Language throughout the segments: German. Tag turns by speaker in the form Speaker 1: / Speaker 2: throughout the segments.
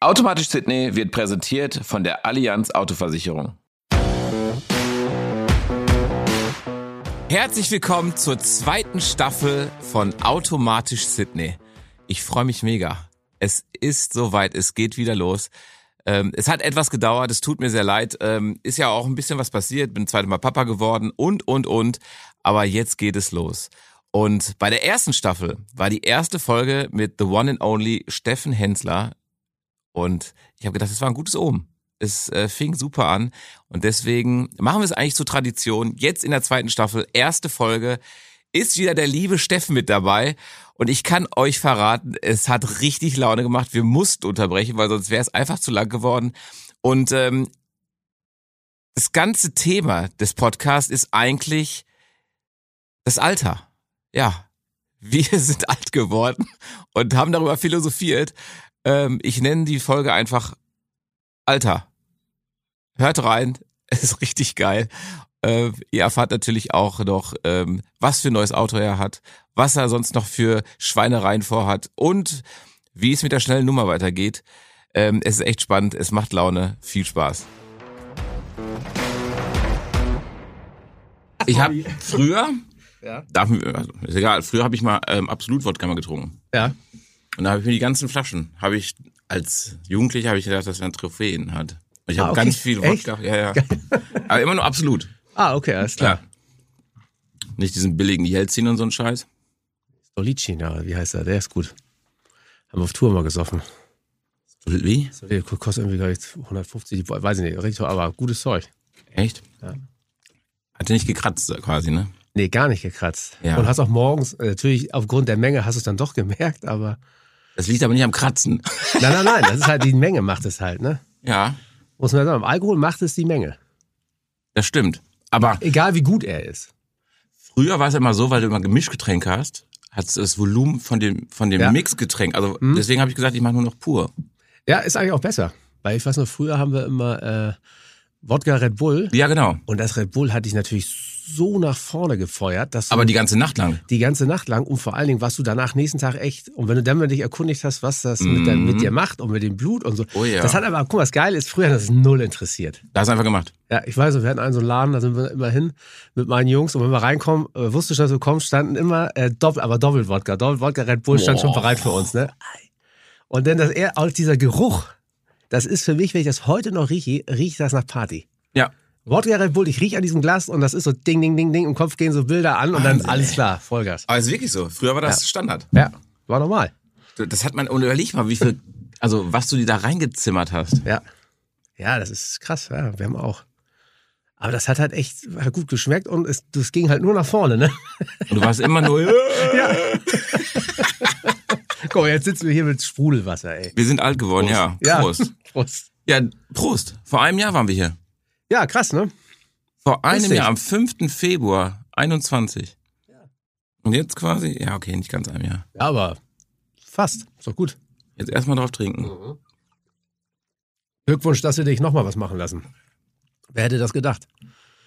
Speaker 1: Automatisch Sydney wird präsentiert von der Allianz Autoversicherung.
Speaker 2: Herzlich willkommen zur zweiten Staffel von Automatisch Sydney. Ich freue mich mega. Es ist soweit, es geht wieder los. Ähm, es hat etwas gedauert, es tut mir sehr leid. Ähm, ist ja auch ein bisschen was passiert, bin zweites Mal Papa geworden und, und, und. Aber jetzt geht es los. Und bei der ersten Staffel war die erste Folge mit The One and Only Steffen Hensler. Und ich habe gedacht, das war ein gutes Omen. Es äh, fing super an. Und deswegen machen wir es eigentlich zur Tradition. Jetzt in der zweiten Staffel, erste Folge, ist wieder der liebe Steffen mit dabei. Und ich kann euch verraten, es hat richtig Laune gemacht. Wir mussten unterbrechen, weil sonst wäre es einfach zu lang geworden. Und ähm, das ganze Thema des Podcasts ist eigentlich das Alter. Ja, wir sind alt geworden und haben darüber philosophiert. Ähm, ich nenne die Folge einfach Alter. Hört rein, es ist richtig geil. Äh, ihr erfahrt natürlich auch noch, ähm, was für ein neues Auto er hat, was er sonst noch für Schweinereien vorhat und wie es mit der schnellen Nummer weitergeht. Ähm, es ist echt spannend, es macht Laune, viel Spaß. Ich habe früher,
Speaker 3: Ja.
Speaker 2: darf, also, ist egal, früher habe ich mal ähm, absolut Wodka mal getrunken.
Speaker 3: Ja.
Speaker 2: Und da habe ich mir die ganzen Flaschen, habe ich als Jugendlicher habe ich gedacht, dass er Trophäen hat. Und ich habe
Speaker 3: Ah, okay.
Speaker 2: ganz viel Wodka, ja, ja. Aber immer nur absolut.
Speaker 3: Ah, okay, alles klar.
Speaker 2: Ja. Nicht diesen billigen Jelzin und so einen Scheiß.
Speaker 3: Stolicin, ja, wie heißt er? Der ist gut. Haben wir auf Tour mal gesoffen.
Speaker 2: Wie?
Speaker 3: So, Der kostet irgendwie, glaube ich, 150, ich weiß ich nicht, richtig, teuer, aber gutes Zeug.
Speaker 2: Echt?
Speaker 3: Ja.
Speaker 2: Hat er nicht gekratzt quasi, ne?
Speaker 3: Nee, gar nicht gekratzt.
Speaker 2: Ja.
Speaker 3: Und hast auch morgens, äh, natürlich aufgrund der Menge hast du es dann doch gemerkt, aber.
Speaker 2: Das liegt aber nicht am Kratzen.
Speaker 3: Nein, nein, nein, das ist halt, die Menge macht es halt, ne?
Speaker 2: Ja,
Speaker 3: Muss man sagen, Alkohol macht es die Menge.
Speaker 2: das stimmt. Aber
Speaker 3: Egal wie gut er ist.
Speaker 2: früher war es immer so, weil du immer Gemischgetränke hast, hat das Volumen von dem, von dem
Speaker 3: Ja. Hm?
Speaker 2: Mixgetränk. Also deswegen habe ich gesagt, ich mache nur noch pur.
Speaker 3: Ja, ist eigentlich auch besser. Weil ich weiß noch, früher haben wir immer äh, Wodka Red Bull.
Speaker 2: Ja, genau.
Speaker 3: Und das Red Bull hat dich natürlich so nach vorne gefeuert, dass du
Speaker 2: Aber die ganze Nacht lang.
Speaker 3: die ganze Nacht lang und vor allen Dingen warst du danach nächsten Tag echt. Und wenn du dann mal dich erkundigt hast, was das mit, deinem- mit dir macht und mit dem Blut und so.
Speaker 2: Mhm. Oh ja.
Speaker 3: Das hat aber, guck mal, das Geile ist, früher hat das null interessiert.
Speaker 2: Da hast du einfach gemacht.
Speaker 3: Ja, ich weiß, noch, wir hatten einen so einen Laden, da sind wir immer hin mit meinen Jungs und wenn wir reinkommen, äh, wusste ich, dass wir kommen, standen immer äh, doppelt, aber doppelt Wodka. Doppelt Wodka Red Bull stand schon
Speaker 2: Boah.
Speaker 3: bereit für uns, ne? Und dann das, er- auch dieser Geruch, das ist für mich, wenn ich das heute noch rieche, riecht das nach Party.
Speaker 2: Ja.
Speaker 3: Wodka Red Bull, ich rieche an diesem Glas und das ist so ding, ding, ding, ding, im Kopf gehen so Bilder an und dann
Speaker 2: Wahnsinn,
Speaker 3: alles
Speaker 2: ey.
Speaker 3: klar, Vollgas.
Speaker 2: Aber ist wirklich so. Früher war das Standard.
Speaker 3: Ja, war normal.
Speaker 2: Das hat man, und überleg mal, wie viel, also was du dir da reingezimmert hast.
Speaker 3: Ja. Ja, das ist krass. Ja, wir haben auch. Aber das hat halt echt hat gut geschmeckt und es das ging halt nur nach vorne, ne?
Speaker 2: Und du warst immer nur,
Speaker 3: Guck mal, jetzt sitzen wir hier mit Sprudelwasser, ey.
Speaker 2: wir sind alt geworden, ja. Prost.
Speaker 3: Prost.
Speaker 2: Ja, Prost. Vor einem Jahr waren wir hier.
Speaker 3: Ja, krass, ne?
Speaker 2: Vor einem
Speaker 3: Richtig.
Speaker 2: Jahr, am 5. Februar 21. Und jetzt quasi, ja, okay, nicht ganz einem Jahr.
Speaker 3: Ja, aber fast. Ist doch gut.
Speaker 2: Jetzt erstmal drauf trinken.
Speaker 3: Glückwunsch, dass wir dich nochmal was machen lassen. Wer hätte das gedacht?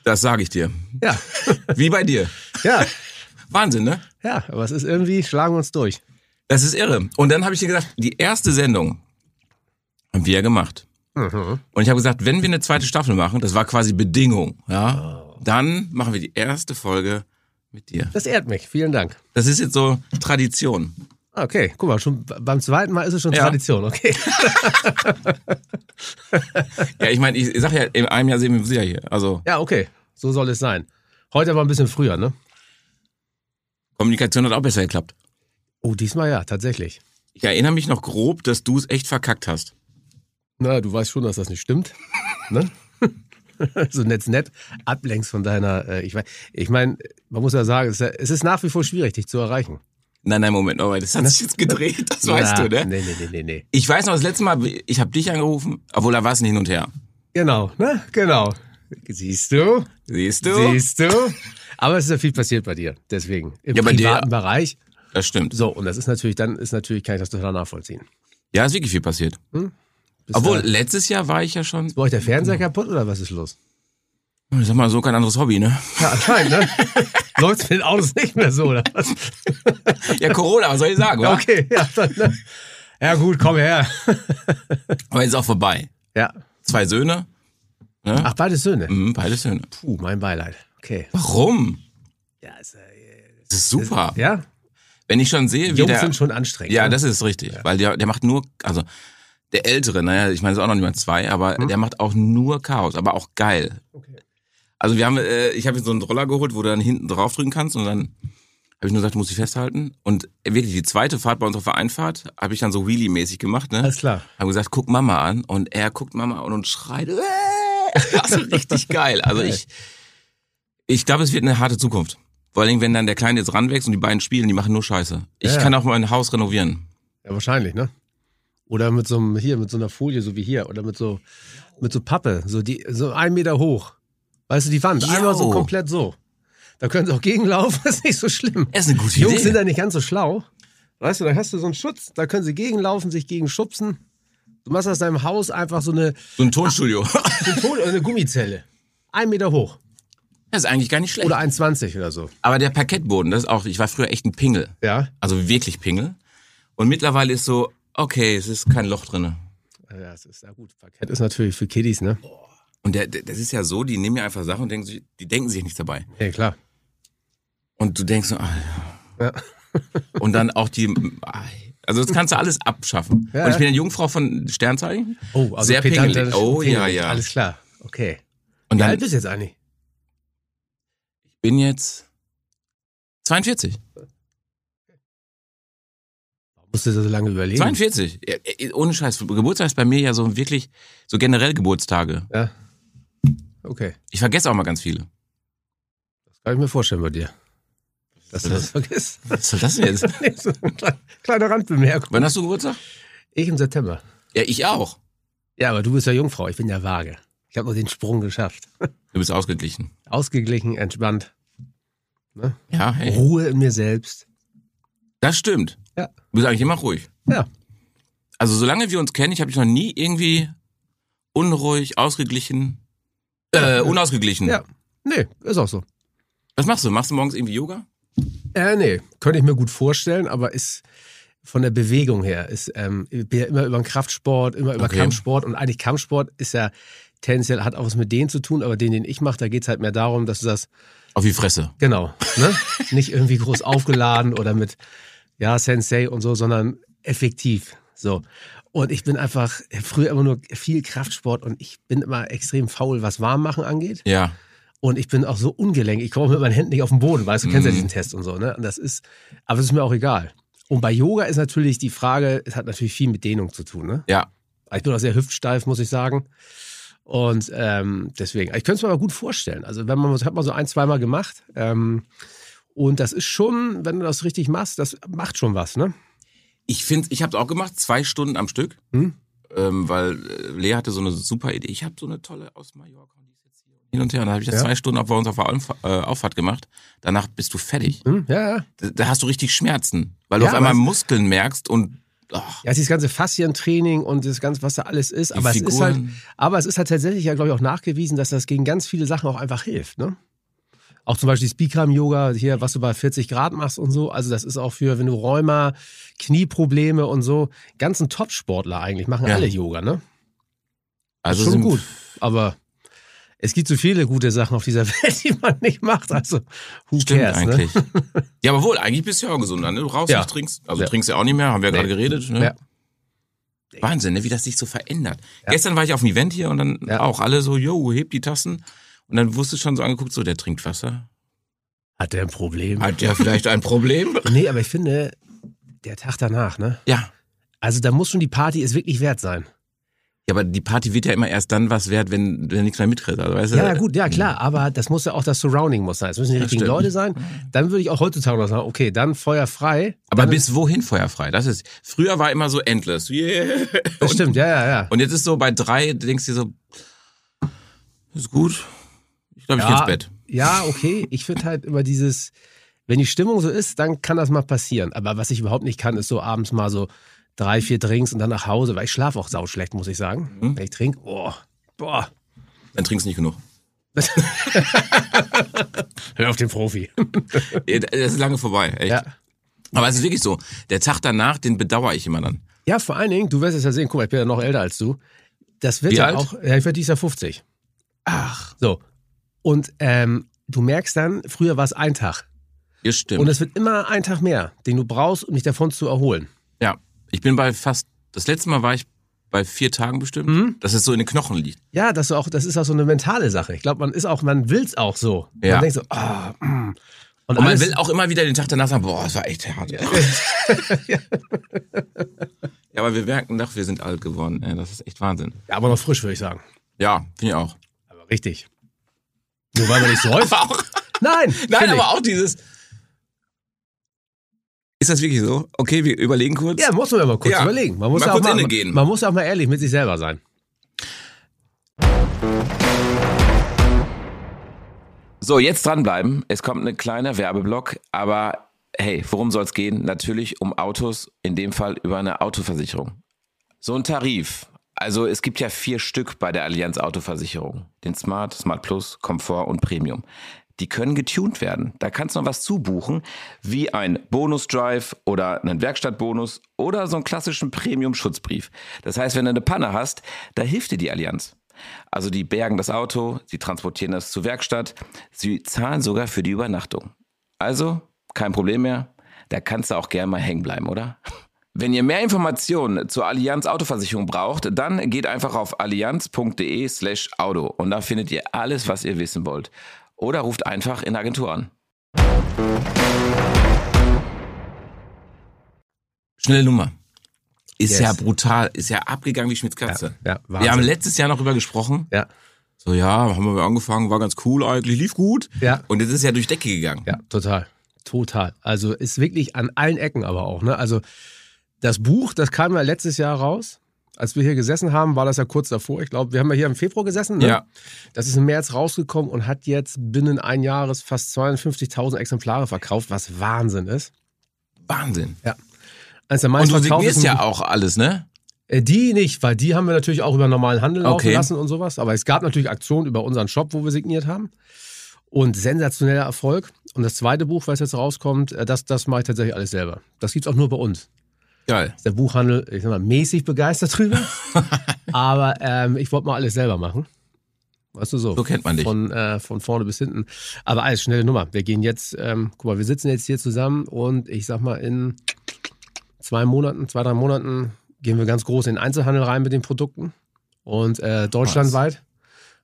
Speaker 2: Das sage ich dir.
Speaker 3: Ja,
Speaker 2: Wie bei dir.
Speaker 3: ja,
Speaker 2: Wahnsinn, ne?
Speaker 3: ja. Aber es ist irgendwie, schlagen wir uns durch.
Speaker 2: Das ist irre. Und dann habe ich dir gesagt, die erste Sendung haben wir gemacht.
Speaker 3: Mhm.
Speaker 2: Und ich habe gesagt, wenn wir eine zweite Staffel machen, das war quasi Bedingung,
Speaker 3: Ah.
Speaker 2: ja, dann machen wir die erste Folge mit dir.
Speaker 3: Das ehrt mich. Vielen Dank. Ah,
Speaker 2: Das ist jetzt so Tradition.
Speaker 3: Okay, guck mal, schon beim zweiten Mal ist es schon
Speaker 2: Ja.
Speaker 3: Tradition, okay?
Speaker 2: Ja, ich meine, ich sag ja, in einem Jahr sehen wir uns wieder hier. Also
Speaker 3: Ja, okay. So soll es sein. Heute aber ein bisschen früher, ne?
Speaker 2: Kommunikation hat auch besser geklappt.
Speaker 3: Oh, diesmal ja, tatsächlich.
Speaker 2: Ich erinnere mich noch grob, dass du es echt verkackt hast.
Speaker 3: Na, du weißt schon, dass das nicht stimmt. ne? so nett, nett ablenkst von deiner. Äh, ich meine, ich mein, man muss ja sagen, es ist, ja, es ist nach wie vor schwierig, dich zu erreichen.
Speaker 2: Nein, nein, Moment, Moment, das hat sich jetzt gedreht, das weißt
Speaker 3: Na,
Speaker 2: du, ne?
Speaker 3: Nee, nee, nee, nee, nee.
Speaker 2: Ich weiß noch, das letzte Mal, ich habe dich angerufen, obwohl da war es ein hin und her.
Speaker 3: Genau, ne? Genau. Siehst du?
Speaker 2: Siehst du?
Speaker 3: Siehst du? Aber es ist ja viel passiert bei dir, deswegen. Im
Speaker 2: Ja, bei dir-
Speaker 3: privaten Bereich.
Speaker 2: Das stimmt.
Speaker 3: So, und das ist natürlich, dann ist natürlich, kann ich das total nachvollziehen.
Speaker 2: Ja, ist wirklich viel passiert.
Speaker 3: Bist
Speaker 2: Obwohl,
Speaker 3: du-
Speaker 2: letztes Jahr war ich ja schon,
Speaker 3: bei euch der Fernseher kaputt oder was ist los?
Speaker 2: ich sag mal so, kein anderes Hobby, ne?
Speaker 3: Ja, nein, ne? Läuft mit den Autos nicht mehr so, oder was?
Speaker 2: Ja, Corona, was soll ich sagen, wa?
Speaker 3: Okay, ja, dann, ne? Ja, gut, komm her.
Speaker 2: Aber jetzt ist auch vorbei.
Speaker 3: Ja.
Speaker 2: Zwei Söhne,
Speaker 3: Ach, beide Söhne.
Speaker 2: mhm, beide Söhne.
Speaker 3: Puh, mein Beileid. Okay.
Speaker 2: Warum?
Speaker 3: Ja, ist, äh,
Speaker 2: Das ist super.
Speaker 3: ja?
Speaker 2: Wenn ich schon sehe, wie
Speaker 3: Jungs
Speaker 2: der,
Speaker 3: sind schon anstrengend.
Speaker 2: Ja,
Speaker 3: ne?
Speaker 2: das ist richtig, weil der, der macht nur, also der Ältere, naja, ich meine, es ist auch noch nicht mal zwei, aber der macht auch nur Chaos, aber auch geil.
Speaker 3: Okay.
Speaker 2: Also wir haben, äh, ich habe jetzt so einen Roller geholt, wo du dann hinten draufdrücken kannst und dann habe ich nur gesagt, muss ich festhalten. Und wirklich die zweite Fahrt bei unserer Vereinfahrt habe ich dann so Wheelie-mäßig gemacht, ne?
Speaker 3: Alles klar.
Speaker 2: Haben gesagt, guck Mama an und er guckt Mama an und schreit, äh! also richtig geil. Also ich, ich glaube, es wird eine harte Zukunft. Vor allem, wenn dann der Kleine jetzt ranwächst und die beiden spielen, die machen nur Scheiße. Ich
Speaker 3: Ja, ja.
Speaker 2: kann auch mein Haus renovieren.
Speaker 3: Ja, wahrscheinlich, ne? Oder mit so einem, hier, mit so einer Folie, so wie hier, oder mit so, mit so Pappe, so die, so ein Meter hoch. Weißt du, die Wand,
Speaker 2: Jo.
Speaker 3: einmal so komplett so. Da können sie auch gegenlaufen, ist nicht so schlimm.
Speaker 2: Das ist eine gute
Speaker 3: Die Jungs
Speaker 2: Idee.
Speaker 3: sind da nicht ganz so schlau. Weißt du, da hast du so einen Schutz, da können sie gegenlaufen, sich gegen schubsen. Du machst aus deinem Haus einfach so eine,
Speaker 2: so ein Tonstudio. das
Speaker 3: eine, Ton- eine Gummizelle. Ein Meter hoch.
Speaker 2: ist eigentlich gar nicht schlecht.
Speaker 3: Oder 1,20 oder so.
Speaker 2: Aber der Parkettboden, das ist auch, ich war früher echt ein Pingel.
Speaker 3: Ja.
Speaker 2: Also wirklich Pingel. Und mittlerweile ist so, okay, es ist kein Loch drinne.
Speaker 3: Ja, das ist ja gut. Parkett ist natürlich für Kiddies, ne?
Speaker 2: Und der, der, das ist ja so, die nehmen ja einfach Sachen und denken sich, die denken sich nichts dabei.
Speaker 3: Ja, klar.
Speaker 2: Und du denkst so, ah, ja.
Speaker 3: Ja.
Speaker 2: Und dann auch die, ah, also das kannst du alles abschaffen.
Speaker 3: Ja,
Speaker 2: und ich
Speaker 3: ja.
Speaker 2: bin eine Jungfrau von Sternzeichen.
Speaker 3: Oh, also
Speaker 2: Sehr
Speaker 3: pedantisch-
Speaker 2: pingelig. Oh, ja, ja.
Speaker 3: Alles klar. Okay.
Speaker 2: Und
Speaker 3: Wie alt
Speaker 2: dann
Speaker 3: bist du jetzt eigentlich?
Speaker 2: bin jetzt 42.
Speaker 3: Musst du so lange überlegen?
Speaker 2: 42. Ja, eh, Ohne Scheiß. Geburtstag ist bei mir ja so wirklich, so generell Geburtstage.
Speaker 3: Ja. Okay.
Speaker 2: Ich vergesse auch mal ganz viele.
Speaker 3: Das kann ich mir vorstellen bei dir. Dass du das vergisst.
Speaker 2: Was soll das denn jetzt?
Speaker 3: Nee, so eine kleine- Kleine Randbemerkung.
Speaker 2: Wann hast du Geburtstag?
Speaker 3: Ich im September.
Speaker 2: Ja, ich auch.
Speaker 3: Ja, aber du bist ja Jungfrau. Ich bin ja vage. Ich habe noch den Sprung geschafft.
Speaker 2: Du bist ausgeglichen.
Speaker 3: Ausgeglichen, entspannt.
Speaker 2: Ja, oh. hey.
Speaker 3: Ruhe in mir selbst.
Speaker 2: Das stimmt.
Speaker 3: Ja.
Speaker 2: Du bist eigentlich immer ruhig.
Speaker 3: Ja.
Speaker 2: Also solange wir uns kennen, ich habe dich noch nie irgendwie unruhig, ausgeglichen, äh, unausgeglichen.
Speaker 3: Ja. Nee, ist auch so.
Speaker 2: Was machst du? Machst du morgens irgendwie Yoga?
Speaker 3: Äh, nee, könnte ich mir gut vorstellen, aber ist von der Bewegung her, ist, ähm, ich bin ja immer über den Kraftsport, immer über
Speaker 2: Okay.
Speaker 3: Kampfsport und eigentlich Kampfsport ist ja tendenziell, hat auch was mit denen zu tun, aber den, den ich mache, da geht's halt mehr darum, dass du das,
Speaker 2: Auf die Fresse.
Speaker 3: genau, ne? nicht irgendwie groß aufgeladen oder mit, ja, Sensei und so, sondern effektiv, so. Und ich bin einfach früher immer nur viel Kraftsport und ich bin immer extrem faul, was Warmmachen angeht.
Speaker 2: Ja.
Speaker 3: Und ich bin auch so ungelenk. Ich komme mit meinen Händen nicht auf den Boden, weißt du, kennst ja diesen Test und so, ne? Und das ist, aber es ist mir auch egal. Und bei Yoga ist natürlich die Frage, es hat natürlich viel mit Dehnung zu tun, ne?
Speaker 2: Ja.
Speaker 3: Ich bin auch sehr hüftsteif, muss ich sagen. Und ähm, deswegen, ich könnte es mir aber gut vorstellen. Also, wenn man, das hat man so ein, zweimal gemacht. Ähm, und das ist schon, wenn du das richtig machst, das macht schon was, ne?
Speaker 2: Ich finde, ich habe es auch gemacht, zwei Stunden am Stück,
Speaker 3: Hm?
Speaker 2: ähm, weil äh, Lea hatte so eine super Idee. Ich habe so eine tolle aus Mallorca und die ist jetzt hier hin und her. Und da habe ich das
Speaker 3: Ja.
Speaker 2: zwei Stunden auf bei uns auf der Anf- äh, Auffahrt gemacht. Danach bist du fertig.
Speaker 3: Hm? Ja, ja.
Speaker 2: Da, da hast du richtig Schmerzen, weil du
Speaker 3: Ja,
Speaker 2: auf einmal
Speaker 3: aber es-
Speaker 2: Muskeln merkst und ach,
Speaker 3: Ja, dieses ganze Faszientraining und das ganze, was da alles ist.
Speaker 2: Die
Speaker 3: Aber es ist halt,
Speaker 2: Figuren.
Speaker 3: aber es ist halt tatsächlich ja, glaube ich, auch nachgewiesen, dass das gegen ganz viele Sachen auch einfach hilft, ne? Auch zum Beispiel Speakram-Yoga, hier, was du bei 40 Grad machst und so. Also, das ist auch für, wenn du Rheuma, Knieprobleme und so, ganzen Top-Sportler eigentlich machen
Speaker 2: Ja.
Speaker 3: alle Yoga, ne?
Speaker 2: also
Speaker 3: schon
Speaker 2: sind-
Speaker 3: gut. Aber es gibt so viele gute Sachen auf dieser Welt, die man nicht macht. Also, who
Speaker 2: Stimmt
Speaker 3: cares, ne?
Speaker 2: eigentlich. ja, aber wohl, eigentlich bist du ja auch gesunder, ne? Du rauchst
Speaker 3: Ja.
Speaker 2: nicht, trinkst, also
Speaker 3: Ja.
Speaker 2: trinkst ja auch nicht mehr, haben wir ja
Speaker 3: Nee.
Speaker 2: gerade geredet, ne?
Speaker 3: Ja.
Speaker 2: Wahnsinn, ne? wie das sich so verändert.
Speaker 3: Ja.
Speaker 2: Gestern war ich auf dem Event hier und dann
Speaker 3: Ja.
Speaker 2: auch alle so, yo, heb die Tassen. Und dann wusste ich schon so angeguckt, so, der trinkt Wasser.
Speaker 3: Hat der ein Problem?
Speaker 2: Hat der vielleicht ein Problem?
Speaker 3: Nee, aber ich finde, der Tag danach, ne?
Speaker 2: Ja.
Speaker 3: Also da muss schon die Party es wirklich wert sein.
Speaker 2: Ja, aber die Party wird ja immer erst dann was wert, wenn du nichts mehr mitkriegst. Also, weißt du?
Speaker 3: Ja, ja, gut, ja klar, aber das muss ja auch das Surrounding muss sein. Es müssen die
Speaker 2: Ja,
Speaker 3: richtigen
Speaker 2: stimmt.
Speaker 3: Leute sein. Dann würde ich auch heutzutage noch sagen, okay, dann Feuer frei.
Speaker 2: Aber
Speaker 3: dann,
Speaker 2: bis wohin feuerfrei? Das ist, früher war immer so endless. Yeah.
Speaker 3: das stimmt, ja, ja, ja.
Speaker 2: Und jetzt ist so bei drei, denkst du dir so, ist gut. Ich glaube, ich
Speaker 3: ja,
Speaker 2: gehe ins Bett.
Speaker 3: Ja, okay. Ich finde halt immer dieses, wenn die Stimmung so ist, dann kann das mal passieren. Aber was ich überhaupt nicht kann, ist so abends mal so drei, vier Drinks und dann nach Hause, weil ich schlafe auch sauschlecht, muss ich sagen.
Speaker 2: Mhm.
Speaker 3: Wenn ich trinke, oh, boah,
Speaker 2: Dann trinkst du nicht genug.
Speaker 3: hör auf den Profi.
Speaker 2: Ja, Das ist lange vorbei, echt.
Speaker 3: Ja,
Speaker 2: Aber es ist wirklich so. Der Tag danach, den bedauere ich immer dann.
Speaker 3: Ja, vor allen Dingen, du wirst es ja sehen, guck mal, ich bin ja noch älter als du. Das wird
Speaker 4: Wie
Speaker 3: ja
Speaker 4: alt?
Speaker 3: auch, ja, ich werde dieses Jahr 50.
Speaker 4: Ach,
Speaker 3: So. Und ähm, du merkst dann, früher war es ein Tag.
Speaker 4: ja, stimmt.
Speaker 3: Und es wird immer ein Tag mehr, den du brauchst, um dich davon zu erholen.
Speaker 4: ja, ich bin bei fast, das letzte Mal war ich bei vier Tagen bestimmt,
Speaker 2: Mhm.
Speaker 4: dass es so in den Knochen liegt.
Speaker 3: Ja, das, ist auch, das ist auch so eine mentale Sache. Ich glaube, man ist auch, man will es auch so.
Speaker 4: Ja.
Speaker 3: Man denkt so, ah, mm.
Speaker 4: Und man
Speaker 3: alles-
Speaker 4: will auch immer wieder den Tag danach sagen, boah, das war echt hart. Ja, aber wir merken doch, wir sind alt geworden. ey, Das ist echt Wahnsinn.
Speaker 3: ja, aber noch frisch, würde ich sagen.
Speaker 4: Ja, finde ich auch.
Speaker 3: Aber richtig. Nur weil man nicht so häufig.
Speaker 4: auch
Speaker 3: Nein!
Speaker 4: Nein,
Speaker 3: find ich.
Speaker 4: aber auch dieses. Ist das wirklich so? Okay, wir überlegen kurz.
Speaker 3: Ja, muss man ja mal kurz
Speaker 4: Ja.
Speaker 3: überlegen. Man muss
Speaker 4: Mal
Speaker 3: ja
Speaker 4: kurz
Speaker 3: auch mal,
Speaker 4: innegehen.
Speaker 3: Man muss ja auch mal ehrlich mit sich selber sein.
Speaker 2: So, jetzt dranbleiben. Es kommt ein kleiner Werbeblock, aber hey, worum soll es gehen? Natürlich um Autos, in dem Fall über eine Autoversicherung. So ein Tarif. Also es gibt ja vier Stück bei der Allianz Autoversicherung. Den Smart, Smart Plus, Komfort und Premium. Die können getuned werden. Da kannst du noch was zubuchen, wie ein Bonus-Drive oder einen Werkstattbonus oder so einen klassischen Premium-Schutzbrief. Das heißt, wenn du eine Panne hast, da hilft dir die Allianz. Also die bergen das Auto, sie transportieren das zur Werkstatt, sie zahlen sogar für die Übernachtung. Also kein Problem mehr, da kannst du auch gerne mal hängen bleiben, oder? Wenn ihr mehr Informationen zur Allianz Autoversicherung braucht, dann geht einfach auf allianz.de slash auto und da findet ihr alles, was ihr wissen wollt. Oder ruft einfach in der Agentur an.
Speaker 4: Schnelle Nummer. Ist
Speaker 3: Yes.
Speaker 4: ja brutal. Ist ja abgegangen wie Schmitz Katze.
Speaker 3: Ja, ja, Wahnsinn.
Speaker 4: wir haben letztes Jahr noch drüber gesprochen.
Speaker 3: Ja.
Speaker 4: So, ja, haben wir angefangen, war ganz cool eigentlich, lief gut.
Speaker 3: Ja.
Speaker 4: Und jetzt ist ja durch Decke gegangen.
Speaker 3: Ja, total. Total. Also ist wirklich an allen Ecken aber auch. Ne? Also das Buch, das kam ja letztes Jahr raus. Als wir hier gesessen haben, war das ja kurz davor. Ich glaube, wir haben ja hier im Februar gesessen. Ne?
Speaker 4: Ja.
Speaker 3: Das ist im März rausgekommen und hat jetzt binnen ein Jahres fast 52.000 Exemplare verkauft, was Wahnsinn ist.
Speaker 4: Wahnsinn.
Speaker 3: Eines der
Speaker 4: Und du
Speaker 3: meistverkauftesten-
Speaker 4: signierst ja auch alles, ne?
Speaker 3: Äh, Die nicht, weil die haben wir natürlich auch über normalen Handel laufen
Speaker 4: Okay.
Speaker 3: lassen und sowas. Aber es gab natürlich Aktionen über unseren Shop, wo wir signiert haben. Und sensationeller Erfolg. Und das zweite Buch, was jetzt rauskommt, äh, das, das mache ich tatsächlich alles selber. Das gibt's auch nur bei uns.
Speaker 4: Geil.
Speaker 3: Ist der Buchhandel, ich sag mal, mäßig begeistert drüber. Aber ähm, ich wollte mal alles selber machen. Weißt du so?
Speaker 4: So kennt man dich.
Speaker 3: Von, äh, von vorne bis hinten. Aber alles, schnelle Nummer. Wir gehen jetzt, ähm, guck mal, wir sitzen jetzt hier zusammen und ich sag mal, in zwei Monaten, zwei, drei Monaten gehen wir ganz groß in den Einzelhandel rein mit den Produkten. Und äh, deutschlandweit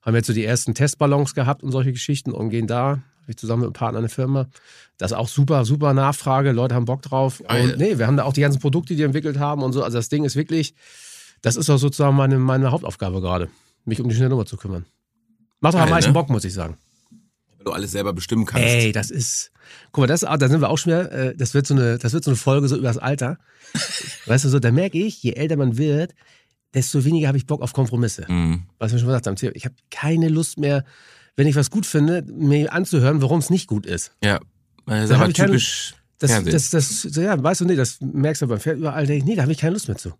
Speaker 3: haben wir jetzt so die ersten Testballons gehabt und solche Geschichten und gehen da, hab ich zusammen mit einem Partner eine Firma. Das ist auch super, super Nachfrage, Leute haben Bock drauf.
Speaker 4: Geil.
Speaker 3: Und nee, wir haben da auch die ganzen Produkte, die wir entwickelt haben und so. Also das Ding ist wirklich, das ist auch sozusagen meine, meine Hauptaufgabe gerade, mich um die schnelle Nummer zu kümmern. Macht doch am
Speaker 4: Geil,
Speaker 3: meisten
Speaker 4: ne?
Speaker 3: Bock, muss ich sagen.
Speaker 4: Weil du alles selber bestimmen kannst.
Speaker 3: Ey, das ist. Guck mal, das, ah, da sind wir auch schon wieder, äh, das wird so eine, das wird so eine Folge so über das Alter. weißt du so, da merke ich, je älter man wird, desto weniger habe ich Bock auf Kompromisse.
Speaker 4: Mhm.
Speaker 3: Was wir schon gesagt haben, Theo, ich habe keine Lust mehr, wenn ich was gut finde, mir anzuhören, warum es nicht gut ist.
Speaker 4: Ja. Das ist aber
Speaker 3: Da hab ich halt keine-
Speaker 4: typisch.
Speaker 3: Das,
Speaker 4: Fernsehen.
Speaker 3: das, das, so, ja, weißt du, nee, das merkst du beim Pferd überall, denke ich, nee, da habe ich keine Lust mehr zu.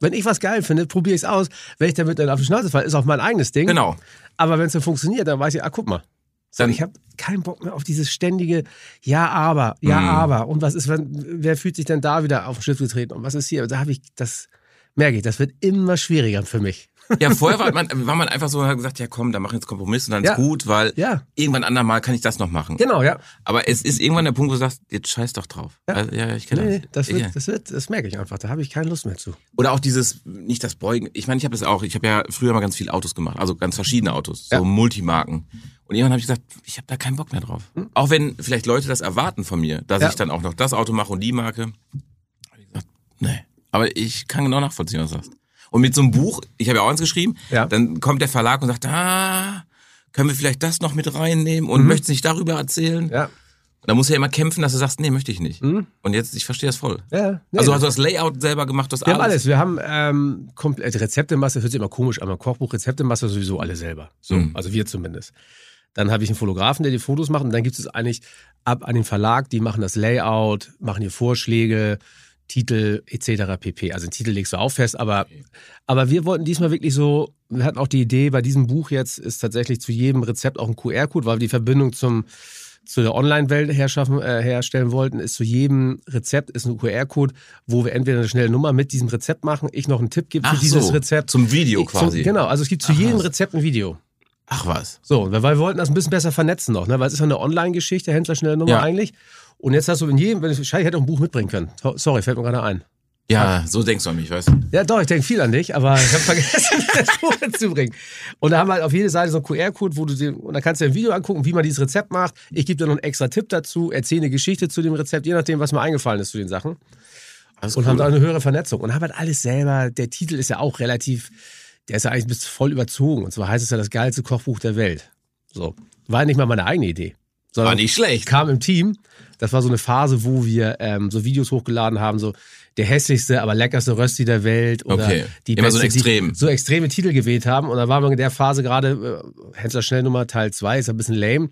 Speaker 3: Wenn ich was geil finde, probiere ich es aus. Wenn ich damit dann auf die Schnauze falle, ist auch mein eigenes Ding.
Speaker 4: Genau.
Speaker 3: Aber wenn es dann funktioniert, dann weiß ich, ah, guck mal. So,
Speaker 4: Dann-
Speaker 3: ich habe keinen Bock mehr auf dieses ständige Ja, aber, ja,
Speaker 4: Mhm.
Speaker 3: aber. Und was ist, wenn, wer fühlt sich denn da wieder auf den Schiff getreten? Und was ist hier? Da habe ich, das merke ich, das wird immer schwieriger für mich.
Speaker 4: Ja, vorher war man, war man einfach so und hat gesagt, ja komm, dann mach ich jetzt Kompromiss und dann
Speaker 3: Ja.
Speaker 4: ist gut, weil
Speaker 3: Ja.
Speaker 4: irgendwann andermal kann ich das noch machen.
Speaker 3: Genau, ja.
Speaker 4: Aber es ist irgendwann der Punkt, wo du sagst, jetzt scheiß doch drauf. Ja, also, ja ich kenne
Speaker 3: Nee,
Speaker 4: das.
Speaker 3: das wird,
Speaker 4: Ja.
Speaker 3: das wird, das merke ich einfach. Da habe ich keine Lust mehr zu.
Speaker 4: Oder auch dieses, nicht das Beugen. Ich meine, ich habe das auch. Ich habe ja früher mal ganz viele Autos gemacht, also ganz verschiedene Autos, so
Speaker 3: Ja.
Speaker 4: Multimarken. Und irgendwann habe ich gesagt, ich habe da keinen Bock mehr drauf. Auch wenn vielleicht Leute das erwarten von mir, dass
Speaker 3: Hm. Ja.
Speaker 4: ich dann auch noch das Auto mache und die Marke. Hab ich gesagt, nee. Aber ich kann genau nachvollziehen, was du sagst. Und mit so einem Buch, ich habe ja auch eins geschrieben,
Speaker 3: Ja.
Speaker 4: dann kommt der Verlag und sagt, ah, können wir vielleicht das noch mit reinnehmen und möchtest nicht darüber erzählen?
Speaker 3: Mhm. Ja. Mhm.
Speaker 4: Da musst du ja immer kämpfen, dass du sagst, nee, möchte ich nicht. Und jetzt, ich verstehe das voll.
Speaker 3: Ja, nee,
Speaker 4: also hast
Speaker 3: das-
Speaker 4: du das Layout selber gemacht, das
Speaker 3: Wir haben alles. Wir haben ähm, komplett Rezeptemasse, hört sich immer komisch an, aber Kochbuch, Rezeptemasse sowieso alle selber. So,
Speaker 4: Mhm.
Speaker 3: Also wir zumindest. Dann habe ich einen Fotografen, der die Fotos macht und dann gibt es eigentlich ab an den Verlag, die machen das Layout, machen hier Vorschläge, Titel etc. pp. Also den Titel legst du auch fest, aber, aber wir wollten diesmal wirklich so, wir hatten auch die Idee, bei diesem Buch jetzt ist tatsächlich zu jedem Rezept auch ein QR-Code, weil wir die Verbindung zum zu der Online-Welt herschaffen, äh, herstellen wollten, ist zu jedem Rezept ist ein QR-Code, wo wir entweder eine schnelle Nummer mit diesem Rezept machen, ich noch einen Tipp gebe für
Speaker 4: Ach
Speaker 3: dieses
Speaker 4: so,
Speaker 3: Rezept.
Speaker 4: Zum Video
Speaker 3: Ich- so-
Speaker 4: quasi.
Speaker 3: Genau, also es gibt zu jedem Rezept ein Video.
Speaker 4: Ach was.
Speaker 3: So, weil wir wollten das ein bisschen besser vernetzen noch, ne? weil es ist ja eine Online-Geschichte, Händlerschnelle Nummer
Speaker 4: Ja.
Speaker 3: eigentlich. Und jetzt hast du in jedem, wenn ich, Scheiße, ich hätte auch ein Buch mitbringen können. So- Sorry, fällt mir gerade ein.
Speaker 4: Ja, so denkst du an mich, weißt du?
Speaker 3: Ja, doch, ich denke viel an dich, aber ich habe vergessen, das Buch mitzubringen. Und da haben wir halt auf jeder Seite so einen QR-Code, wo du dir, und da kannst du dir ein Video angucken, wie man dieses Rezept macht. Ich gebe dir noch einen extra Tipp dazu, erzähle eine Geschichte zu dem Rezept, je nachdem, was mir eingefallen ist zu den Sachen.
Speaker 4: Alles
Speaker 3: Und haben da
Speaker 4: cool.
Speaker 3: eine höhere Vernetzung und haben halt alles selber. Der Titel ist ja auch relativ, der ist ja eigentlich bis voll überzogen. Und zwar heißt es ja das geilste Kochbuch der Welt. So. War nicht mal meine eigene Idee. Sondern
Speaker 4: War nicht schlecht.
Speaker 3: kam im Team. Das war so eine Phase, wo wir ähm, so Videos hochgeladen haben, so der hässlichste, aber leckerste Rösti der Welt oder
Speaker 4: Okay.
Speaker 3: die
Speaker 4: Immer so
Speaker 3: beste,
Speaker 4: ein Extrem.
Speaker 3: Die, so extreme Titel gewählt haben. Und da waren wir in der Phase gerade, äh, Händler Schnellnummer Teil 2, ist ein bisschen lame.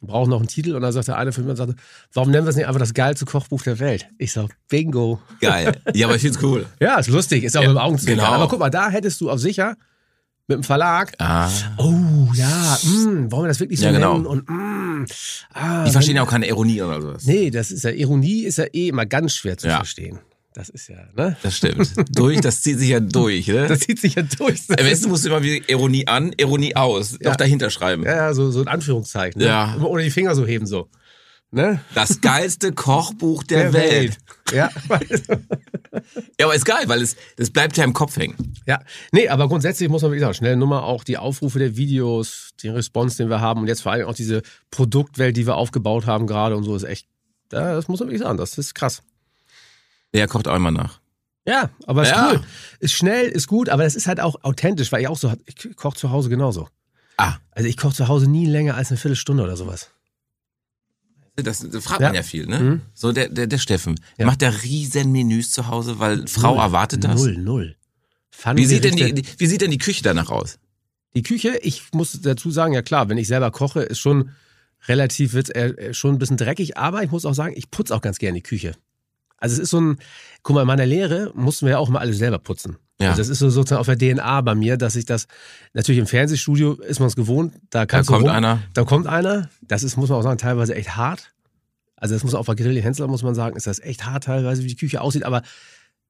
Speaker 3: Wir brauchen noch einen Titel. Und dann sagte einer von mir und sagte, warum nennen wir es nicht einfach das geilste Kochbuch der Welt? Ich sag, bingo.
Speaker 4: Geil. Ja, aber ich find's cool.
Speaker 3: Ja, ist lustig, ist auch mit dem Augenzwinkern.
Speaker 4: genau.
Speaker 3: Aber guck mal, da hättest du auf sicher mit dem Verlag,
Speaker 4: Ah.
Speaker 2: 아.
Speaker 3: oh ja, mm, wollen wir das wirklich so
Speaker 4: Ja, genau.
Speaker 3: nennen? Und, mm, ah,
Speaker 4: Die verstehen ja auch keine Ironie oder sowas.
Speaker 3: Nee, das ist ja, Ironie ist ja eh immer ganz schwer zu
Speaker 4: Ja.
Speaker 3: verstehen. Das ist ja, ne?
Speaker 4: Das stimmt. durch, das zieht sich ja durch, ne?
Speaker 3: Das zieht sich ja durch.
Speaker 4: Am besten musst du immer wieder Ironie an, Ironie aus. Noch dahinter schreiben.
Speaker 3: Ja, ja, so, so ein Anführungszeichen.
Speaker 4: Ja.
Speaker 3: Ne? Immer Ohne die Finger so heben, so. Ne?
Speaker 4: Das geilste Kochbuch der, Welt.
Speaker 3: Ja.
Speaker 4: Ja, aber ist geil, weil es das bleibt ja im Kopf hängen.
Speaker 3: ja. Nee, aber grundsätzlich muss man wirklich sagen, schnelle Nummer, auch die Aufrufe der Videos, den Response, den wir haben und jetzt vor allem auch diese Produktwelt, die wir aufgebaut haben gerade und so, ist echt, da- das muss man wirklich sagen, das ist krass.
Speaker 4: Der kocht auch immer nach.
Speaker 3: Ja, aber ist
Speaker 4: Ja.
Speaker 3: cool. Ist schnell, ist gut, aber das ist halt auch authentisch, weil ich auch so, ich koche zu Hause genauso.
Speaker 4: Ah.
Speaker 3: Also ich koche zu Hause nie länger als eine Viertelstunde oder sowas.
Speaker 4: Das, das fragt
Speaker 3: Ja.
Speaker 4: man ja viel, ne?
Speaker 3: Mhm.
Speaker 4: So der, der, der Steffen.
Speaker 3: Ja.
Speaker 4: Macht der riesen Menüs zu Hause, weil Frau
Speaker 3: Null.
Speaker 4: erwartet das.
Speaker 3: Null, null. Pfannengerichte-
Speaker 4: Wie sieht, denn die, die- wie sieht denn die Küche danach aus?
Speaker 3: Die Küche, ich muss dazu sagen, ja klar, wenn ich selber koche, ist schon relativ, wird äh, schon ein bisschen dreckig, aber ich muss auch sagen, ich putze auch ganz gerne die Küche. Also es ist so ein, guck mal, in meiner Lehre mussten wir ja auch mal alles selber putzen.
Speaker 4: Ja.
Speaker 3: Also das ist so sozusagen auf der DNA bei mir, dass ich das, natürlich im Fernsehstudio ist man es gewohnt, da
Speaker 4: Da
Speaker 3: kannst
Speaker 4: kommt
Speaker 3: du rum,
Speaker 4: einer.
Speaker 3: Da kommt einer, das ist, muss man auch sagen, teilweise echt hart. Also das muss auch bei Grilli Hensler, muss man sagen, ist das echt hart teilweise, wie die Küche aussieht, aber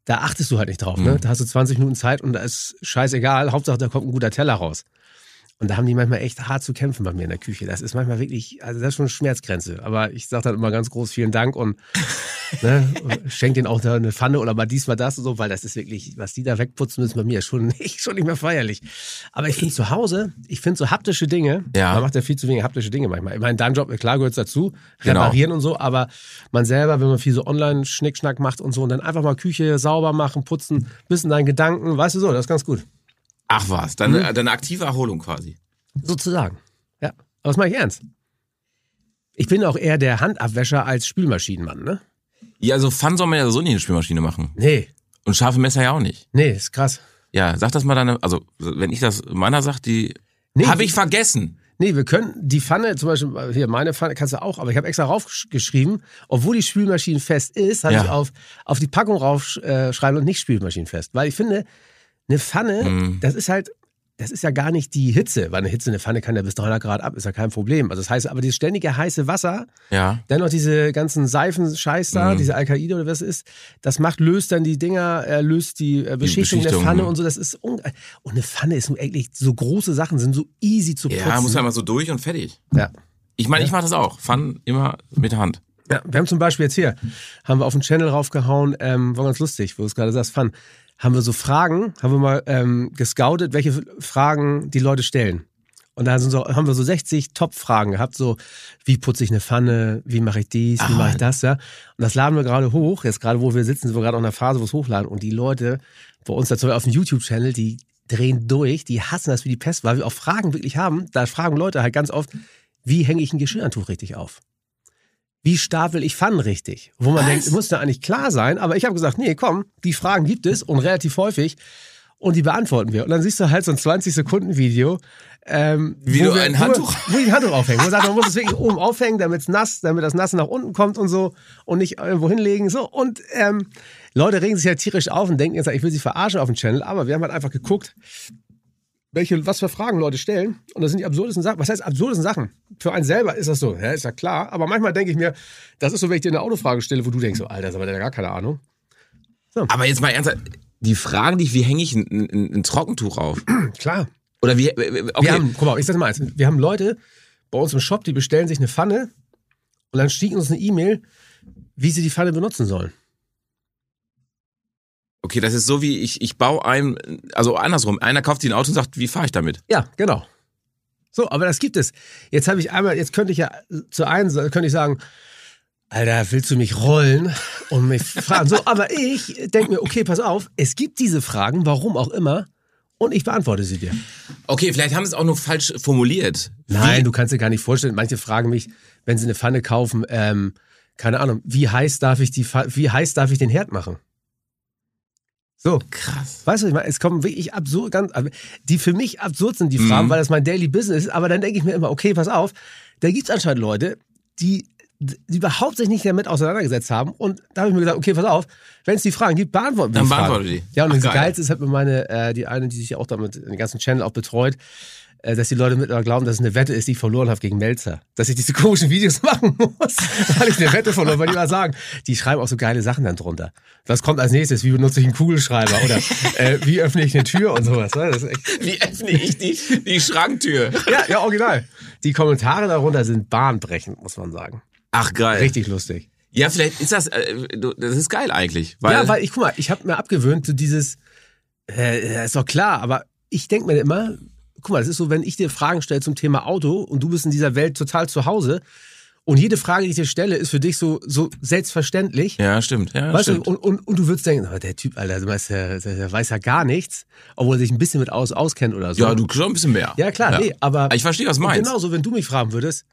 Speaker 3: da achtest du halt nicht drauf. Ne?
Speaker 4: Mhm.
Speaker 3: Da hast du 20 Minuten Zeit und da ist scheißegal, Hauptsache da kommt ein guter Teller raus. Und da haben die manchmal echt hart zu kämpfen bei mir in der Küche. Das ist manchmal wirklich, also das ist schon Schmerzgrenze. Aber ich sage dann immer ganz groß vielen Dank und, ne, und schenk denen auch da eine Pfanne oder mal dies, mal das und so, weil das ist wirklich, was die da wegputzen müssen bei mir, ist schon nicht, schon nicht mehr feierlich. Aber ich finde zu Hause, ich finde so haptische Dinge,
Speaker 4: Ja.
Speaker 3: man macht ja viel zu wenig haptische Dinge manchmal. Ich meine, dein Job, klar gehört's dazu,
Speaker 4: Genau.
Speaker 3: reparieren und so, aber man selber, wenn man viel so Online-Schnickschnack macht und so und dann einfach mal Küche sauber machen, putzen, bisschen deinen Gedanken, weißt du so, das ist ganz gut.
Speaker 4: Ach was, dann, dann eine aktive Erholung quasi.
Speaker 3: Sozusagen. Ja. Aber das mache ich ernst. Ich bin auch eher der Handabwäscher als Spülmaschinenmann, ne?
Speaker 4: Ja, also Fun soll man ja so nicht in die Spülmaschine machen.
Speaker 3: Nee,
Speaker 4: Und scharfe Messer ja auch nicht.
Speaker 3: nee, ist krass.
Speaker 4: Ja, sag das mal deine, also wenn ich das meiner sagt, die
Speaker 3: Nee,
Speaker 4: habe ich vergessen.
Speaker 3: Nee, wir können die Pfanne, zum Beispiel, hier meine Pfanne kannst du auch, aber ich habe extra raufgeschrieben, obwohl die Spülmaschinenfest ist, habe
Speaker 4: Ja.
Speaker 3: ich auf, auf die Packung raufschreiben und nicht Spülmaschinenfest. Weil ich finde, eine Pfanne,
Speaker 4: Mhm.
Speaker 3: das ist halt, das ist ja gar nicht die Hitze, weil eine Hitze, eine Pfanne kann ja bis 300 Grad ab, ist ja kein Problem. Also das heißt, aber dieses ständige heiße Wasser,
Speaker 4: Ja.
Speaker 3: Dann noch diese ganzen Seifenscheiß da,
Speaker 4: Mhm.
Speaker 3: diese Alkaide oder was es ist, das macht, löst dann die Dinger, äh, löst die äh, Beschichtung, der
Speaker 4: Beschichtung,
Speaker 3: Pfanne
Speaker 4: ne?
Speaker 3: und so. Das ist un und eine Pfanne ist nun eigentlich, so große Sachen sind so easy zu putzen.
Speaker 4: Ja, muss ja mal so durch und fertig.
Speaker 3: ja.
Speaker 4: Ich meine, ich mache das auch. Fun immer mit der Hand.
Speaker 3: Ja, wir haben zum Beispiel jetzt hier, haben wir auf den Channel raufgehauen, ähm, war ganz lustig, wo du es gerade sagst, fun. Haben wir so Fragen, haben wir mal ähm, gescoutet, welche F- Fragen die Leute stellen. Und da sind so, haben wir so 60 Top-Fragen gehabt, so wie putze ich eine Pfanne, wie mache ich dies, wie
Speaker 4: Ah.
Speaker 3: mache ich das, ja. Und das laden wir gerade hoch, jetzt gerade wo wir sitzen, sind wir gerade auch in einer Phase, wo es hochladen. Und die Leute bei uns, dazu auf dem YouTube-Channel, die drehen durch, die hassen das wie die Pest, weil wir auch Fragen wirklich haben. Da fragen Leute halt ganz oft, wie hänge ich ein Geschirrhandtuch richtig auf? Wie stapel ich Pfannen richtig? Wo man
Speaker 4: Was?
Speaker 3: denkt, muss ja eigentlich klar sein, aber ich habe gesagt, nee, komm, die Fragen gibt es und relativ häufig und die beantworten wir. Und dann siehst du halt so ein 20-Sekunden-Video, ähm,
Speaker 4: Wie du
Speaker 3: wo
Speaker 4: ein
Speaker 3: wo
Speaker 4: Handtuch-
Speaker 3: Wir, wo ich ein Handtuch aufhängen. Man sagt, man muss es wirklich oben aufhängen, damit es nass, damit das Nasse nach unten kommt und so und nicht irgendwo hinlegen. So. Und ähm, Leute regen sich ja tierisch auf und denken jetzt, ich will sie verarschen auf dem Channel, aber wir haben halt einfach geguckt, halt welche, was für Fragen Leute stellen. Und das sind die absurdesten Sachen. Was heißt absurdesten Sachen? Für einen selber ist das so, ja, ist ja klar. Aber manchmal denke ich mir, das ist so, wenn ich dir eine Autofrage stelle, wo du denkst, so, Alter, ist aber der hat gar keine Ahnung.
Speaker 4: Aber jetzt mal ernsthaft, die Fragen, die ich, wie hänge ich ein, ein, ein Trockentuch auf?
Speaker 3: Klar.
Speaker 4: Oder wie, äh, okay.
Speaker 3: Wir haben, guck mal, ich sag mal eins. Wir haben Leute bei uns im Shop, die bestellen sich eine Pfanne und dann schicken uns eine E-Mail, wie sie die Pfanne benutzen sollen.
Speaker 4: okay, das ist so wie, ich, ich baue einem, also andersrum, einer kauft sich ein Auto und sagt, wie fahre ich damit?
Speaker 3: Ja, genau. So, aber das gibt es. Jetzt habe ich einmal, jetzt könnte ich ja zu einem, könnte ich sagen, Alter, willst du mich rollen und mich fragen? So, aber ich denke mir, okay, pass auf, es gibt diese Fragen, warum auch immer, und ich beantworte sie dir.
Speaker 4: Okay, vielleicht haben sie es auch nur falsch formuliert.
Speaker 3: Nein, du kannst dir gar nicht vorstellen. Manche fragen mich, wenn sie eine Pfanne kaufen, ähm, keine Ahnung, wie heiß darf ich die, Pfa- wie heiß darf ich den Herd machen? So.
Speaker 4: Krass.
Speaker 3: Weißt du, was ich meine, es kommen wirklich absurd, ganz, die für mich absurd sind, die Fragen, weil das mein Daily Business ist. Aber dann denke ich mir immer, okay, pass auf, da gibt es anscheinend Leute, die, die überhaupt sich nicht damit auseinandergesetzt haben. Und da habe ich mir gesagt, okay, pass auf, wenn es die Fragen gibt, beantworten wir
Speaker 4: Dann
Speaker 3: die Fragen.
Speaker 4: beantworte die.
Speaker 3: Ja, und
Speaker 4: Ach,
Speaker 3: das
Speaker 4: geil.
Speaker 3: Geilste ist halt mir meine, äh, die eine, die sich auch damit den ganzen Channel auch betreut, äh, dass die Leute mittlerweile glauben, dass es eine Wette ist, die ich verloren habe gegen Melzer. Dass ich diese komischen Videos machen muss, weil ich eine Wette verloren weil die mal sagen, die schreiben auch so geile Sachen dann drunter. Was kommt als nächstes? Wie benutze ich einen Kugelschreiber? Oder äh, wie öffne ich eine Tür und sowas? ne? Das ist echt,
Speaker 4: Wie öffne ich die, die Schranktür?
Speaker 3: ja, ja, original. Die Kommentare darunter sind bahnbrechend, muss man sagen.
Speaker 4: Ach, geil.
Speaker 3: Richtig lustig.
Speaker 4: Ja, vielleicht ist das, äh, du- das ist geil eigentlich. Weil,
Speaker 3: ja, weil ich guck mal, ich habe mir abgewöhnt, so dieses, äh, ja, ist doch klar, aber ich denk mir immer, guck mal, das ist so, wenn ich dir Fragen stelle zum Thema Auto und du bist in dieser Welt total zu Hause und jede Frage, die ich dir stelle, ist für dich so, so selbstverständlich.
Speaker 4: ja stimmt. Ja,
Speaker 3: Weißt du,
Speaker 4: stimmt.
Speaker 3: und, und, und du würdest denken, aber der Typ, Alter, der weiß ja, der weiß ja gar nichts, obwohl er sich ein bisschen mit aus, auskennt oder so.
Speaker 4: ja, du schon ein bisschen mehr.
Speaker 3: Ja, klar, nee, aber. genau.
Speaker 4: Ich verstehe, was du
Speaker 3: Und
Speaker 4: meinst.
Speaker 3: Genauso, wenn du mich fragen würdest,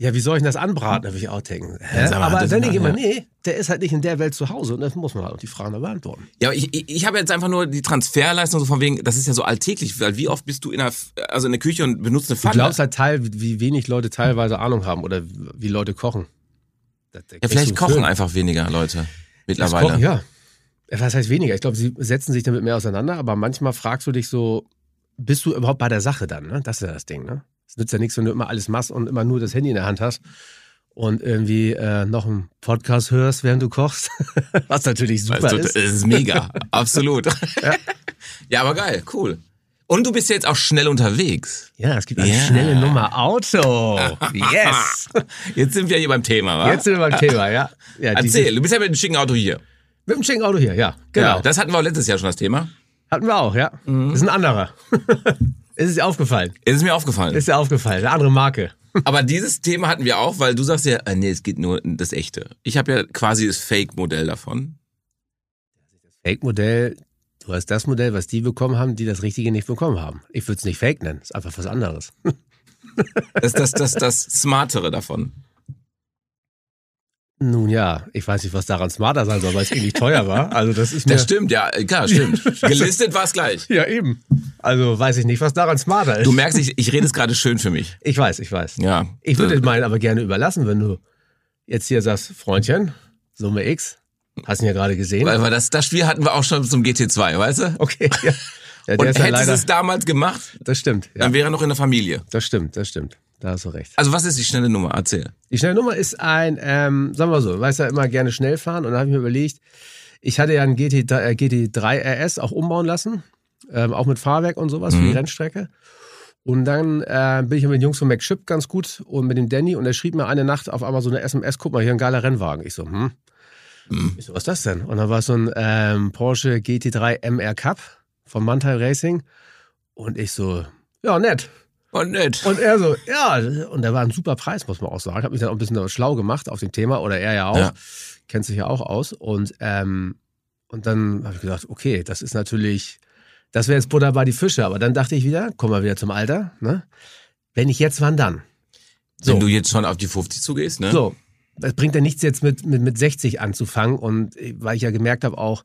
Speaker 3: ja, wie soll ich denn das anbraten, da würde ich auch denken. Hä?
Speaker 4: sag mal,
Speaker 3: aber
Speaker 4: das-
Speaker 3: dann denke ich immer,
Speaker 4: ja.
Speaker 3: nee, der ist halt nicht in der Welt zu Hause und das muss man halt auch die Fragen da beantworten.
Speaker 4: Ja, aber ich, ich, ich habe jetzt einfach nur die Transferleistung so von wegen, das ist ja so alltäglich, weil wie oft bist du in der, F- also in der Küche und benutzt eine
Speaker 3: Du
Speaker 4: Pfanne?
Speaker 3: glaubst halt teil, wie wenig Leute teilweise Ahnung haben oder wie Leute kochen. Das- das
Speaker 4: ja,
Speaker 3: kriegst
Speaker 4: vielleicht
Speaker 3: du
Speaker 4: kochen
Speaker 3: Film.
Speaker 4: einfach weniger Leute
Speaker 3: Das
Speaker 4: mittlerweile.
Speaker 3: Kochen, ja. Äh, Was heißt weniger? Ich glaube, sie setzen sich damit mehr auseinander, aber manchmal fragst du dich so, bist du überhaupt bei der Sache dann? Ne? Das ist ja das Ding. Ne? Es nützt ja nichts, wenn du immer alles machst und immer nur das Handy in der Hand hast und irgendwie äh, noch einen Podcast hörst, während du kochst. Was natürlich super
Speaker 4: Also, das
Speaker 3: ist.
Speaker 4: ist mega, absolut. Ja. aber geil, cool. Und du bist jetzt auch schnell unterwegs.
Speaker 3: Ja, es gibt eine
Speaker 4: Ja.
Speaker 3: schnelle Nummer. Auto. Yes.
Speaker 4: Jetzt sind wir hier beim Thema, wa?
Speaker 3: Jetzt sind wir beim Thema, ja. ja diese-
Speaker 4: Erzähl, du bist ja mit dem schicken Auto hier.
Speaker 3: Mit dem schicken Auto hier, ja. Genau.
Speaker 4: Ja, das hatten wir auch letztes Jahr schon das Thema.
Speaker 3: Hatten wir auch, ja. Ist ein anderer. ist es dir aufgefallen?
Speaker 4: Es ist mir aufgefallen.
Speaker 3: Ist dir aufgefallen? Eine andere Marke.
Speaker 4: Aber dieses Thema hatten wir auch, weil du sagst ja, äh, nee, es geht nur das echte. Ich habe ja quasi das Fake-Modell davon.
Speaker 3: Fake-Modell, du hast das Modell, was die bekommen haben, die das Richtige nicht bekommen haben. Ich würde es nicht Fake nennen, ist einfach was anderes.
Speaker 4: Das, das, das, das Smartere davon.
Speaker 3: Nun ja, ich weiß nicht, was daran smarter sein soll, weil es ähnlich teuer war. Also das ist mir...
Speaker 4: Das stimmt, ja, äh, klar, stimmt. Gelistet war es gleich.
Speaker 3: Ja, eben. Also weiß ich nicht, was daran smarter ist.
Speaker 4: Du merkst, ich, ich rede es gerade schön für mich.
Speaker 3: ich weiß, ich weiß.
Speaker 4: Ja.
Speaker 3: Ich würde meinen aber gerne überlassen, wenn du jetzt hier sagst, Freundchen, Summe X, hast ihn ja gerade gesehen.
Speaker 4: Weil, weil das, das Spiel hatten wir auch schon zum GT2, weißt du?
Speaker 3: Okay, ja. ja der
Speaker 4: Und
Speaker 3: ist ja
Speaker 4: hättest
Speaker 3: leider...
Speaker 4: es damals gemacht,
Speaker 3: Das stimmt, ja.
Speaker 4: dann wäre er noch in der Familie.
Speaker 3: Das stimmt, das stimmt. Da hast du recht.
Speaker 4: Also was ist die schnelle Nummer? Erzähl.
Speaker 3: Die schnelle Nummer ist ein, ähm, sagen wir mal so, du weißt ja immer gerne schnell fahren und da habe ich mir überlegt, ich hatte ja einen GT, äh, GT3 RS auch umbauen lassen, ähm, auch mit Fahrwerk und sowas für die Rennstrecke. Und dann äh, bin ich mit den Jungs von McShip ganz gut und mit dem Danny und er schrieb mir eine Nacht auf einmal so eine SMS, guck mal, hier ein geiler Rennwagen. Ich so, hm. Ich so, was ist das denn? Und dann war es so ein ähm, Porsche GT3 MR Cup von Mantai Racing und ich so, ja, nett.
Speaker 4: Oh, nett.
Speaker 3: Und er so, ja, und da war ein super Preis, muss man auch sagen. Hab mich dann auch ein bisschen schlau gemacht auf dem Thema oder er ja auch.
Speaker 4: Ja.
Speaker 3: Kennt sich ja auch aus. Und, ähm, und dann habe ich gedacht, okay, das ist natürlich, das wäre jetzt Butter bei die Fische. Aber dann dachte ich wieder, kommen wir wieder zum Alter, ne? Wenn ich jetzt, wann dann?
Speaker 4: Wenn du jetzt schon auf die 50 zugehst, ne?
Speaker 3: So, das bringt ja nichts jetzt mit, mit, mit 60 anzufangen. Und äh, weil ich ja gemerkt habe, auch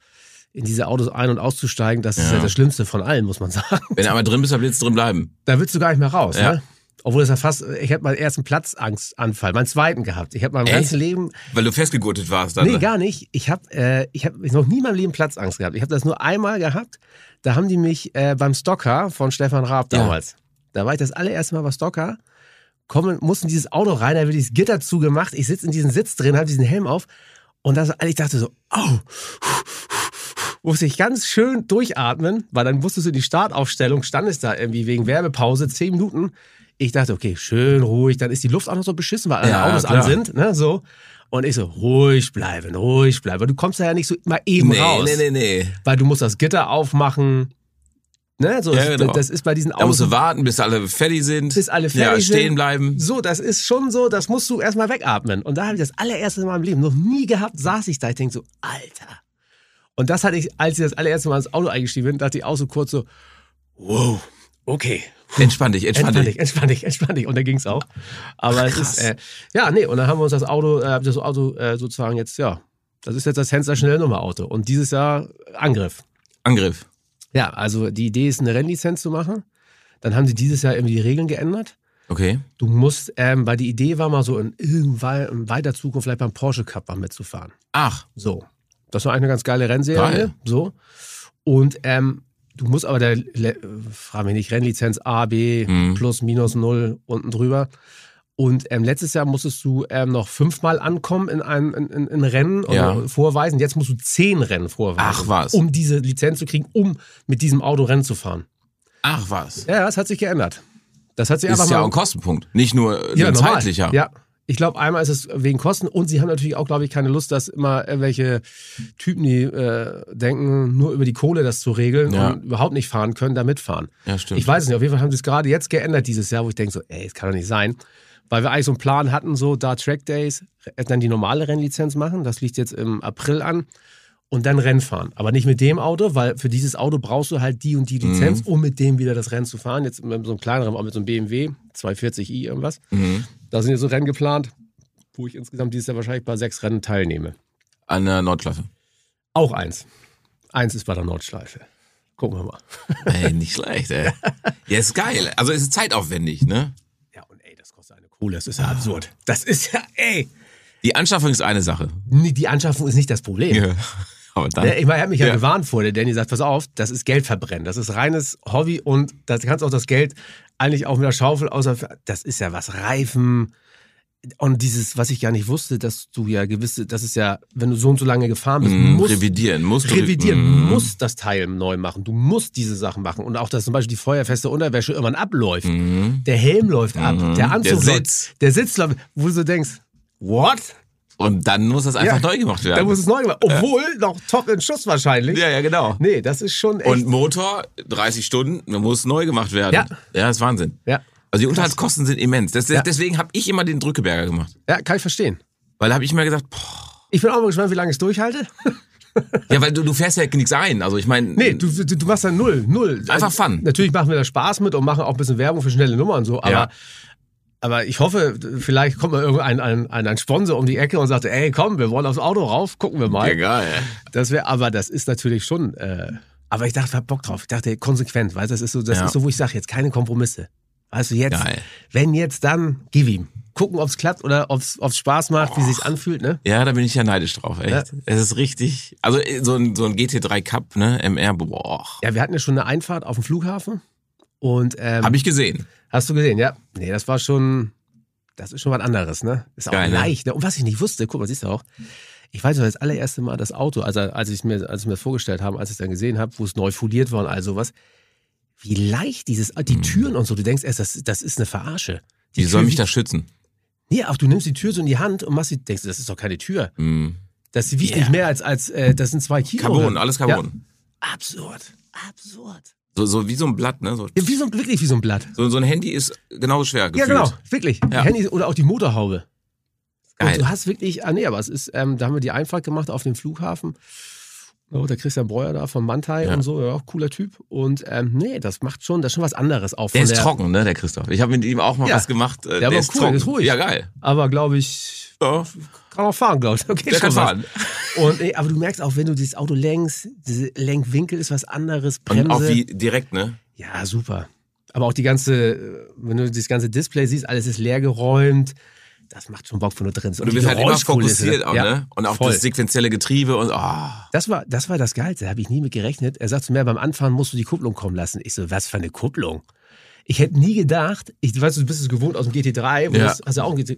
Speaker 3: in diese Autos ein- und auszusteigen, das ist
Speaker 4: Ja.
Speaker 3: ja das Schlimmste von allen, muss man sagen.
Speaker 4: Wenn du einmal drin bist, dann willst du drin bleiben.
Speaker 3: Da willst du gar nicht mehr raus,
Speaker 4: Ja.
Speaker 3: ne? Obwohl das ja fast, ich hätte meinen ersten Platzangstanfall, meinen zweiten gehabt. Ich habe mein
Speaker 4: Echt?
Speaker 3: ganzes Leben,
Speaker 4: Weil du festgegurtet warst dann. ne?
Speaker 3: nee, gar nicht. Ich habe äh, ich hab noch nie in meinem Leben Platzangst gehabt. Ich habe das nur einmal gehabt. Da haben die mich äh, beim Stocker von Stefan Raab
Speaker 4: Ja.
Speaker 3: damals. Da war ich das allererste Mal bei Stocker. Kommen, mussten dieses Auto rein, da wird dieses Gitter zugemacht. Ich sitze in diesen Sitz drin, habe diesen Helm auf. Und das, ich dachte so, oh, musste ich ganz schön durchatmen, weil dann musstest du in die Startaufstellung, standest da irgendwie wegen Werbepause, zehn Minuten. Ich dachte, okay, schön ruhig, dann ist die Luft auch noch so beschissen, weil alle
Speaker 4: Ja,
Speaker 3: Autos
Speaker 4: klar.
Speaker 3: an sind, ne, so. Und ich so, ruhig bleiben, ruhig bleiben. Weil Du kommst da ja nicht so eh mal eben
Speaker 4: nee,
Speaker 3: raus,
Speaker 4: nee, nee, nee.
Speaker 3: weil du musst das Gitter aufmachen, ne, so.
Speaker 4: Ja,
Speaker 3: das,
Speaker 4: genau.
Speaker 3: das ist bei diesen
Speaker 4: Da musst
Speaker 3: Autos,
Speaker 4: du warten, bis alle fertig sind.
Speaker 3: bis alle
Speaker 4: ja,
Speaker 3: fertig
Speaker 4: stehen
Speaker 3: sind.
Speaker 4: bleiben.
Speaker 3: So, das ist schon so, das musst du erstmal wegatmen. Und da habe ich das allererste Mal im Leben noch nie gehabt, saß ich da, ich denke so, Alter. Und das hatte ich, als ich das allererste Mal ins Auto eingestiegen bin, dachte ich auch so kurz so, wow, okay.
Speaker 4: Entspann dich, entspann,
Speaker 3: Entspann
Speaker 4: dich.
Speaker 3: dich, entspann dich, entspann dich. Und dann ging's auch. Aber es ist, äh, ja, nee, und dann haben wir uns das Auto, äh, hab ich das Auto äh, sozusagen jetzt, ja, das ist jetzt das Hensler Schnellnummer-Auto. Und dieses Jahr Angriff.
Speaker 4: Angriff.
Speaker 3: Ja, also die Idee ist, eine Rennlizenz zu machen. Dann haben sie dieses Jahr irgendwie die Regeln geändert.
Speaker 4: Okay.
Speaker 3: Du musst, ähm, weil die Idee war mal so in irgendwann in weiter Zukunft vielleicht beim Porsche Cup mal mitzufahren.
Speaker 4: Ach,
Speaker 3: So. Das war eigentlich eine ganz geile Rennserie.
Speaker 4: Geil.
Speaker 3: So. Und ähm, du musst aber der, Le- äh, frag mich nicht, Rennlizenz A, B,
Speaker 4: Mhm.
Speaker 3: plus, minus, null, unten drüber. Und ähm, letztes Jahr musstest du ähm, noch fünfmal ankommen in einem in, in, in Rennen oder
Speaker 4: Ja.
Speaker 3: vorweisen. Jetzt musst du zehn Rennen vorweisen.
Speaker 4: Ach was.
Speaker 3: Um diese Lizenz zu kriegen, um mit diesem Auto Rennen zu fahren.
Speaker 4: ach was.
Speaker 3: Ja, das hat sich geändert. Das hat sich einfach
Speaker 4: Ist ja
Speaker 3: mal
Speaker 4: auch ein Kostenpunkt. Nicht nur äh,
Speaker 3: ja,
Speaker 4: ein
Speaker 3: normal.
Speaker 4: zeitlicher.
Speaker 3: Ja. Ich glaube, einmal ist es wegen Kosten und sie haben natürlich auch, glaube ich, keine Lust, dass immer irgendwelche Typen, die äh, denken, nur über die Kohle das zu regeln
Speaker 4: Ja.
Speaker 3: und überhaupt nicht fahren können, da mitfahren.
Speaker 4: Ja, stimmt.
Speaker 3: Ich weiß es nicht, auf jeden Fall haben sie es gerade jetzt geändert dieses Jahr, wo ich denke so, ey, das kann doch nicht sein. Weil wir eigentlich so einen Plan hatten, so da Track Days, äh, dann die normale Rennlizenz machen, das liegt jetzt im April an und dann Rennen fahren. Aber nicht mit dem Auto, weil für dieses Auto brauchst du halt die und die
Speaker 4: Mhm.
Speaker 3: Lizenz, um mit dem wieder das Rennen zu fahren. Jetzt mit so einem kleineren, auch mit so einem BMW, 240i irgendwas.
Speaker 4: Mhm.
Speaker 3: Da sind jetzt so Rennen geplant, wo ich insgesamt dieses Jahr wahrscheinlich bei sechs Rennen teilnehme.
Speaker 4: An der Nordschleife.
Speaker 3: Auch eins. Eins ist bei der Nordschleife. Gucken wir mal.
Speaker 4: Ey, nicht schlecht, ey. Ja, ist geil. Also ist zeitaufwendig, ne?
Speaker 3: Ja, und ey, das kostet eine Kohle. Das ist ja absurd. Das ist ja, ey.
Speaker 4: Die Anschaffung ist eine Sache.
Speaker 3: Nee, Die Anschaffung ist nicht das Problem.
Speaker 4: Ja. Aber dann.
Speaker 3: Ne, Ich meine, er hat mich ja,
Speaker 4: Ja.
Speaker 3: gewarnt vor, der Danny sagt, pass auf, das ist Geld verbrennen. Das ist reines Hobby und da kannst du auch das Geld eigentlich auch mit der Schaufel, außer das ist ja was Reifen. Und dieses, was ich gar nicht wusste, dass du ja gewisse, das ist ja, wenn du so und so lange gefahren bist,
Speaker 4: Mhm,
Speaker 3: musst
Speaker 4: revidieren, musst du-
Speaker 3: revidieren,
Speaker 4: Mhm.
Speaker 3: du musst das Teil neu machen, du musst diese Sachen machen und auch, dass zum Beispiel die feuerfeste Unterwäsche irgendwann abläuft, der Helm läuft ab, der Anzug
Speaker 4: Mhm. Der
Speaker 3: läuft,
Speaker 4: Sitz.
Speaker 3: der Sitz läuft, wo du so denkst, what?
Speaker 4: Und dann muss das einfach
Speaker 3: Ja.
Speaker 4: neu gemacht
Speaker 3: Da
Speaker 4: werden.
Speaker 3: muss es neu gemacht, obwohl noch top in Schuss wahrscheinlich.
Speaker 4: ja, ja, genau.
Speaker 3: Nee, das ist schon echt.
Speaker 4: Und Motor, 30 Stunden, muss neu gemacht werden.
Speaker 3: Ja.
Speaker 4: ja ist Wahnsinn.
Speaker 3: ja.
Speaker 4: Also die Unterhaltskosten sind immens. Das,
Speaker 3: Ja.
Speaker 4: Deswegen habe ich immer den Drückeberger gemacht.
Speaker 3: ja, kann ich verstehen.
Speaker 4: Weil da habe ich immer gesagt, boah,
Speaker 3: Ich bin auch mal gespannt, wie lange ich es durchhalte.
Speaker 4: ja, weil du, du fährst ja nichts ein. Also ich meine,
Speaker 3: Nee, du, du, du machst dann null, null.
Speaker 4: Einfach Fun.
Speaker 3: Natürlich machen wir da Spaß mit und machen auch ein bisschen Werbung für schnelle Nummern und so, aber.
Speaker 4: Ja.
Speaker 3: Aber ich hoffe, vielleicht kommt mal irgendein ein, ein, ein Sponsor um die Ecke und sagt, ey, komm, wir wollen aufs Auto rauf, gucken wir
Speaker 4: genau.
Speaker 3: mal.
Speaker 4: egal.
Speaker 3: Das wäre, aber das ist natürlich schon. Äh, aber ich dachte, ich hab Bock drauf. Ich dachte, ey, konsequent, weißt du, das ist so, das
Speaker 4: Ja.
Speaker 3: ist so, wo ich sage, jetzt keine Kompromisse. Weißt du, jetzt,
Speaker 4: Geil.
Speaker 3: wenn jetzt, dann gib ihm. Gucken, ob es klappt oder ob es Spaß macht, wie es sich anfühlt, ne?
Speaker 4: Ja, da bin ich ja neidisch drauf, echt.
Speaker 3: Ja.
Speaker 4: Es ist richtig. Also so ein, so ein GT3 Cup, ne? MR, boah.
Speaker 3: Ja, wir hatten ja schon eine Einfahrt auf dem Flughafen. Und ähm,
Speaker 4: Habe ich gesehen.
Speaker 3: hast du gesehen, ja? Nee, das war schon, das ist schon was anderes, ne? Ist auch
Speaker 4: Geil, ne?
Speaker 3: leicht. Ne? Und was ich nicht wusste, guck mal, siehst du auch, ich weiß noch, das allererste Mal das Auto, also als ich mir, als ich mir das vorgestellt habe, als ich es dann gesehen habe, wo es neu foliert war und all sowas, wie leicht dieses, die Türen und so, du denkst erst, das, das ist eine Verarsche. Die
Speaker 4: Mhm. Wie soll
Speaker 3: Tür-
Speaker 4: mich da schützen?
Speaker 3: Nee, auch du nimmst die Tür so in die Hand und machst die, denkst, das ist doch keine Tür.
Speaker 4: Hm.
Speaker 3: Das wiegt
Speaker 4: Yeah.
Speaker 3: nicht mehr als, als äh, das sind zwei Kilo.
Speaker 4: Carbon,
Speaker 3: oder?
Speaker 4: alles Carbon.
Speaker 3: Ja. Absurd. Absurd.
Speaker 4: So, so wie so ein Blatt, ne? So,
Speaker 3: Ja, wie so, ein- wirklich wie so ein Blatt.
Speaker 4: so, so ein Handy ist genauso schwer gefühlt.
Speaker 3: Ja, genau, wirklich.
Speaker 4: Ja.
Speaker 3: Die Handys oder auch die Motorhaube.
Speaker 4: Geil.
Speaker 3: Und du hast wirklich, ah nee, aber es ist, ähm, da haben wir die Einfahrt gemacht auf dem Flughafen. Oh, der Christian Breuer da von Mantai
Speaker 4: Ja.
Speaker 3: und so, ja, cooler Typ. Und ähm, nee, das macht schon, das ist schon was anderes auch.
Speaker 4: Der
Speaker 3: von
Speaker 4: ist trocken, ne, der Christoph. Ich habe mit ihm auch mal
Speaker 3: Ja.
Speaker 4: was gemacht. äh,
Speaker 3: Der, aber
Speaker 4: ist
Speaker 3: cool,
Speaker 4: trocken.
Speaker 3: der ist ruhig.
Speaker 4: Ja, geil.
Speaker 3: Aber glaube ich,
Speaker 4: Ja,
Speaker 3: kann auch fahren, glaube ich. Okay,
Speaker 4: der
Speaker 3: schon
Speaker 4: kann
Speaker 3: was.
Speaker 4: fahren.
Speaker 3: Und, nee, aber du merkst auch, wenn du dieses Auto lenkst, diese Lenkwinkel ist was anderes, Bremse.
Speaker 4: Und auch wie direkt, ne?
Speaker 3: ja, super. Aber auch die ganze, äh, wenn du das ganze Display siehst, alles ist leer geräumt. Das macht schon Bock, wenn du drin bist.
Speaker 4: Und du bist halt immer fokussiert auch,
Speaker 3: ja,
Speaker 4: ne? Und auch
Speaker 3: voll.
Speaker 4: das sequenzielle Getriebe und oh.
Speaker 3: Das war, das war das Geilste, da habe ich nie mit gerechnet. Er sagt zu mir, beim Anfahren musst du die Kupplung kommen lassen. Ich so, was für eine Kupplung? Ich hätte nie gedacht, ich weiß, du bist es gewohnt aus dem GT3, wo
Speaker 4: Ja.
Speaker 3: das, hast du auch ein GT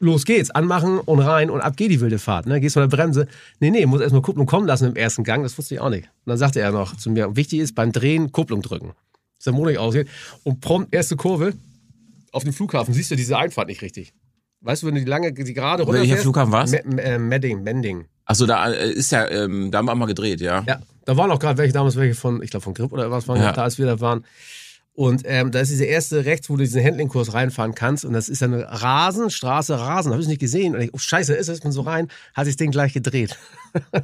Speaker 3: Los geht's, anmachen und rein und ab geht die wilde Fahrt. Ne? Gehst von der Bremse. Nee, nee, muss erstmal Kupplung kommen lassen im ersten Gang, das wusste ich auch nicht. Und dann sagte er noch zu mir, wichtig ist beim Drehen Kupplung drücken. Dass der Motor nicht ausgeht. Und prompt erste Kurve auf dem Flughafen siehst du diese Einfahrt nicht richtig. Weißt du, wenn du die lange, die gerade
Speaker 4: Welcher
Speaker 3: runterfährst?
Speaker 4: Flughafen war's?
Speaker 3: Me- M- äh, Medding, Mending.
Speaker 4: Achso, da äh, ist ja, ähm, da haben wir auch mal gedreht, ja.
Speaker 3: Ja, da waren auch gerade welche damals, welche von, ich glaube, von Grip oder was waren
Speaker 4: Ja.
Speaker 3: da, als wir da waren. Und ähm, da ist diese erste rechts, wo du diesen Handlingkurs reinfahren kannst. Und das ist dann eine Rasenstraße, Rasen. Habe ich nicht gesehen. Und ich, oh, scheiße, ist es. Bin so rein, hat sich das Ding gleich gedreht.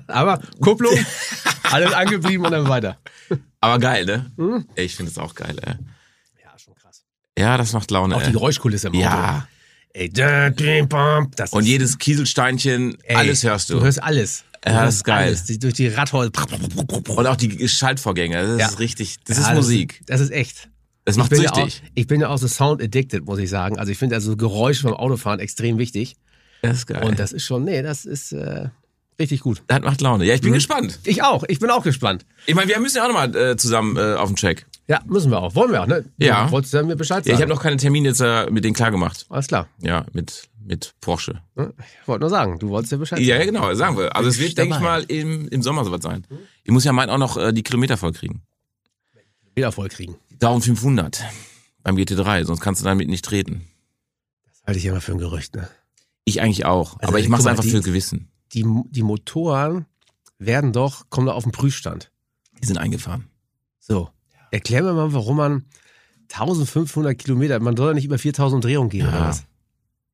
Speaker 3: Aber Kupplung, alles angeblieben und dann weiter.
Speaker 4: Aber geil, ne?
Speaker 3: Mhm.
Speaker 4: Ey, Ich finde es auch geil, ey.
Speaker 3: Ja, schon krass.
Speaker 4: Ja, das macht Laune.
Speaker 3: Auch die
Speaker 4: ey.
Speaker 3: Geräuschkulisse im Auto.
Speaker 4: Ja.
Speaker 3: Ey, dä, bim, bam, das ist-
Speaker 4: Und jedes Kieselsteinchen,
Speaker 3: ey,
Speaker 4: alles hörst du.
Speaker 3: Du hörst alles. Du
Speaker 4: Ja, das
Speaker 3: hörst
Speaker 4: ist geil.
Speaker 3: Alles. Die, durch die Radhäuser.
Speaker 4: und auch die Schaltvorgänge, das
Speaker 3: Ja.
Speaker 4: ist richtig, das
Speaker 3: Ja,
Speaker 4: ist Musik.
Speaker 3: Das ist echt.
Speaker 4: Das macht
Speaker 3: bin ja auch,
Speaker 4: süchtig.
Speaker 3: ich bin ja auch so sound addicted, muss ich sagen. Also ich finde also Geräusche beim Autofahren extrem wichtig.
Speaker 4: Das ist geil.
Speaker 3: Und das ist schon, nee, das ist äh, richtig gut.
Speaker 4: das macht Laune. Ja, ich bin
Speaker 3: Hm?
Speaker 4: gespannt.
Speaker 3: Ich auch, ich bin auch gespannt.
Speaker 4: Ich meine, wir müssen ja auch nochmal äh, zusammen äh, auf den Check.
Speaker 3: Ja, müssen wir auch. Wollen wir auch, ne?
Speaker 4: Ja.
Speaker 3: Wolltest du mir Bescheid sagen?
Speaker 4: Ja, ich habe noch keine Termine jetzt äh, mit denen klar gemacht.
Speaker 3: Alles klar.
Speaker 4: Ja, mit, mit Porsche.
Speaker 3: ne? Ich wollte nur sagen, du wolltest ja Bescheid
Speaker 4: Ja, ja,
Speaker 3: sagen.
Speaker 4: genau, sagen wir. Also es wird, denke ich mal, im, im Sommer soweit sein. Ich muss ja meinen auch noch äh, die Kilometer vollkriegen.
Speaker 3: Wieder voll kriegen.
Speaker 4: Down 500 beim GT3, sonst kannst du damit nicht treten.
Speaker 3: Das halte ich immer für ein Gerücht, ne?
Speaker 4: Ich eigentlich auch,
Speaker 3: Also,
Speaker 4: aber ich
Speaker 3: guck
Speaker 4: mache es
Speaker 3: mal,
Speaker 4: einfach
Speaker 3: die-
Speaker 4: für Gewissen.
Speaker 3: Die, die Motoren werden doch, kommen da auf den Prüfstand.
Speaker 4: Die sind eingefahren.
Speaker 3: So. Erklär mir mal, warum man 1500 Kilometer, man soll ja nicht über 4000 Umdrehungen gehen, oder
Speaker 4: Ja.
Speaker 3: was?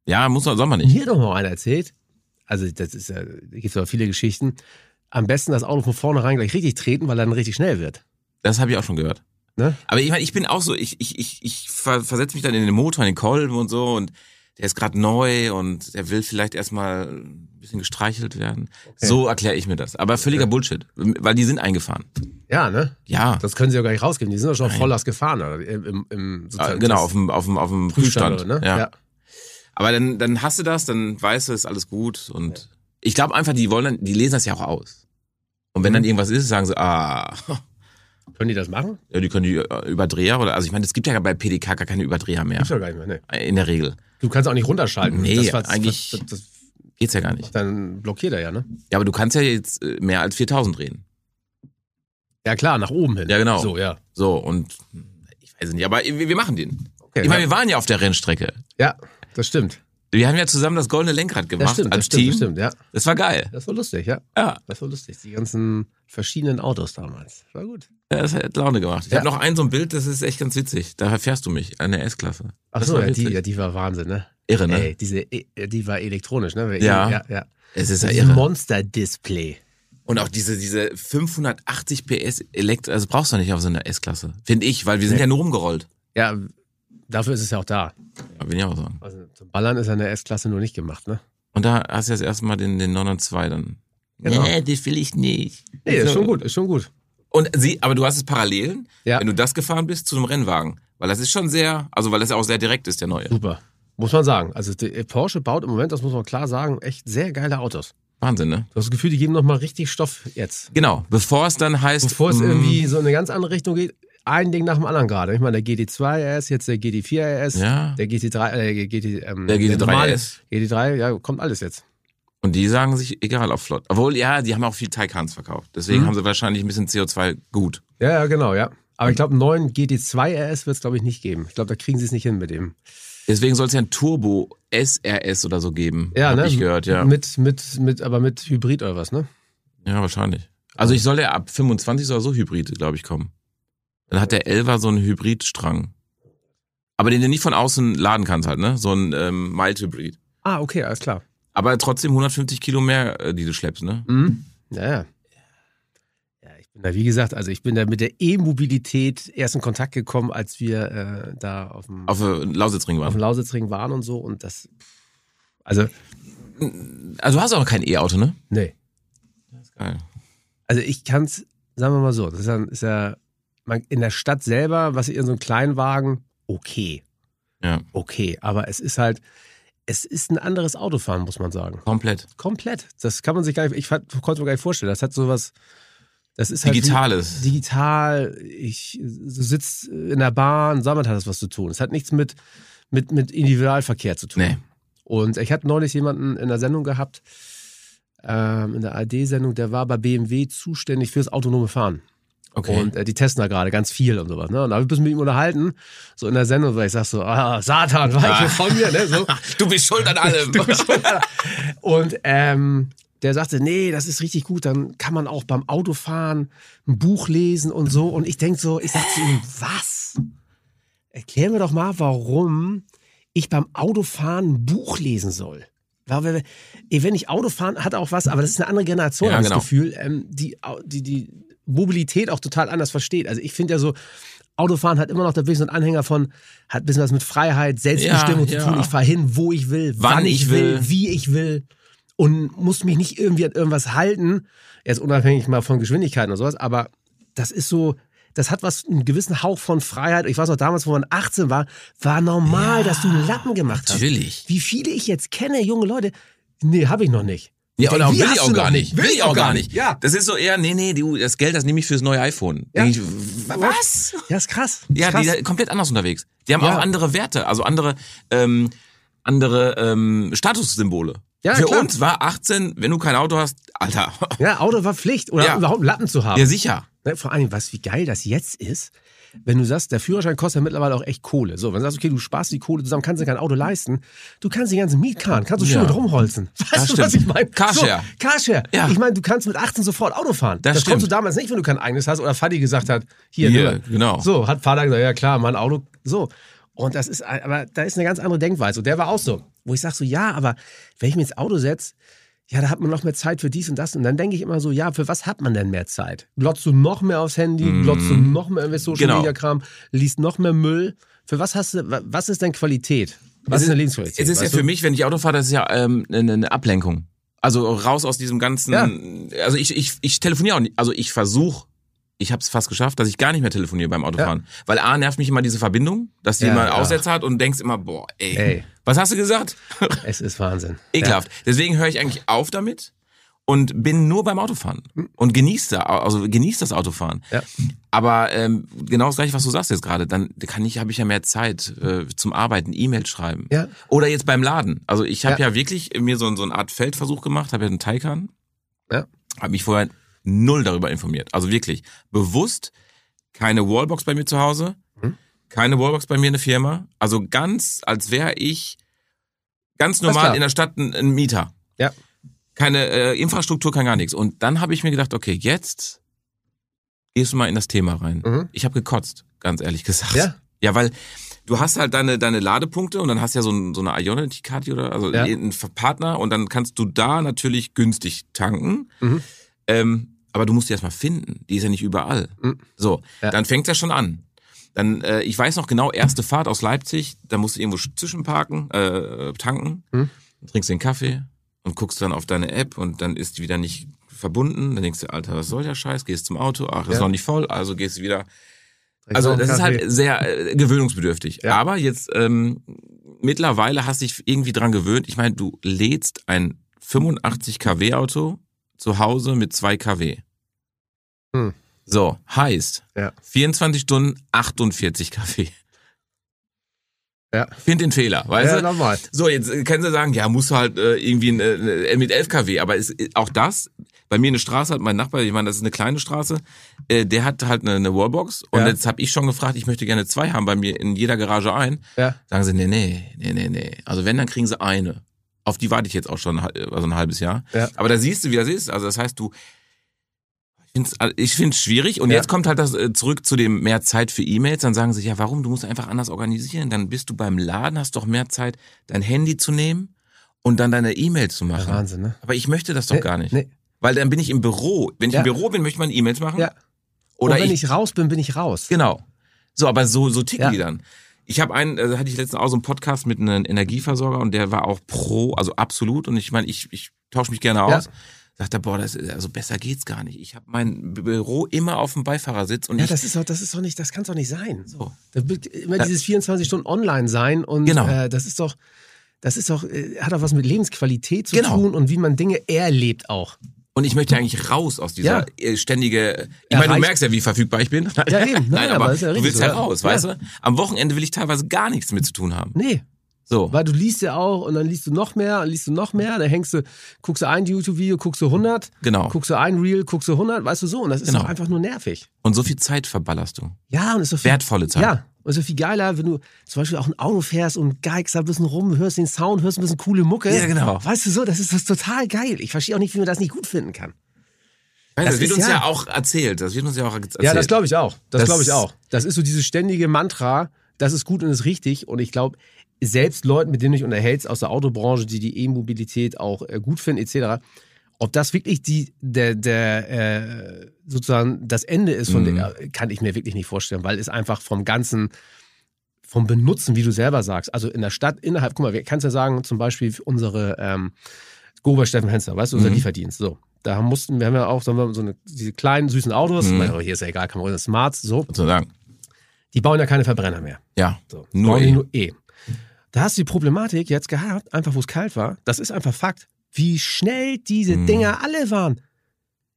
Speaker 4: Ja, muss man, soll man nicht.
Speaker 3: Mir doch mal einer erzählt, also das ist ja, da gibt es viele Geschichten, am besten das Auto von vornherein gleich richtig treten, weil er dann richtig schnell wird.
Speaker 4: Das habe ich auch schon gehört.
Speaker 3: Ne?
Speaker 4: Aber ich meine, ich bin auch so, ich, ich, ich, ich ver- versetze mich dann in den Motor, in den Kolben und so und der ist gerade neu und der will vielleicht erstmal ein bisschen gestreichelt werden. So erkläre ich mir das. Aber völliger Bullshit, weil die sind eingefahren.
Speaker 3: Ja, ne?
Speaker 4: Ja,
Speaker 3: Das können sie ja gar nicht rausgeben. Die sind doch schon voll aus Gefahren. Oder? Im, im,
Speaker 4: äh,
Speaker 3: sozusagen
Speaker 4: genau,
Speaker 3: das
Speaker 4: auf dem, auf dem, auf dem Prüfstand.
Speaker 3: oder, ne?
Speaker 4: ja. Aber dann, dann hast du das, dann weißt du, ist alles gut und ich glaube einfach, die wollen dann, die lesen das ja auch aus. Und
Speaker 3: Mhm.
Speaker 4: wenn dann irgendwas ist, sagen sie, ah,
Speaker 3: Können die das machen?
Speaker 4: ja, die können die äh, Überdreher oder, also ich meine, es gibt ja bei PDK gar keine Überdreher mehr.
Speaker 3: Gibt's ja gar nicht mehr, ne?
Speaker 4: In der Regel.
Speaker 3: Du kannst auch nicht runterschalten.
Speaker 4: Nee,
Speaker 3: das war,
Speaker 4: eigentlich-
Speaker 3: Das, das,
Speaker 4: Geht's ja gar nicht.
Speaker 3: dann blockiert er ja, ne?
Speaker 4: Ja, aber du kannst ja jetzt äh, mehr als 4000 drehen.
Speaker 3: Ja, klar, nach oben hin.
Speaker 4: Ja, genau.
Speaker 3: So, ja.
Speaker 4: So, und hm, ich weiß es nicht, aber wir wir machen den.
Speaker 3: Okay,
Speaker 4: Ich meine,
Speaker 3: ja.
Speaker 4: wir waren ja auf der Rennstrecke.
Speaker 3: ja, das stimmt.
Speaker 4: Wir haben ja zusammen das goldene Lenkrad
Speaker 3: Das
Speaker 4: gemacht
Speaker 3: stimmt, das
Speaker 4: als
Speaker 3: stimmt,
Speaker 4: Team.
Speaker 3: das stimmt, ja.
Speaker 4: Das war geil.
Speaker 3: Das war lustig, ja.
Speaker 4: Ja,
Speaker 3: Das war lustig. Die ganzen verschiedenen Autos damals. War gut.
Speaker 4: das hat Laune gemacht. Ich
Speaker 3: Ja.
Speaker 4: habe noch ein so ein Bild, das ist echt ganz witzig. Da fährst du mich an der S-Klasse.
Speaker 3: Ach
Speaker 4: Das
Speaker 3: so,
Speaker 4: war
Speaker 3: ja, die,
Speaker 4: witzig.
Speaker 3: ja, die war Wahnsinn, ne?
Speaker 4: Irre, ne?
Speaker 3: Ey, diese, äh, die war elektronisch, ne? Weil
Speaker 4: Ja.
Speaker 3: eh- ja, ja.
Speaker 4: Es ist ja
Speaker 3: Das
Speaker 4: irre.
Speaker 3: Monster-Display.
Speaker 4: Und auch diese, diese 580 PS Elektro, also brauchst du nicht auf so einer S-Klasse. Finde ich, weil wir sind ja nur rumgerollt.
Speaker 3: Ja, dafür ist es ja auch da.
Speaker 4: Ja, will ich auch sagen.
Speaker 3: Also zum Ballern ist eine S-Klasse nur nicht gemacht, ne?
Speaker 4: Und da hast du das erste Mal den, den 902 dann.
Speaker 3: Genau.
Speaker 4: Nee, das will ich nicht. Also
Speaker 3: Nee, ist
Speaker 4: So.
Speaker 3: schon gut, ist schon gut.
Speaker 4: Und sie, aber du hast es Parallelen,
Speaker 3: Ja.
Speaker 4: wenn du das gefahren bist, zu einem Rennwagen. Weil das ist schon sehr, also weil das ja auch sehr direkt ist, der neue.
Speaker 3: Super. Muss man sagen. Also die Porsche baut im Moment, das muss man klar sagen, echt sehr geile Autos.
Speaker 4: Wahnsinn, ne?
Speaker 3: Du hast das Gefühl, die geben nochmal richtig Stoff jetzt.
Speaker 4: Genau. Bevor es dann heißt.
Speaker 3: Bevor es
Speaker 4: mm,
Speaker 3: irgendwie so in eine ganz andere Richtung geht, ein Ding nach dem anderen gerade. Ich meine, der GT2 RS, jetzt der GT4 RS,
Speaker 4: Ja.
Speaker 3: der GT3, äh, GT, ähm,
Speaker 4: Der GT3
Speaker 3: normale
Speaker 4: RS.
Speaker 3: GT3, ja, kommt alles jetzt.
Speaker 4: Und die sagen sich, egal, ob flott. Obwohl, ja, die haben auch viel Taikans verkauft.
Speaker 3: Mhm.
Speaker 4: Deswegen haben sie wahrscheinlich ein bisschen CO2 gut.
Speaker 3: Ja, ja, genau, ja. Aber ich glaube, einen neuen GT2 RS wird es, glaube ich, nicht geben. Ich glaube, da kriegen sie es nicht hin mit dem.
Speaker 4: Deswegen soll es ja ein Turbo SRS oder so geben.
Speaker 3: Ja,
Speaker 4: hab
Speaker 3: ne?
Speaker 4: ich gehört, ja.
Speaker 3: Mit, mit, mit, aber mit Hybrid oder was, ne?
Speaker 4: Ja, wahrscheinlich. Also ich soll ja ab 25 oder so Hybride, glaube ich, kommen. Dann hat der Elva so einen Hybridstrang. Aber den du nicht von außen laden kannst halt, ne? So ein ähm, Mild-Hybrid.
Speaker 3: Ah, okay, alles klar.
Speaker 4: Aber trotzdem 150 Kilo mehr, äh, die du schleppst, ne?
Speaker 3: Mhm. Naja. Ja, ich bin da, wie gesagt, also ich bin da mit der E-Mobilität erst in Kontakt gekommen, als wir äh, da auf dem, auf,
Speaker 4: Auf äh, Lausitzring
Speaker 3: dem
Speaker 4: waren.
Speaker 3: Lausitzring waren und so. Und das. Also,
Speaker 4: Also du hast auch noch kein E-Auto, ne?
Speaker 3: nee.
Speaker 4: Geil.
Speaker 3: Also ich kann es, sagen wir mal so, das ist ja, ist ja man, in der Stadt selber, was in so einem Kleinwagen, okay.
Speaker 4: Ja.
Speaker 3: Okay, aber es ist halt, es ist ein anderes Autofahren, muss man sagen.
Speaker 4: Komplett.
Speaker 3: Komplett. Das kann man sich gar nicht, ich fand, konnte mir gar nicht vorstellen. Das hat sowas, das ist halt wie-
Speaker 4: Digitales.
Speaker 3: digital, ich du sitzt in der Bahn, damit hat das was zu tun. Es hat nichts mit, mit, mit Individualverkehr zu tun.
Speaker 4: Nee.
Speaker 3: Und ich hatte neulich jemanden in der Sendung gehabt, ähm, in der ARD-Sendung, der war bei BMW zuständig fürs autonome Fahren.
Speaker 4: Okay.
Speaker 3: Und äh, die testen da gerade ganz viel und sowas. Ne? Und da habe ich ein bisschen mit ihm unterhalten, so in der Sendung, weil ich sag so, ah, Satan, weiche
Speaker 4: Ah.
Speaker 3: von mir, ne? So.
Speaker 4: du bist schuld an allem.
Speaker 3: Und ähm, der sagte, nee, das ist richtig gut, dann kann man auch beim Autofahren ein Buch lesen und so. Und ich denke so, ich sag zu ihm, was? Erklär mir doch mal, warum ich beim Autofahren ein Buch lesen soll. Weil wir- ey, Wenn ich Autofahren, hat auch was, aber das ist eine andere Generation,
Speaker 4: Ja,
Speaker 3: habe ich
Speaker 4: genau.
Speaker 3: das Gefühl, ähm, die, au- die die Mobilität auch total anders versteht. Also ich finde ja so, Autofahren hat immer noch da bin ich so ein Anhänger von, hat ein bisschen was mit Freiheit, Selbstbestimmung
Speaker 4: Ja,
Speaker 3: zu tun.
Speaker 4: ja.
Speaker 3: Ich fahre hin, wo ich will,
Speaker 4: Wann ich will.
Speaker 3: wie ich will und muss mich nicht irgendwie an irgendwas halten. Jetzt unabhängig mal von Geschwindigkeiten oder sowas, aber das ist so, das hat was, einen gewissen Hauch von Freiheit. Ich weiß noch damals, wo man 18 war, war normal, dass du einen Lappen gemacht hast.
Speaker 4: Natürlich.
Speaker 3: Wie viele ich jetzt kenne, junge Leute, nee, habe ich noch nicht.
Speaker 4: Ja, oder
Speaker 3: Wie
Speaker 4: will
Speaker 3: hast
Speaker 4: ich
Speaker 3: du
Speaker 4: auch gar
Speaker 3: noch
Speaker 4: nicht. Will ich auch gar nicht.
Speaker 3: Ja.
Speaker 4: Das ist so eher, nee, nee, du, das Geld, das nehme ich fürs neue iPhone.
Speaker 3: Ja.
Speaker 4: Denk Ich, w- was?
Speaker 3: Ja, ist krass.
Speaker 4: Ja,
Speaker 3: ist krass.
Speaker 4: die sind komplett anders unterwegs. Die haben
Speaker 3: Ja.
Speaker 4: auch andere Werte, also andere, ähm, andere ähm, Statussymbole.
Speaker 3: Ja,
Speaker 4: Für
Speaker 3: klar.
Speaker 4: uns war 18, wenn du kein Auto hast, Alter.
Speaker 3: ja, Auto war Pflicht oder
Speaker 4: Ja.
Speaker 3: überhaupt einen Lappen zu haben.
Speaker 4: Ja, sicher.
Speaker 3: Ne, vor allem, was, wie geil das jetzt ist, wenn du sagst, der Führerschein kostet ja mittlerweile auch echt Kohle. So, wenn du sagst, okay, du sparst die Kohle zusammen, kannst dir kein Auto leisten, du kannst die ganzen Mietkarren, kannst du schön
Speaker 4: Ja.
Speaker 3: mit rumholzen.
Speaker 4: Das
Speaker 3: Weißt du, was
Speaker 4: stimmt.
Speaker 3: ich meine?
Speaker 4: Carshare.
Speaker 3: So, Carshare.
Speaker 4: Ja.
Speaker 3: Ich meine, du kannst mit 18 sofort Auto fahren.
Speaker 4: Das
Speaker 3: konntest du
Speaker 4: stimmt.
Speaker 3: damals nicht, wenn du kein eigenes hast oder Fadi gesagt hat, hier,
Speaker 4: Hier,
Speaker 3: nimm mal.
Speaker 4: genau.
Speaker 3: So, hat Vater gesagt, ja klar, mein Auto, so. Und das ist, ein- aber da ist eine ganz andere Denkweise. Und der war auch so, wo ich sage so, ja, aber wenn ich mir ins Auto setze, ja, da hat man noch mehr Zeit für dies und das. Und dann denke ich immer so, ja, für was hat man denn mehr Zeit? Glotzt du noch mehr aufs Handy, glotzt du noch mehr irgendwie Social
Speaker 4: Mhm. Genau.
Speaker 3: Media Kram, liest noch mehr Müll. Für was hast du, wa- was ist denn Qualität? Was
Speaker 4: Es
Speaker 3: ist eine
Speaker 4: Es
Speaker 3: Lebensqualität?
Speaker 4: ist ja
Speaker 3: weißt du?
Speaker 4: für mich, wenn ich Auto fahre, das ist ja ähm, eine, eine Ablenkung. Also raus aus diesem ganzen. Also ich, ich, ich telefoniere auch nicht. Also ich versuche, ich habe es fast geschafft, dass ich gar nicht mehr telefoniere beim Autofahren. Weil A nervt mich immer diese Verbindung, dass die
Speaker 3: Ja,
Speaker 4: mal
Speaker 3: ja.
Speaker 4: Aussetzer hat und denkst immer, boah, ey,
Speaker 3: Ey.
Speaker 4: was hast du gesagt?
Speaker 3: es ist Wahnsinn.
Speaker 4: Ekelhaft. Deswegen höre ich eigentlich auf damit und bin nur beim Autofahren und genieße da, also genieße das Autofahren.
Speaker 3: Ja.
Speaker 4: Aber ähm, genau das gleiche, was du sagst jetzt gerade, dann kann ich, habe ich ja mehr Zeit äh, zum Arbeiten, E-Mail schreiben.
Speaker 3: Ja.
Speaker 4: Oder jetzt beim Laden. Also ich habe
Speaker 3: Ja.
Speaker 4: ja. wirklich mir so, so eine Art Feldversuch gemacht, habe ja einen Taycan,
Speaker 3: Ja.
Speaker 4: habe mich vorher null darüber informiert. Also wirklich bewusst keine Wallbox bei mir zu Hause,
Speaker 3: Hm?
Speaker 4: keine Wallbox bei mir in der Firma. Also ganz, als wäre ich ganz normal
Speaker 3: klar.
Speaker 4: in der Stadt ein, ein Mieter.
Speaker 3: Ja.
Speaker 4: Keine äh, Infrastruktur, kein gar nichts. Und dann habe ich mir gedacht, okay, jetzt gehst du mal in das Thema rein.
Speaker 3: Mhm.
Speaker 4: Ich habe gekotzt, ganz ehrlich gesagt.
Speaker 3: Ja.
Speaker 4: Ja, weil du hast halt deine, deine Ladepunkte und dann hast ja so, ein, so eine Ionity-Karte oder also
Speaker 3: Ja.
Speaker 4: einen Ver- Partner und dann kannst du da natürlich günstig tanken.
Speaker 3: Mhm.
Speaker 4: Ähm, aber du musst die erstmal finden. Die ist ja nicht überall.
Speaker 3: Mhm.
Speaker 4: So,
Speaker 3: Ja.
Speaker 4: dann fängt ja schon an. Dann, äh, ich weiß noch genau, erste Fahrt aus Leipzig, da musst du irgendwo sch- zwischenparken, äh, tanken,
Speaker 3: Mhm.
Speaker 4: trinkst den Kaffee und guckst dann auf deine App und dann ist die wieder nicht verbunden. Dann denkst du, Alter, was soll der Scheiß? Gehst zum Auto, ach, das
Speaker 3: Ja.
Speaker 4: ist noch nicht voll, also gehst du wieder also das ist halt sehr äh, gewöhnungsbedürftig.
Speaker 3: Ja.
Speaker 4: Aber jetzt ähm, mittlerweile hast du dich irgendwie dran gewöhnt. Ich meine, du lädst ein 85 kW Auto zu Hause mit 2 kW.
Speaker 3: Hm.
Speaker 4: So, heißt
Speaker 3: Ja.
Speaker 4: 24 Stunden 48 kW.
Speaker 3: Ja.
Speaker 4: Find den Fehler, weißt
Speaker 3: Ja,
Speaker 4: du?
Speaker 3: nochmal.
Speaker 4: So, jetzt äh, können sie sagen, ja, musst du halt äh, irgendwie ein, äh, mit 11 kW, aber ist, äh, auch das, bei mir eine Straße hat mein Nachbar, ich meine, das ist eine kleine Straße, äh, der hat halt eine, eine Wallbox und
Speaker 3: Ja.
Speaker 4: jetzt habe ich schon gefragt, ich möchte gerne zwei haben bei mir in jeder Garage ein.
Speaker 3: Ja.
Speaker 4: Sagen sie, nee, nee, nee, nee, nee. Also wenn, dann kriegen sie eine. Auf die warte ich jetzt auch schon äh, also ein halbes Jahr.
Speaker 3: Ja.
Speaker 4: Aber da siehst du, wie das ist. Also das heißt, du, ich find's, also ich find's schwierig und
Speaker 3: Ja.
Speaker 4: jetzt kommt halt das äh, zurück zu dem mehr Zeit für E-Mails. Dann sagen sie, ja warum, du musst einfach anders organisieren. Dann bist du beim Laden, hast doch mehr Zeit, dein Handy zu nehmen und dann deine E-Mail zu machen.
Speaker 3: Wahnsinn, ne?
Speaker 4: Aber ich möchte das doch
Speaker 3: Nee,
Speaker 4: gar nicht.
Speaker 3: nee.
Speaker 4: Weil dann bin ich im Büro. Wenn ich
Speaker 3: Ja.
Speaker 4: im Büro bin, möchte ich meine E-Mails machen.
Speaker 3: Ja.
Speaker 4: Oder
Speaker 3: und wenn
Speaker 4: ich
Speaker 3: ich, raus bin, bin ich raus.
Speaker 4: Genau. So, aber so, so ticken
Speaker 3: Ja.
Speaker 4: die dann. Ich habe einen, äh, hatte ich letztens auch so einen Podcast mit einem Energieversorger und der war auch pro, also absolut. Und ich meine, ich, ich tausche mich gerne
Speaker 3: Ja.
Speaker 4: aus. Sagt er, boah, das ist, also besser geht's gar nicht. Ich habe mein Büro immer auf dem Beifahrersitz und
Speaker 3: Ja,
Speaker 4: ich,
Speaker 3: das ist doch, das ist doch nicht, das kann es doch nicht sein.
Speaker 4: So.
Speaker 3: Da, wird immer dieses 24 Stunden online sein und
Speaker 4: Genau.
Speaker 3: äh, das ist doch, das ist doch, äh, hat doch was mit Lebensqualität zu
Speaker 4: Genau.
Speaker 3: tun und wie man Dinge erlebt auch.
Speaker 4: und ich möchte eigentlich raus aus dieser
Speaker 3: Ja.
Speaker 4: äh, ständige. Ich meine, du
Speaker 3: Erreicht-
Speaker 4: merkst ja, wie verfügbar ich bin.
Speaker 3: Ja, eben. Nein,
Speaker 4: Nein,
Speaker 3: aber
Speaker 4: aber
Speaker 3: ist ja
Speaker 4: du
Speaker 3: richtig
Speaker 4: willst
Speaker 3: so,
Speaker 4: ja
Speaker 3: ja.
Speaker 4: raus, weißt du? Am Wochenende will ich teilweise gar nichts mit zu tun haben.
Speaker 3: Nee.
Speaker 4: So.
Speaker 3: Weil du liest ja auch und dann liest du noch mehr und liest du noch mehr, dann hängst du, guckst du ein YouTube-Video, guckst du 100,
Speaker 4: Genau.
Speaker 3: guckst du ein Reel, guckst du 100, weißt du so und das ist
Speaker 4: Genau.
Speaker 3: doch einfach nur nervig.
Speaker 4: Und so viel Zeit verballerst du.
Speaker 3: Ja, und ist so viel,
Speaker 4: Wertvolle Zeit.
Speaker 3: Ja, und so viel geiler, wenn du zum Beispiel auch ein Auto fährst und geigst da ein bisschen rum, hörst den Sound, hörst ein bisschen coole Mucke.
Speaker 4: Ja, genau.
Speaker 3: Weißt du so, das ist das ist total geil. Ich verstehe auch nicht, wie man das nicht gut finden kann.
Speaker 4: Weißt du, das
Speaker 3: Das
Speaker 4: wird
Speaker 3: ist
Speaker 4: uns ja.
Speaker 3: ja
Speaker 4: auch erzählt. Das wird uns ja auch erzählt.
Speaker 3: Ja, das glaube ich auch. Das,
Speaker 4: Das-
Speaker 3: glaube ich auch. Das ist so dieses ständige Mantra, das ist gut und ist richtig. Und ich glaube, selbst Leuten, mit denen du dich unterhältst aus der Autobranche, die die E-Mobilität auch äh, gut finden, etc., ob das wirklich die, der, der, äh, sozusagen das Ende ist, von
Speaker 4: Mhm.
Speaker 3: der, äh, kann ich mir wirklich nicht vorstellen, weil es einfach vom ganzen, vom Benutzen, wie du selber sagst, also in der Stadt, innerhalb, guck mal, wir kannst ja sagen, zum Beispiel unsere ähm, Gober Steffen Hensler, weißt du, unser
Speaker 4: Mhm.
Speaker 3: Lieferdienst, so. Da mussten, wir haben ja auch, sagen wir mal, so eine, diese kleinen, süßen Autos,
Speaker 4: Mhm.
Speaker 3: Ich meine, aber Oh, hier ist ja egal, kann man Smarts, so.
Speaker 4: Sozusagen.
Speaker 3: Die bauen ja keine Verbrenner mehr.
Speaker 4: Ja.
Speaker 3: So.
Speaker 4: Nur
Speaker 3: Bauen
Speaker 4: eh.
Speaker 3: die nur eh. Da hast du die Problematik jetzt gehabt, einfach wo es kalt war. Das ist einfach Fakt, wie schnell diese
Speaker 4: Mhm.
Speaker 3: Dinger alle waren.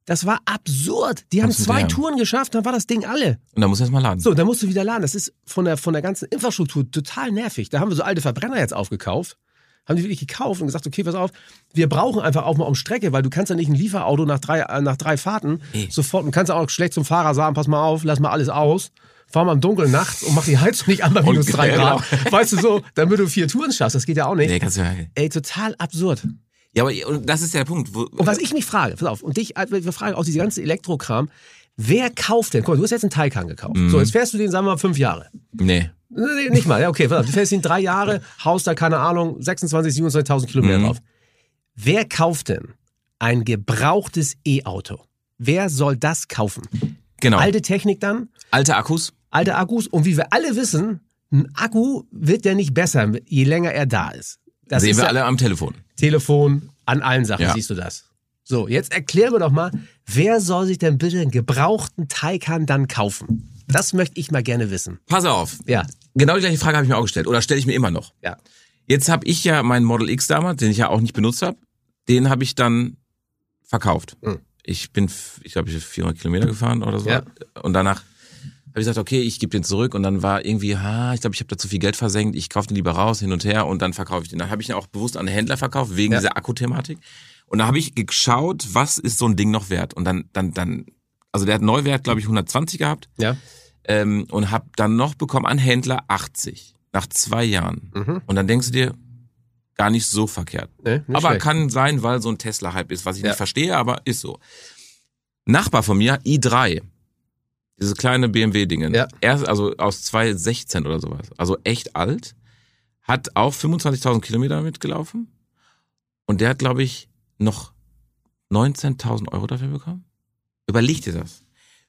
Speaker 3: Das war absurd. Die haben
Speaker 4: Absolut,
Speaker 3: zwei
Speaker 4: ja.
Speaker 3: Touren geschafft, dann war das Ding alle.
Speaker 4: Und da muss erst mal laden.
Speaker 3: So, dann musst du wieder laden. Das ist von der, von der ganzen Infrastruktur total nervig. Da haben wir so alte Verbrenner jetzt aufgekauft. Haben die wirklich gekauft und gesagt, okay, pass auf, wir brauchen einfach auch mal um Strecke, weil du kannst ja nicht ein Lieferauto nach drei, äh, nach drei Fahrten
Speaker 4: Nee.
Speaker 3: sofort, und kannst auch schlecht zum Fahrer sagen, pass mal auf, lass mal alles aus, fahr mal im Dunkeln nachts und mach die Heizung nicht an bei minus drei
Speaker 4: ja,
Speaker 3: Grad. Weißt du so, damit du vier Touren schaffst, das geht ja auch nicht.
Speaker 4: genau. Nee, kannst du ja.
Speaker 3: Ey, total absurd.
Speaker 4: Ja, aber und das ist ja der Punkt. Wo,
Speaker 3: Und was ich mich frage, pass auf, und dich, äh, wir fragen auch diese ganze Elektrokram, wer kauft denn? Guck mal, du hast jetzt einen Taycan gekauft.
Speaker 4: Mhm.
Speaker 3: So, jetzt fährst du den, sagen wir mal, fünf Jahre.
Speaker 4: nee.
Speaker 3: Nee, Nicht mal, ja, okay. Pass auf. Du fährst ihn drei Jahre, haust da, keine Ahnung, 26, 27.000 Kilometer
Speaker 4: Mhm.
Speaker 3: drauf. Wer kauft denn ein gebrauchtes E-Auto? Wer soll das kaufen?
Speaker 4: Genau.
Speaker 3: Alte Technik dann,
Speaker 4: Alte Akkus.
Speaker 3: alte Akkus. Und wie wir alle wissen, ein Akku wird ja nicht besser, je länger er da ist. Das
Speaker 4: sehen
Speaker 3: ist
Speaker 4: wir
Speaker 3: ja
Speaker 4: alle am Telefon.
Speaker 3: Telefon, an allen Sachen
Speaker 4: Ja.
Speaker 3: siehst du das. So, jetzt erklär mir doch mal, wer soll sich denn bitte einen gebrauchten Taycan dann kaufen? Das möchte ich mal gerne wissen.
Speaker 4: Pass auf.
Speaker 3: Ja,
Speaker 4: Genau die gleiche Frage habe ich mir auch gestellt. Oder stelle ich mir immer noch.
Speaker 3: ja.
Speaker 4: Jetzt habe ich ja meinen Model X damals, den ich ja auch nicht benutzt habe, den habe ich dann verkauft.
Speaker 3: Mhm.
Speaker 4: Ich bin, f- ich glaube, ich bin 400 Kilometer gefahren oder so.
Speaker 3: Ja.
Speaker 4: Und danach habe ich gesagt, okay, ich gebe den zurück. Und dann war irgendwie, ha, ich glaube, ich habe da zu viel Geld versenkt. Ich kaufe den lieber raus, hin und her und dann verkaufe ich den. Dann habe ich ihn auch bewusst an Händler verkauft, wegen
Speaker 3: Ja.
Speaker 4: dieser Akkuthematik. Und da habe ich geschaut, was ist so ein Ding noch wert. Und dann, dann, dann, also der hat Neuwert, glaube ich, 120 gehabt
Speaker 3: Ja.
Speaker 4: ähm, und hab dann noch bekommen an Händler 80 nach zwei Jahren.
Speaker 3: Mhm.
Speaker 4: Und dann denkst du dir, gar nicht so verkehrt.
Speaker 3: Nee, nicht
Speaker 4: aber
Speaker 3: schlecht.
Speaker 4: kann sein, weil so ein Tesla-Hype ist, was ich
Speaker 3: Ja.
Speaker 4: nicht verstehe, aber ist so. Nachbar von mir, i3. Dieses kleine BMW-Dingen.
Speaker 3: Ja.
Speaker 4: Erst, also aus 2016 oder sowas. Also echt alt. Hat auch 25.000 Kilometer mitgelaufen. Und der hat, glaube ich, noch 19.000 Euro dafür bekommen. Überleg dir das.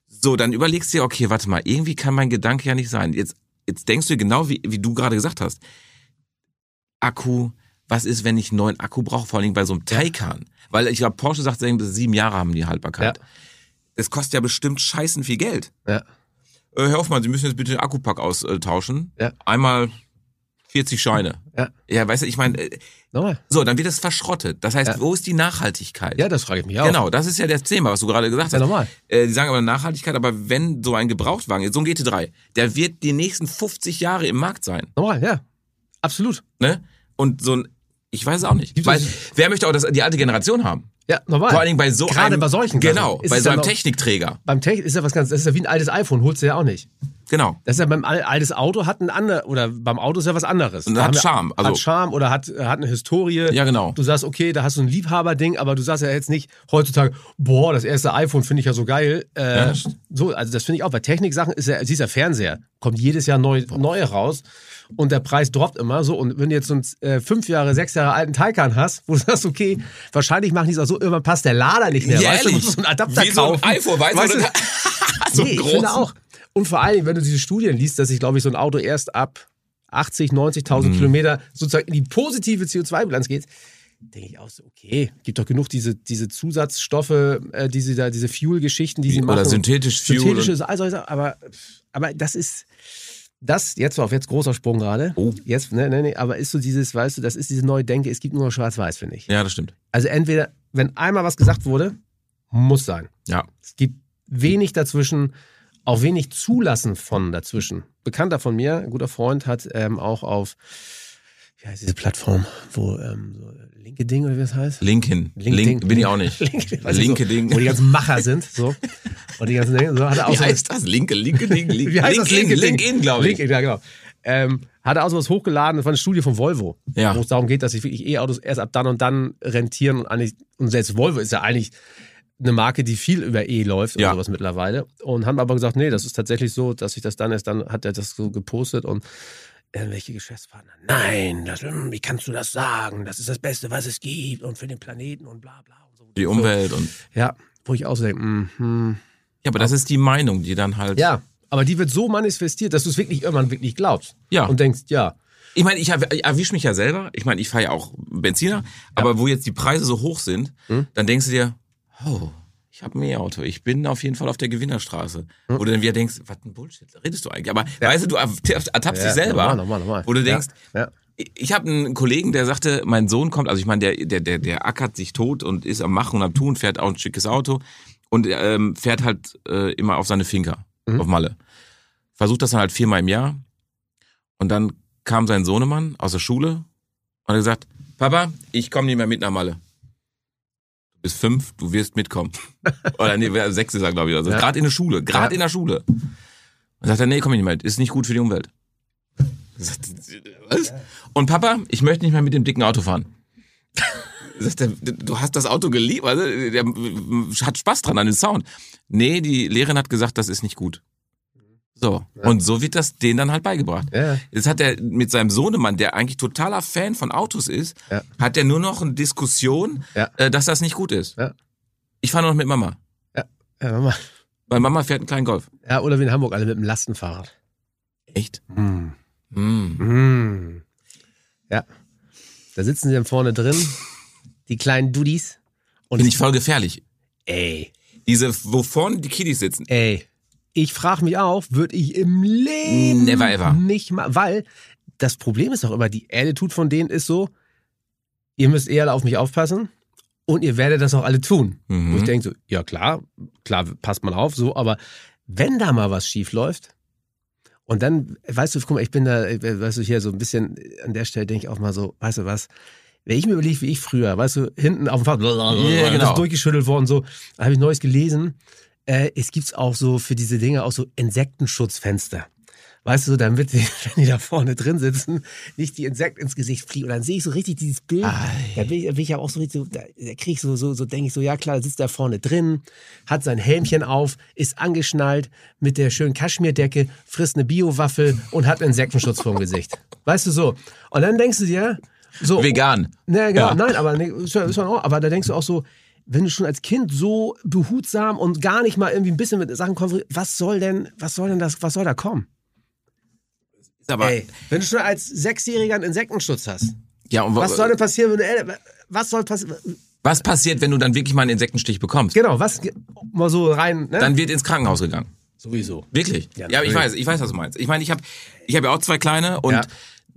Speaker 4: So, dann überlegst du dir, okay, warte mal, irgendwie kann mein Gedanke ja nicht sein. Jetzt, jetzt denkst du genau, wie, wie du gerade gesagt hast. Akku, was ist, wenn ich einen neuen Akku brauche, vor allen Dingen bei so einem Taycan? Weil ich glaube, Porsche sagt, sagen, bis sieben Jahre haben die Haltbarkeit.
Speaker 3: Ja.
Speaker 4: Es kostet ja bestimmt scheißen viel Geld.
Speaker 3: Ja.
Speaker 4: Äh, Herr Hoffmann, Sie müssen jetzt bitte den Akkupack austauschen.
Speaker 3: Ja.
Speaker 4: Einmal 40 Scheine.
Speaker 3: Ja.
Speaker 4: Ja, weißt du, ich meine, äh,
Speaker 3: Nochmal.
Speaker 4: so, dann wird es verschrottet. Das heißt,
Speaker 3: Ja.
Speaker 4: wo ist die Nachhaltigkeit?
Speaker 3: Ja, das frage ich mich auch.
Speaker 4: Genau, das ist ja das Thema, was du gerade gesagt hast.
Speaker 3: Ja, normal.
Speaker 4: Äh, die sagen aber Nachhaltigkeit, aber wenn so ein Gebrauchtwagen, so ein GT3, der wird die nächsten 50 Jahre im Markt sein.
Speaker 3: Normal, ja. Absolut.
Speaker 4: Ne? Und so ein, ich weiß es auch nicht.
Speaker 3: Gibt's
Speaker 4: Weil,
Speaker 3: das-
Speaker 4: wer möchte auch das, die alte Generation haben?
Speaker 3: Ja, normal.
Speaker 4: Vor allen Dingen bei so
Speaker 3: Ah, Gerade
Speaker 4: einem,
Speaker 3: bei solchen Sachen
Speaker 4: Genau,
Speaker 3: ist
Speaker 4: bei
Speaker 3: es
Speaker 4: so
Speaker 3: ja
Speaker 4: einem
Speaker 3: noch-
Speaker 4: Technikträger.
Speaker 3: Beim Tech ist ja was ganz, das ist ja wie ein altes iPhone, holst du ja auch nicht.
Speaker 4: Genau.
Speaker 3: Das ist ja beim al- altes Auto hat ein anderer, oder beim Auto ist ja was anderes.
Speaker 4: Und
Speaker 3: Da
Speaker 4: hat
Speaker 3: haben wir-
Speaker 4: Charme, also-
Speaker 3: hat Charme oder hat, hat eine Historie.
Speaker 4: Ja, genau.
Speaker 3: Du sagst, okay, da hast du ein Liebhaberding, aber du sagst ja jetzt nicht heutzutage, boah, das erste iPhone finde ich ja so geil. Äh,
Speaker 4: Ja, das stimmt.
Speaker 3: so, also das finde ich auch. Bei Techniksachen ist ja, siehst ja Fernseher, kommt jedes Jahr neu, neue raus und der Preis droppt immer. So, und wenn du jetzt so einen äh, fünf Jahre, sechs Jahre alten Taycan hast, wo du sagst, okay, wahrscheinlich machen die es auch so, irgendwann passt der Lader nicht mehr. weißt du,
Speaker 4: ehrlich.
Speaker 3: musst so einen Adapter
Speaker 4: Wie so
Speaker 3: kaufen.
Speaker 4: ein iPhone, weißt,
Speaker 3: Weißt
Speaker 4: du?
Speaker 3: du,
Speaker 4: so
Speaker 3: nee,
Speaker 4: einen
Speaker 3: ich finde
Speaker 4: großen.
Speaker 3: auch. Und vor allem, wenn du diese Studien liest, dass sich, glaube ich, so ein Auto
Speaker 4: Mhm.
Speaker 3: erst ab 80, 90.000 Kilometer sozusagen in die positive CO2-Bilanz geht, denke ich auch so, okay, gibt doch genug diese, diese Zusatzstoffe, äh, diese, da, diese Fuel-Geschichten, die sie
Speaker 4: Oder
Speaker 3: machen.
Speaker 4: synthetisch Fuel und-
Speaker 3: Synthetisches, also, also, aber, aber das ist, das, jetzt auf, jetzt großer Sprung gerade.
Speaker 4: Oh.
Speaker 3: Jetzt, ne, ne, ne, aber ist so dieses, weißt du, das ist diese neue Denke, es gibt nur noch schwarz-weiß, finde ich.
Speaker 4: Ja, das stimmt.
Speaker 3: Also entweder, wenn einmal was gesagt wurde, muss sein.
Speaker 4: Ja.
Speaker 3: Es gibt wenig dazwischen, auch wenig Zulassen von dazwischen. Bekannter von mir, ein guter Freund, hat ähm, auch auf, wie heißt diese Plattform, wo ähm, so linke Ding oder wie das heißt?
Speaker 4: LinkedIn. Link, bin ich auch nicht.
Speaker 3: Linke, weiß ich
Speaker 4: Linke
Speaker 3: so,
Speaker 4: Ding.
Speaker 3: Wo die ganzen Macher sind, so. Und die ganzen Dinge, so hat er auch
Speaker 4: Wie
Speaker 3: so
Speaker 4: heißt das? Linke, linke Ding. Link,
Speaker 3: wie heißt
Speaker 4: Link,
Speaker 3: das?
Speaker 4: Link,
Speaker 3: LinkedIn?
Speaker 4: LinkedIn, glaube ich.
Speaker 3: LinkedIn, ja, genau. Ähm, hat er auch sowas hochgeladen, das war eine Studie von Volvo,
Speaker 4: Ja.
Speaker 3: wo es darum geht, dass sich wirklich E-Autos erst ab dann und dann rentieren und eigentlich, und selbst Volvo ist ja eigentlich eine Marke, die viel über E läuft und
Speaker 4: Ja.
Speaker 3: sowas mittlerweile. Und haben aber gesagt, nee, das ist tatsächlich so, dass sich das dann erst dann hat er das so gepostet und irgendwelche Geschäftspartner. Nein, das, hm, wie kannst du das sagen? Das ist das Beste, was es gibt und für den Planeten und bla bla und so.
Speaker 4: Die Umwelt und.
Speaker 3: Ja, wo ich auch so denke, hm, hm,
Speaker 4: Ja, aber das ist die Meinung, die dann halt.
Speaker 3: ja, aber die wird so manifestiert, dass du es wirklich irgendwann wirklich glaubst.
Speaker 4: Ja.
Speaker 3: Und denkst, ja,
Speaker 4: Ich meine, ich hab- ich erwische mich ja selber. Ich meine, ich fahre ja auch Benziner. Aber wo jetzt die Preise so hoch sind,
Speaker 3: Hm?
Speaker 4: dann denkst du dir, oh, ich habe ein E-Auto. Ich bin auf jeden Fall auf der
Speaker 3: Hm?
Speaker 4: Gewinnerstraße. Wo du dann wieder denkst, was ein Bullshit, da redest du eigentlich. Aber weißt du, du er- ertappst
Speaker 3: Ja,
Speaker 4: dich selber.
Speaker 3: normal, normal, normal.
Speaker 4: Wo du
Speaker 3: Ja,
Speaker 4: denkst,
Speaker 3: ja.
Speaker 4: ich- ich habe einen Kollegen, der sagte, mein Sohn kommt, also ich meine, der, der, der, der ackert sich tot und ist am Machen und am Tun, fährt auch ein schickes Auto und ähm, fährt halt äh, immer auf seine Finker,
Speaker 3: Hm?
Speaker 4: auf Malle. Versucht das dann halt viermal im Jahr. Und dann kam sein Sohnemann aus der Schule und hat gesagt, Papa, ich komme nicht mehr mit nach Malle. Du bist fünf, du wirst mitkommen. oder nee, wer- sechs ist er, glaube ich. Also
Speaker 3: Ja.
Speaker 4: Gerade in der Schule, gerade
Speaker 3: Ja.
Speaker 4: in der Schule. Und sagt er, nee, komm ich nicht mehr mit, ist nicht gut für die Umwelt. Sagt, was? Und Papa, ich möchte nicht mehr mit dem dicken Auto fahren. Sagt er, du hast das Auto geliebt, also der hat Spaß dran an dem Sound. Nee, die Lehrerin hat gesagt, das ist nicht gut. So. Und so wird das denen dann halt beigebracht.
Speaker 3: Ja.
Speaker 4: Jetzt hat er mit seinem Sohnemann, der eigentlich totaler Fan von Autos ist,
Speaker 3: Ja.
Speaker 4: hat er nur noch eine Diskussion,
Speaker 3: Ja.
Speaker 4: äh, dass das nicht gut ist.
Speaker 3: Ja.
Speaker 4: Ich fahre nur noch mit Mama.
Speaker 3: ja, warte mal.
Speaker 4: Weil Mama fährt einen kleinen Golf.
Speaker 3: ja, oder wie in Hamburg, alle mit dem Lastenfahrrad.
Speaker 4: Echt?
Speaker 3: Hm.
Speaker 4: Mm.
Speaker 3: Hm. Ja. Da sitzen sie dann vorne drin, die kleinen Dudis. Und
Speaker 4: Finde ich voll gefährlich.
Speaker 3: ey,
Speaker 4: Diese, wo vorne die Kiddies sitzen.
Speaker 3: ey. Ich frage mich auch, würde ich im Leben
Speaker 4: Never ever.
Speaker 3: nicht mal, weil das Problem ist doch immer, die Attitude von denen ist so, ihr müsst eher alle auf mich aufpassen und ihr werdet das auch alle tun.
Speaker 4: Mhm.
Speaker 3: Wo ich denke so, ja klar, klar passt man auf, so, aber wenn da mal was schief läuft und dann, weißt du, guck mal, ich bin da, äh, weißt du, hier so ein bisschen, äh, an der Stelle denke ich auch mal so, weißt du was, wenn ich mir überlege, wie ich früher, weißt du, hinten auf dem Fahrrad,
Speaker 4: Ja, genau.
Speaker 3: das durchgeschüttelt worden, so, da habe ich Neues gelesen, äh, es gibt auch so für diese Dinge auch so Insektenschutzfenster. Weißt du, damit, die, wenn die da vorne drin sitzen, nicht die Insekten ins Gesicht fliegen. Und dann sehe ich so richtig dieses Bild.
Speaker 4: Ah,
Speaker 3: Da bin ich, da bin ich ja auch so richtig, so- da, da kriege ich so, so, so denke ich so, ja klar, sitzt da vorne drin, hat sein Helmchen auf, ist angeschnallt mit der schönen Kaschmirdecke, frisst eine Biowaffel und hat Insektenschutz vorm Gesicht. Weißt du so. Und dann denkst du dir, so.
Speaker 4: Vegan.
Speaker 3: Ne, genau,
Speaker 4: Ja.
Speaker 3: nein, aber, nee, ist ja, ist ja auch, aber da denkst du auch so, wenn du schon als Kind so behutsam und gar nicht mal irgendwie ein bisschen mit Sachen konfrontierst, was soll denn, was soll denn das, was soll da kommen?
Speaker 4: Ist Aber,
Speaker 3: Ey, wenn du schon als Sechsjähriger einen Insektenschutz hast,
Speaker 4: ja, und wa-
Speaker 3: was soll denn passieren, wenn du, älter- was soll passieren,
Speaker 4: was passiert, wenn du dann wirklich mal einen Insektenstich bekommst?
Speaker 3: genau, was, mal so rein, ne?
Speaker 4: Dann wird ins Krankenhaus gegangen.
Speaker 3: Sowieso.
Speaker 4: Wirklich?
Speaker 3: Ja,
Speaker 4: Ja, ich
Speaker 3: natürlich.
Speaker 4: weiß, ich weiß, was du meinst. Ich meine, ich habe ich hab ja auch zwei kleine und
Speaker 3: Ja.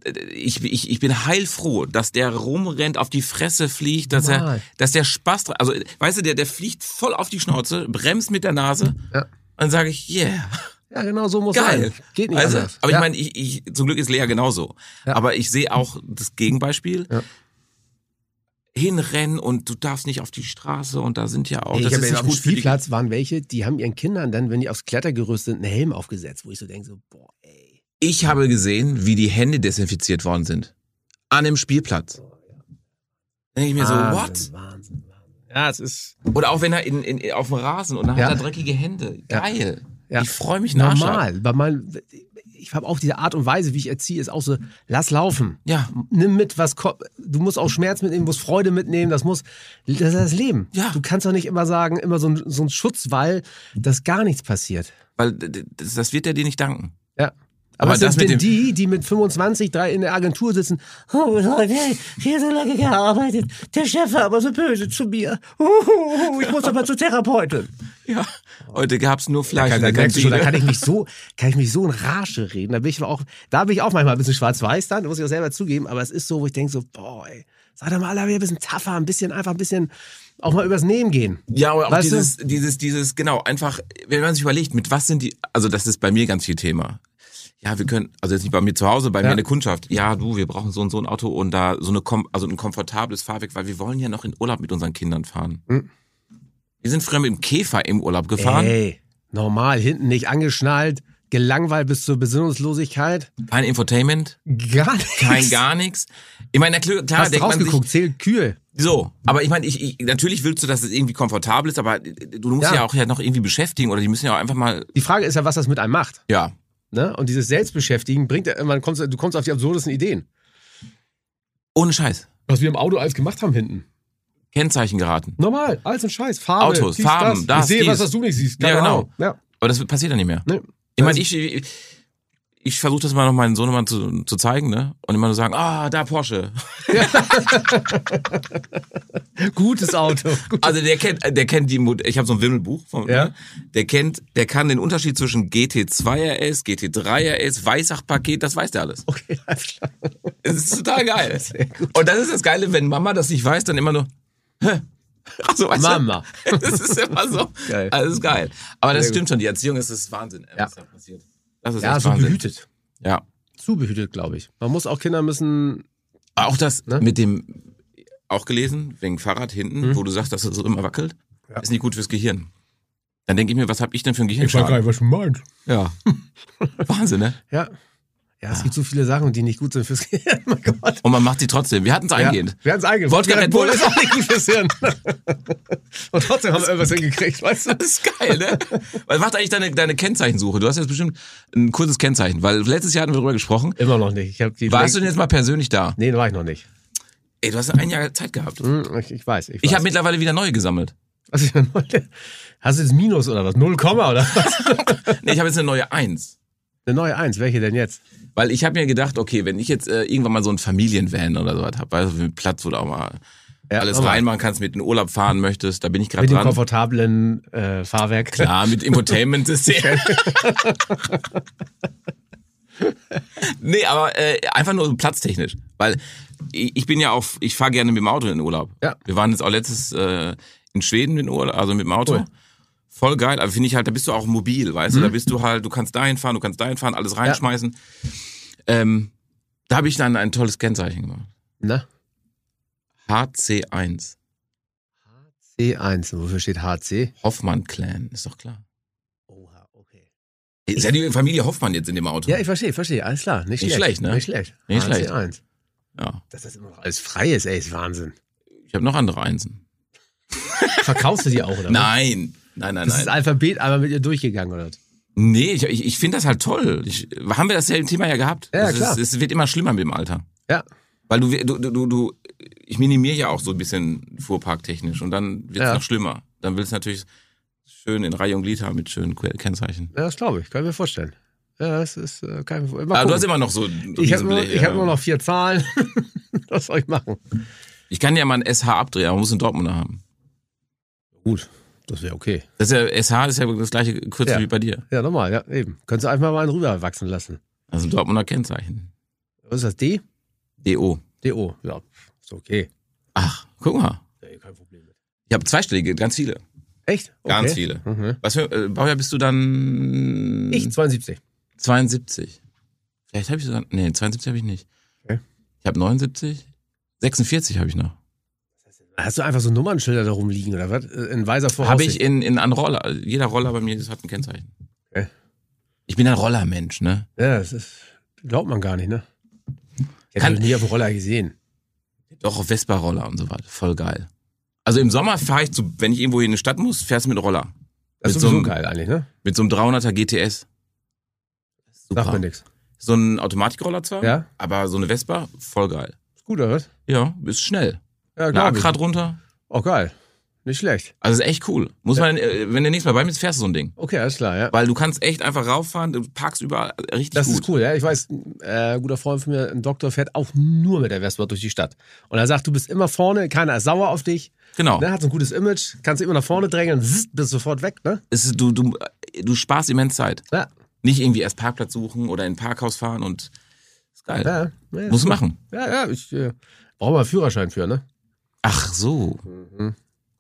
Speaker 4: äh, ich, ich, ich bin heilfroh, dass der rumrennt, auf die Fresse fliegt, dass
Speaker 3: Normal.
Speaker 4: er dass der Spaß dran, also äh, weißt du, der der fliegt voll auf die Schnauze, bremst mit der Nase.
Speaker 3: Ja.
Speaker 4: Und dann sage ich, yeah,
Speaker 3: Ja, genau, so muss
Speaker 4: geil.
Speaker 3: sein. Geht nicht
Speaker 4: also,
Speaker 3: anders.
Speaker 4: Aber
Speaker 3: ja.
Speaker 4: ich meine, ich, ich, zum Glück ist Lea genauso. Aber ich sehe auch das Gegenbeispiel.
Speaker 3: Ja.
Speaker 4: Hinrennen und du darfst nicht auf die Straße und da sind ja auch.
Speaker 3: ich
Speaker 4: das
Speaker 3: hab
Speaker 4: ist
Speaker 3: ja
Speaker 4: nicht
Speaker 3: auf dem
Speaker 4: gut für die.
Speaker 3: Spielplatz waren welche, die haben ihren Kindern dann, wenn die aufs Klettergerüst sind, einen Helm aufgesetzt, wo ich so denke, so, boah, ey.
Speaker 4: Ich habe gesehen, wie die Hände desinfiziert worden sind. An dem Spielplatz. Da denke ich mir so, what?
Speaker 3: Wahnsinn, Wahnsinn, Wahnsinn. Ja, es ist,
Speaker 4: Oder auch wenn er in, in, auf dem Rasen und dann
Speaker 3: Ja.
Speaker 4: hat er dreckige Hände.
Speaker 3: Ja.
Speaker 4: Geil.
Speaker 3: Ja.
Speaker 4: Ich freue mich nach.
Speaker 3: normal. Weil mein, ich habe auch diese Art und Weise, wie ich erziehe, ist auch so, lass laufen.
Speaker 4: Ja.
Speaker 3: Nimm mit, was kommt. Du musst auch Schmerz mitnehmen, musst Freude mitnehmen, das muss, das ist das Leben.
Speaker 4: Ja.
Speaker 3: Du kannst doch nicht immer sagen, immer so ein, so ein Schutzwall, dass gar nichts passiert.
Speaker 4: Weil d- d- das, das wird er dir nicht danken.
Speaker 3: Ja. Aber,
Speaker 4: Aber
Speaker 3: es
Speaker 4: das
Speaker 3: sind
Speaker 4: mit
Speaker 3: denn
Speaker 4: dem-
Speaker 3: die, die mit 25, drei in der Agentur sitzen. Oh Leute, hier so lange gearbeitet. Der Chef war aber so böse zu mir. Uhuhu, ich muss aber zur Therapeutin.
Speaker 4: Ja. Heute gab's nur Fleisch.
Speaker 3: Kann,
Speaker 4: in der
Speaker 3: da, merkst du schon, da
Speaker 4: Kantine.
Speaker 3: kann ich mich so, kann ich mich so in Rage reden. Da bin ich auch, da bin ich auch manchmal ein bisschen schwarz-weiß dann, muss ich auch selber zugeben, aber es ist so, wo ich denke so, boah, ey, sei doch mal alle ein bisschen tougher, ein bisschen, einfach ein bisschen auch mal übers Nehmen gehen.
Speaker 4: Ja, aber auch
Speaker 3: Weißt du?
Speaker 4: dieses, dieses, dieses, genau, einfach, wenn man sich überlegt, mit was sind die, also das ist bei mir ganz viel Thema. Ja, wir können, also jetzt nicht bei mir zu Hause, bei mir
Speaker 3: Ja.
Speaker 4: in der Kundschaft. Ja, du, wir brauchen so und so ein Auto und da so eine, kom also ein komfortables Fahrwerk, weil wir wollen ja noch in Urlaub mit unseren Kindern fahren. Wir sind früher mit dem Käfer im Urlaub gefahren.
Speaker 3: Hm. Ey, normal, hinten nicht angeschnallt, gelangweilt bis zur Besinnungslosigkeit.
Speaker 4: Kein Infotainment,
Speaker 3: Gar nichts.
Speaker 4: kein gar nichts. Ich meine, na klar, klar
Speaker 3: Hast
Speaker 4: denkt man sich,
Speaker 3: rausgeguckt, zählt Kühe.
Speaker 4: So, aber ich meine, ich, ich, natürlich willst du, dass es irgendwie komfortabel ist, aber äh, du musst
Speaker 3: Ja.
Speaker 4: ja, auch ja noch irgendwie beschäftigen oder die müssen ja auch einfach mal,
Speaker 3: Die Frage ist ja, was das mit einem macht.
Speaker 4: ja.
Speaker 3: Ne? Und dieses Selbstbeschäftigen bringt, ja irgendwann kommst, du- du kommst auf die absurdesten Ideen.
Speaker 4: Ohne Scheiß.
Speaker 3: Was wir im Auto alles gemacht haben hinten.
Speaker 4: Kennzeichen geraten.
Speaker 3: Normal, alles ein Scheiß. Farbe,
Speaker 4: Autos,
Speaker 3: dies,
Speaker 4: Farben,
Speaker 3: das.
Speaker 4: das,
Speaker 3: Ich sehe was,
Speaker 4: dies.
Speaker 3: was du nicht siehst.
Speaker 4: Ja,
Speaker 3: Keine
Speaker 4: genau.
Speaker 3: Ahnung. Ja,
Speaker 4: Aber das passiert ja nicht mehr.
Speaker 3: ne.
Speaker 4: Ich meine,
Speaker 3: Also-
Speaker 4: ich, ich, ich versuche das mal noch meinen Sohn mal zu, zu zeigen, ne? Und immer nur sagen, ah, da Porsche.
Speaker 3: Gutes Auto. Gut.
Speaker 4: Also der kennt, der kennt die Mod ich habe so ein Wimmelbuch von,
Speaker 3: Ja.
Speaker 4: ne? der kennt, der kann den Unterschied zwischen GT2 RS, GT3 RS, Weißach-Paket, das weiß der alles.
Speaker 3: Okay, alles klar.
Speaker 4: Es ist total geil. Und das ist das Geile, wenn Mama das nicht weiß, dann immer nur, hä? Also, weißt du,
Speaker 3: Mama.
Speaker 4: Das ist immer so.
Speaker 3: Geil.
Speaker 4: Also, das ist geil. Aber das
Speaker 3: Sehr gut.
Speaker 4: stimmt schon, die Erziehung ist das Wahnsinn, ey,
Speaker 3: Ja.
Speaker 4: was da passiert. Das ist
Speaker 3: Ja,
Speaker 4: echt
Speaker 3: so
Speaker 4: Wahnsinn.
Speaker 3: behütet.
Speaker 4: Ja.
Speaker 3: Zu behütet, glaube ich. Man muss auch Kinder müssen.
Speaker 4: Ah, Auch das
Speaker 3: Ne?
Speaker 4: mit dem, auch gelesen, wegen Fahrrad hinten, wo du sagst, dass es so immer wackelt, ist nicht gut fürs Gehirn. Dann denke ich mir, was habe ich denn für ein Gehirnschaden?
Speaker 3: nicht, was du meinst.
Speaker 4: Ja. Wahnsinn, ne?
Speaker 3: Ja. Ja, es gibt so viele Sachen, die nicht gut sind fürs Gehirn. mein Gott.
Speaker 4: Und man macht sie trotzdem. Wir hatten es
Speaker 3: Ja,
Speaker 4: eingehend.
Speaker 3: Wir haben es eingehen.
Speaker 4: Wodka Red Bull.
Speaker 3: ist auch nicht gut fürs Hirn. Und trotzdem haben wir irgendwas hingekriegt, weißt du?
Speaker 4: Das ist geil, ne? Was macht eigentlich deine, deine Kennzeichensuche? Du hast jetzt bestimmt ein kurzes Kennzeichen, weil letztes Jahr hatten wir drüber gesprochen.
Speaker 3: Immer noch nicht. Ich hab die
Speaker 4: Warst du denn jetzt mal persönlich da?
Speaker 3: Nee, da war ich noch nicht.
Speaker 4: Ey, du hast ein Jahr Zeit gehabt.
Speaker 3: Hm, Ich, ich weiß. Ich,
Speaker 4: Ich
Speaker 3: weiß.
Speaker 4: habe mittlerweile wieder neue gesammelt.
Speaker 3: Also, hast du jetzt Minus oder was? Null Komma oder was?
Speaker 4: Nee, ich habe jetzt eine neue Eins.
Speaker 3: Eine neue Eins. Welche denn jetzt?
Speaker 4: Weil ich habe mir gedacht, okay, wenn ich jetzt äh, irgendwann mal so einen Familienvan oder sowas habe, weißt du, mit Platz, wo du auch mal
Speaker 3: Ja,
Speaker 4: alles
Speaker 3: nochmal.
Speaker 4: reinmachen kannst, mit in den Urlaub fahren möchtest, da bin ich gerade
Speaker 3: Mit dem
Speaker 4: dran.
Speaker 3: komfortablen äh, Fahrwerk.
Speaker 4: Ja, mit Infotainment-System. nee, aber äh, einfach nur platztechnisch. Weil ich ich bin ja auch, ich fahre gerne mit dem Auto in den Urlaub.
Speaker 3: Ja.
Speaker 4: Wir waren jetzt auch letztes äh, in Schweden in Urlaub, also mit dem Auto.
Speaker 3: Cool. Mhm.
Speaker 4: Voll geil, aber finde ich halt, da bist du auch mobil, weißt du? Da bist du halt, du kannst dahin fahren, du kannst dahin fahren, alles reinschmeißen. Ähm, da habe ich dann ein tolles Kennzeichen gemacht.
Speaker 3: Ne?
Speaker 4: HC1.
Speaker 3: C1. Und Wofür steht HC?
Speaker 4: Hoffmann Clan, ist doch klar.
Speaker 3: Oha, okay.
Speaker 4: Ist ja die Familie Hoffmann jetzt in dem Auto.
Speaker 3: Ja, ich verstehe, verstehe. Alles klar. Nicht,
Speaker 4: Nicht schlecht, ne?
Speaker 3: Nicht schlecht.
Speaker 4: Nicht
Speaker 3: HC1.
Speaker 4: schlecht. ja.
Speaker 3: Dass das immer noch alles frei ist, ey, ist Wahnsinn.
Speaker 4: Ich habe noch andere Einsen.
Speaker 3: Verkaufst du die auch, oder? was?
Speaker 4: Nein, nein, nein,
Speaker 3: Das
Speaker 4: nein.
Speaker 3: ist das Alphabet einmal mit ihr durchgegangen, oder? was?
Speaker 4: Nee, ich, ich, ich finde das halt toll. Ich, haben wir dasselbe Thema ja gehabt.
Speaker 3: Ja,
Speaker 4: es,
Speaker 3: klar.
Speaker 4: Ist, es wird immer schlimmer mit dem Alter.
Speaker 3: Ja.
Speaker 4: Weil du, du, du, du, du ich minimiere ja auch so ein bisschen fuhrparktechnisch und dann wird es
Speaker 3: Ja.
Speaker 4: noch schlimmer. Dann willst du natürlich schön in Reihe und Glied haben mit schönen Que- Kennzeichen.
Speaker 3: Ja, das glaube ich. Kann ich mir vorstellen. Ja, das ist, äh, kann ich mir vorstellen. Mal
Speaker 4: Aber Ah, du hast
Speaker 3: gucken.
Speaker 4: immer noch so
Speaker 3: ich habe nur,
Speaker 4: Riesenblech,
Speaker 3: ich hab
Speaker 4: ja.
Speaker 3: nur noch vier Zahlen. Was soll ich machen?
Speaker 4: Ich kann ja mal einen SH abdrehen, aber muss einen Dortmunder haben.
Speaker 3: Gut, das wäre okay.
Speaker 4: Das ist ja, SH ist ja das gleiche kurz
Speaker 3: Ja.
Speaker 4: wie bei dir.
Speaker 3: Ja, nochmal, ja, eben. Könntest du einfach mal einen rüber wachsen lassen.
Speaker 4: Also ein Dortmunder Kennzeichen.
Speaker 3: Was ist das? D?
Speaker 4: DO.
Speaker 3: DO. Ja, ist okay.
Speaker 4: Ach, guck mal.
Speaker 3: Ja, kein Problem mit.
Speaker 4: Ich habe zweistellige, ganz viele.
Speaker 3: Echt? Okay.
Speaker 4: Ganz viele.
Speaker 3: Mhm.
Speaker 4: Was für äh, Baujahr bist du dann?
Speaker 3: Ich 72.
Speaker 4: 72. Vielleicht habe ich sogar. Nee, 72 habe ich nicht.
Speaker 3: Okay.
Speaker 4: Ich habe 79. 46 habe ich noch.
Speaker 3: Hast du einfach so Nummernschilder da rumliegen oder was? Äh, In weiser Voraussicht.
Speaker 4: Habe ich in, in an Roller. Also Jeder Roller bei mir das hat ein Kennzeichen.
Speaker 3: Okay.
Speaker 4: Ich bin ein Rollermensch, ne?
Speaker 3: Ja, das ist, glaubt man gar nicht, ne? Ich
Speaker 4: Kann-
Speaker 3: habe nie auf dem Roller gesehen.
Speaker 4: Doch auf Vespa-Roller und so was. Voll geil. Also im Sommer fahre ich zu, wenn ich irgendwo in die Stadt muss, fährst du mit Roller.
Speaker 3: Das
Speaker 4: Mit
Speaker 3: ist
Speaker 4: so
Speaker 3: sowieso
Speaker 4: einem-
Speaker 3: geil eigentlich, ne?
Speaker 4: Mit so einem 300er GTS.
Speaker 3: Sagt mir
Speaker 4: Super.
Speaker 3: nichts.
Speaker 4: So ein Automatikroller zwar,
Speaker 3: Ja?
Speaker 4: aber so eine Vespa, voll geil.
Speaker 3: Ist gut, oder was?
Speaker 4: Ja, ist schnell.
Speaker 3: Ja,
Speaker 4: Eine
Speaker 3: glaub ich.
Speaker 4: Akrad runter.
Speaker 3: Oh, geil. Nicht schlecht.
Speaker 4: Also ist echt cool. Muss man, äh, wenn du nächstes Mal bei mir bist, fährst du so ein Ding.
Speaker 3: Okay, alles klar, ja.
Speaker 4: Weil du kannst echt einfach rauffahren, du parkst überall äh, richtig
Speaker 3: Das
Speaker 4: gut.
Speaker 3: ist cool, ja. Ich weiß, äh, ein guter Freund von mir, ein Doktor, fährt auch nur mit der Vespa durch die Stadt. Und er sagt, du bist immer vorne, keiner ist sauer auf dich.
Speaker 4: Genau.
Speaker 3: Ne, hat so ein gutes Image, kannst du immer nach vorne drängeln, zzz, bist sofort weg, ne?
Speaker 4: Es ist, du, du, du sparst immens Zeit.
Speaker 3: Ja,
Speaker 4: Nicht irgendwie erst Parkplatz suchen oder in ein Parkhaus fahren und ist geil.
Speaker 3: ja, ja.
Speaker 4: Muss machen.
Speaker 3: Ja, ja, ich äh, brauche mal einen Führerschein für, ne?
Speaker 4: Ach so.
Speaker 3: Mhm.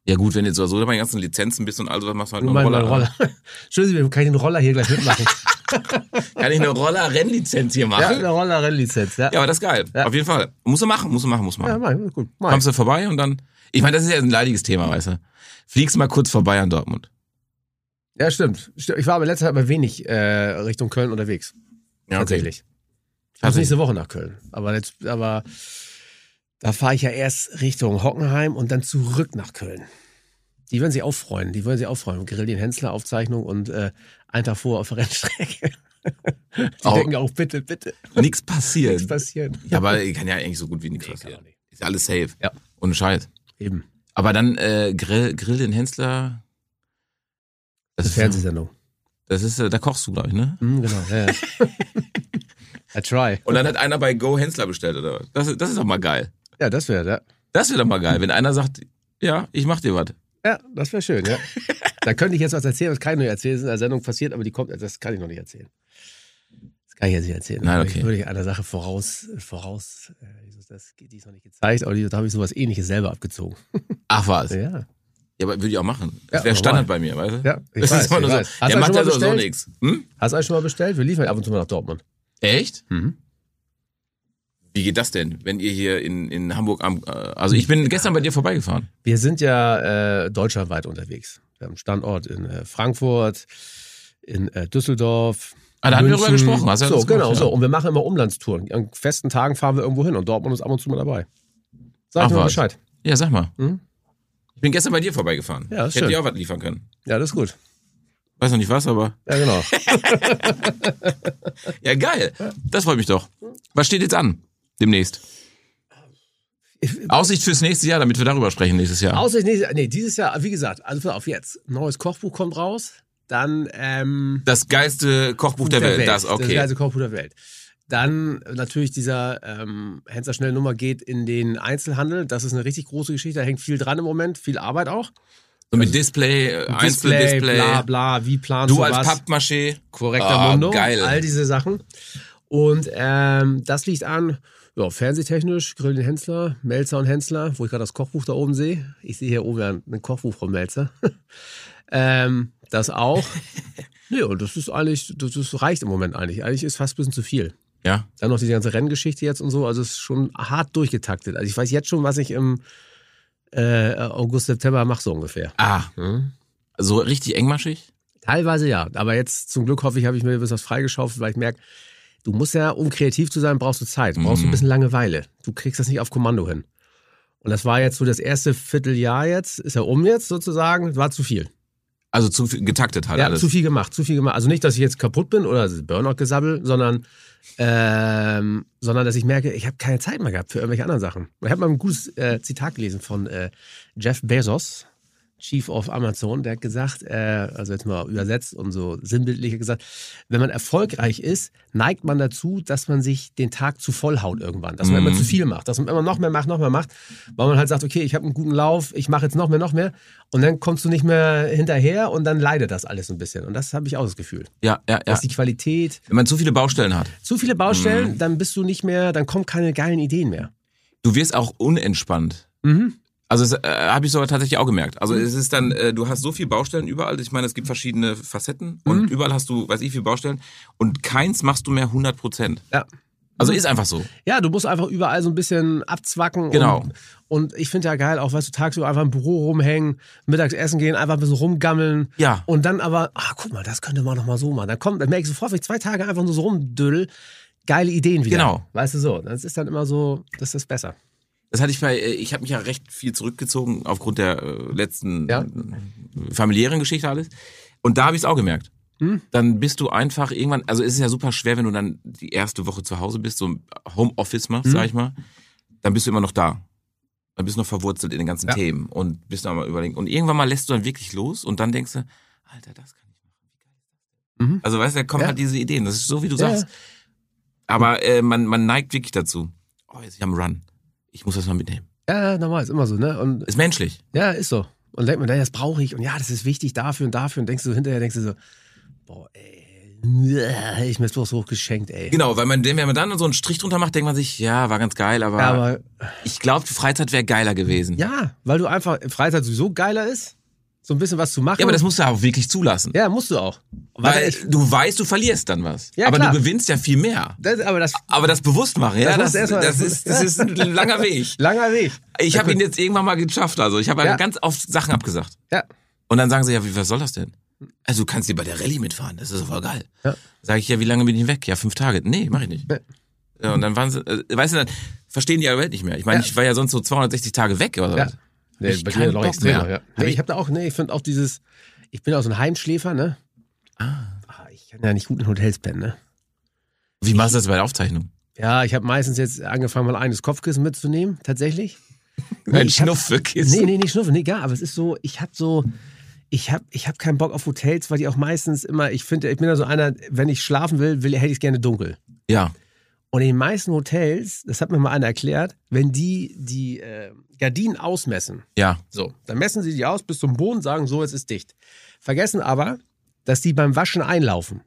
Speaker 4: Ja gut, wenn du jetzt so bei den ganzen Lizenzen bist und all sowas, machst du halt
Speaker 3: Nur
Speaker 4: noch
Speaker 3: mal
Speaker 4: einen
Speaker 3: Roller.
Speaker 4: Roller.
Speaker 3: Roller. Entschuldigung, kann ich den Roller hier gleich mitmachen?
Speaker 4: Kann ich eine Roller-Rennlizenz hier
Speaker 3: ja,
Speaker 4: machen?
Speaker 3: eine
Speaker 4: Ja,
Speaker 3: Roller-Rennlizenz, ja.
Speaker 4: aber das ist geil.
Speaker 3: Ja.
Speaker 4: Auf jeden Fall. Muss man machen, muss man machen, muss man
Speaker 3: Ja,
Speaker 4: machen.
Speaker 3: mach, ich, gut. Mach. ich.
Speaker 4: Kommst du vorbei und dann... Ich meine, das ist ja ein leidiges Thema, weißt du. Fliegst mal kurz vorbei an Dortmund.
Speaker 3: Ja, stimmt. Stimmt. Ich war aber letzte Zeit mal wenig äh, Richtung Köln unterwegs.
Speaker 4: Ja,
Speaker 3: Tatsächlich. Ich muss
Speaker 4: Tatsächlich.
Speaker 3: nächste Woche nach Köln. Aber, jetzt, aber da fahre ich ja erst Richtung Hockenheim und dann zurück nach Köln. Die werden sich auch freuen. Die werden sich auch freuen. Grill den Hensler Aufzeichnung und äh, einen Tag vor auf der Rennstrecke. Die
Speaker 4: Auch-
Speaker 3: denken auch, bitte, bitte,
Speaker 4: Nichts passiert.
Speaker 3: nichts passiert.
Speaker 4: Ja, aber kann ja eigentlich so gut wie nichts
Speaker 3: kann auch
Speaker 4: passieren.
Speaker 3: nicht.
Speaker 4: Ist alles safe.
Speaker 3: Ja.
Speaker 4: Ohne Scheiß.
Speaker 3: Eben.
Speaker 4: Aber dann äh, Grill, Grill den Hensler. Das ist,
Speaker 3: Fernsehsendung.
Speaker 4: das ist äh, da kochst du, glaube ich, ne?
Speaker 3: Mhm, genau. Ja, ja. I try.
Speaker 4: Und dann hat einer bei Go Hensler bestellt, oder was? Das, das ist doch mal geil.
Speaker 3: Ja, das wäre, ja.
Speaker 4: Das wäre doch mal geil, wenn einer sagt, ja, ich mach dir was.
Speaker 3: Ja, das wäre schön, ja. da könnte ich jetzt was erzählen, was kann ich noch nicht erzählen. Das ist in der Sendung passiert, aber die kommt, das kann ich noch nicht erzählen. Das kann ich jetzt nicht erzählen.
Speaker 4: Nein,
Speaker 3: Würde ich-
Speaker 4: okay.
Speaker 3: Würde ich einer Sache voraus, voraus, äh, wieso ist das, die ist noch nicht gezeigt, aber die, da habe ich sowas ähnliches selber abgezogen.
Speaker 4: Ach was. Ja,
Speaker 3: Ja,
Speaker 4: aber würde ich auch machen.
Speaker 3: Ja,
Speaker 4: Das wäre
Speaker 3: normal.
Speaker 4: Standard bei mir, weißt du?
Speaker 3: ja ich
Speaker 4: das
Speaker 3: weiß,
Speaker 4: ist immer
Speaker 3: ich
Speaker 4: nur so.
Speaker 3: weiß. Hast
Speaker 4: der
Speaker 3: du euch
Speaker 4: macht
Speaker 3: schon
Speaker 4: ja
Speaker 3: mal
Speaker 4: sowieso
Speaker 3: bestellt?
Speaker 4: nichts. Hm?
Speaker 3: Hast du euch schon mal bestellt? Wir liefern ab und zu mal nach Dortmund.
Speaker 4: Echt?
Speaker 3: Mhm.
Speaker 4: Wie geht das denn, wenn ihr hier in, in Hamburg am. äh, Also ich bin gestern bei dir vorbeigefahren.
Speaker 3: Wir sind ja äh, deutschlandweit unterwegs. Wir haben Standort in äh, Frankfurt, in äh, Düsseldorf.
Speaker 4: Ah, da hatten wir
Speaker 3: München.
Speaker 4: drüber gesprochen. Hast du ja
Speaker 3: so,
Speaker 4: das
Speaker 3: genau,
Speaker 4: gemacht, ja.
Speaker 3: so. Und wir machen immer Umlandstouren. An festen Tagen fahren wir irgendwo hin und Dortmund ist ab und zu mal dabei. Sag
Speaker 4: Ach
Speaker 3: mir mal
Speaker 4: was.
Speaker 3: Bescheid.
Speaker 4: Ja, sag mal.
Speaker 3: Hm?
Speaker 4: Ich bin gestern bei dir vorbeigefahren.
Speaker 3: Ja, ist
Speaker 4: ich hätte
Speaker 3: schön.
Speaker 4: dir auch was liefern können.
Speaker 3: Ja, das ist gut.
Speaker 4: Weiß noch nicht was, aber.
Speaker 3: Ja, genau.
Speaker 4: Ja, geil. Das freut mich doch. Was steht jetzt an? Demnächst. Aussicht fürs nächste Jahr, damit wir darüber sprechen nächstes Jahr.
Speaker 3: Außer nächstes, nee, dieses Jahr, wie gesagt, also pass auf jetzt. Neues Kochbuch kommt raus. Dann ähm,
Speaker 4: Das geilste Kochbuch der, Welt. Das,
Speaker 3: Das
Speaker 4: okay.
Speaker 3: geilste Kochbuch der Welt. Dann äh, natürlich dieser ähm, Hänzer schnell Nummer geht in den Einzelhandel. Das ist eine richtig große Geschichte. Da hängt viel dran im Moment, viel Arbeit auch.
Speaker 4: so mit Display, äh, Einzeldisplay.
Speaker 3: bla bla, wie planst du,
Speaker 4: Du als
Speaker 3: was?
Speaker 4: Pappmaché.
Speaker 3: Korrekter
Speaker 4: Ah,
Speaker 3: Mundo,
Speaker 4: geil.
Speaker 3: all diese Sachen. Und ähm, das liegt an, ja, fernsehtechnisch, Grill den Hensler, Melzer und Hensler, wo ich gerade das Kochbuch da oben sehe. Ich sehe hier oben ja ein Kochbuch von Melzer. ähm, das auch. Nee, und das ist eigentlich, das, das reicht im Moment eigentlich. Eigentlich ist fast ein bisschen zu viel.
Speaker 4: Ja.
Speaker 3: Dann noch diese ganze Renngeschichte jetzt und so. Also es ist schon hart durchgetaktet. Also ich weiß jetzt schon, was ich im äh, August, September mache, so ungefähr.
Speaker 4: Ah,
Speaker 3: Hm?
Speaker 4: so richtig engmaschig?
Speaker 3: Teilweise ja, aber jetzt zum Glück hoffe ich, habe ich mir ein bisschen was freigeschaufelt, weil ich merke, du musst ja, um kreativ zu sein, brauchst du Zeit, brauchst du ein bisschen Langeweile. Du kriegst das nicht auf Kommando hin. Und das war jetzt so das erste Vierteljahr jetzt, ist ja um jetzt sozusagen, war zu viel.
Speaker 4: Also zu viel getaktet halt
Speaker 3: Ja,
Speaker 4: alles.
Speaker 3: zu viel gemacht, zu viel gemacht. Also nicht, dass ich jetzt kaputt bin oder Burnout-Gesabbel, sondern, ähm, sondern dass ich merke, ich habe keine Zeit mehr gehabt für irgendwelche anderen Sachen. Ich habe mal ein gutes äh, Zitat gelesen von äh, Jeff Bezos, Chief of Amazon, der hat gesagt, äh, also jetzt mal übersetzt und so sinnbildlich gesagt, wenn man erfolgreich ist, neigt man dazu, dass man sich den Tag zu voll haut irgendwann, dass man immer zu viel macht, dass man immer noch mehr macht, noch mehr macht, weil man halt sagt, okay, ich habe einen guten Lauf, ich mache jetzt noch mehr, noch mehr und dann kommst du nicht mehr hinterher und dann leidet das alles ein bisschen und das habe ich auch das Gefühl,
Speaker 4: Ja, ja, ja.
Speaker 3: dass die Qualität,
Speaker 4: Wenn man zu viele Baustellen hat.
Speaker 3: zu viele Baustellen, dann bist du nicht mehr, dann kommen keine geilen Ideen mehr.
Speaker 4: Du wirst auch unentspannt.
Speaker 3: Mhm.
Speaker 4: Also das äh, habe ich sogar tatsächlich auch gemerkt. Also es ist dann, äh, du hast so viel Baustellen überall. Ich meine, es gibt verschiedene Facetten
Speaker 3: Mhm.
Speaker 4: und überall hast du, weiß ich, viel Baustellen und keins machst du mehr 100 Prozent.
Speaker 3: Ja.
Speaker 4: Also
Speaker 3: Mhm.
Speaker 4: ist einfach so.
Speaker 3: Ja, du musst einfach überall so ein bisschen abzwacken.
Speaker 4: Genau.
Speaker 3: Und, und ich finde ja geil, auch weißt du, tagsüber einfach im Büro rumhängen, mittags essen gehen, einfach ein bisschen rumgammeln.
Speaker 4: Ja.
Speaker 3: Und dann aber, ah, guck mal, das könnte man noch mal so machen. Dann kommt, dann merke ich sofort, wenn ich zwei Tage einfach nur so rumdödel, geile Ideen wieder.
Speaker 4: Genau.
Speaker 3: Weißt du so, das ist dann immer so, das ist besser.
Speaker 4: Das hatte ich bei, äh, ich habe mich ja recht viel zurückgezogen aufgrund der äh, letzten
Speaker 3: Ja.
Speaker 4: äh, familiären Geschichte alles. Und da habe ich es auch gemerkt.
Speaker 3: Mhm.
Speaker 4: Dann bist du einfach irgendwann, also es ist ja super schwer, wenn du dann
Speaker 3: Mhm.
Speaker 4: die erste Woche zu Hause bist, so ein Homeoffice machst, sag ich mal, dann bist du immer noch da. Dann bist du noch verwurzelt in den ganzen Themen und bist noch mal überlegen. Und irgendwann mal lässt du dann wirklich los und dann denkst du, Alter, das kann ich machen.
Speaker 3: Mhm.
Speaker 4: Also weißt du, da kommen
Speaker 3: Ja.
Speaker 4: halt diese Ideen. Das ist so, wie du
Speaker 3: Ja,
Speaker 4: sagst. Aber äh, man, man neigt wirklich dazu. Oh, jetzt bin ich am Run. Ich muss das mal mitnehmen.
Speaker 3: Ja, normal, ist immer so, ne? Und
Speaker 4: Ist menschlich.
Speaker 3: ja, ist so. Und denkt man, naja, das brauche ich und ja, das ist wichtig dafür und dafür. Und denkst du so hinterher, denkst du so, boah, ey, hätte ich mir bloß hochgeschenkt, ey.
Speaker 4: Genau, weil man, wenn man dann so einen Strich drunter macht, denkt man sich, ja, war ganz geil, aber,
Speaker 3: Ja, aber
Speaker 4: ich glaube, Freizeit wäre geiler gewesen.
Speaker 3: ja, weil du einfach Freizeit sowieso geiler ist, so ein bisschen was zu machen.
Speaker 4: Ja, aber das musst du auch wirklich zulassen.
Speaker 3: ja musst du auch.
Speaker 4: weil
Speaker 3: Weil ich,
Speaker 4: du weißt, du verlierst dann was.
Speaker 3: Ja,
Speaker 4: aber
Speaker 3: klar.
Speaker 4: du gewinnst ja viel mehr.
Speaker 3: das, aber das
Speaker 4: Aber das bewusst machen, ja,
Speaker 3: Das
Speaker 4: das,
Speaker 3: musst du
Speaker 4: das,
Speaker 3: erst mal-
Speaker 4: ist, das ist ein langer Weg.
Speaker 3: langer Weg.
Speaker 4: Ich habe ihn jetzt irgendwann mal geschafft. Also ich habe
Speaker 3: Ja.
Speaker 4: ganz oft Sachen abgesagt.
Speaker 3: Ja.
Speaker 4: Und dann sagen sie, ja, wie, was soll das denn? Also du kannst hier bei der Rallye mitfahren, das ist voll geil.
Speaker 3: Ja.
Speaker 4: Sage ich, ja, wie lange bin ich weg? Ja, fünf Tage. Nee, mach ich nicht.
Speaker 3: Ja.
Speaker 4: Ja, und dann waren sie, äh, weißt du, dann verstehen die ja überhaupt nicht mehr. Ich meine,
Speaker 3: Ja.
Speaker 4: ich war ja sonst so 260 Tage weg oder
Speaker 3: Ja.
Speaker 4: was.
Speaker 3: Nee,
Speaker 4: Ich
Speaker 3: bei
Speaker 4: keinen
Speaker 3: dir noch
Speaker 4: Bock
Speaker 3: extremer,
Speaker 4: mehr.
Speaker 3: ja.
Speaker 4: Hab
Speaker 3: Nee,
Speaker 4: ich-
Speaker 3: ich habe da auch, nee, ich finde auch dieses, ich bin auch so ein Heimschläfer, ne? Ah. Ich kann ja nicht gut in Hotels pennen, ne?
Speaker 4: Wie machst du das bei der Aufzeichnung?
Speaker 3: Ja, ich habe meistens jetzt angefangen, mal eines Kopfkissen mitzunehmen, tatsächlich. Nee,
Speaker 4: Ein
Speaker 3: ich hab-
Speaker 4: Schnupfkissen.
Speaker 3: Nee, nee, nicht schnuffen, nee, gar, aber es ist so, ich habe so, ich habe ich hab keinen Bock auf Hotels, weil die auch meistens immer, ich finde, ich bin ja so einer, wenn ich schlafen will, will hätte ich es gerne dunkel.
Speaker 4: Ja.
Speaker 3: Und in den meisten Hotels, das hat mir mal einer erklärt, wenn die die äh, Gardinen ausmessen,
Speaker 4: Ja.
Speaker 3: so, dann messen sie die aus bis zum Boden, sagen so, jetzt ist dicht. Vergessen aber, dass die beim Waschen einlaufen.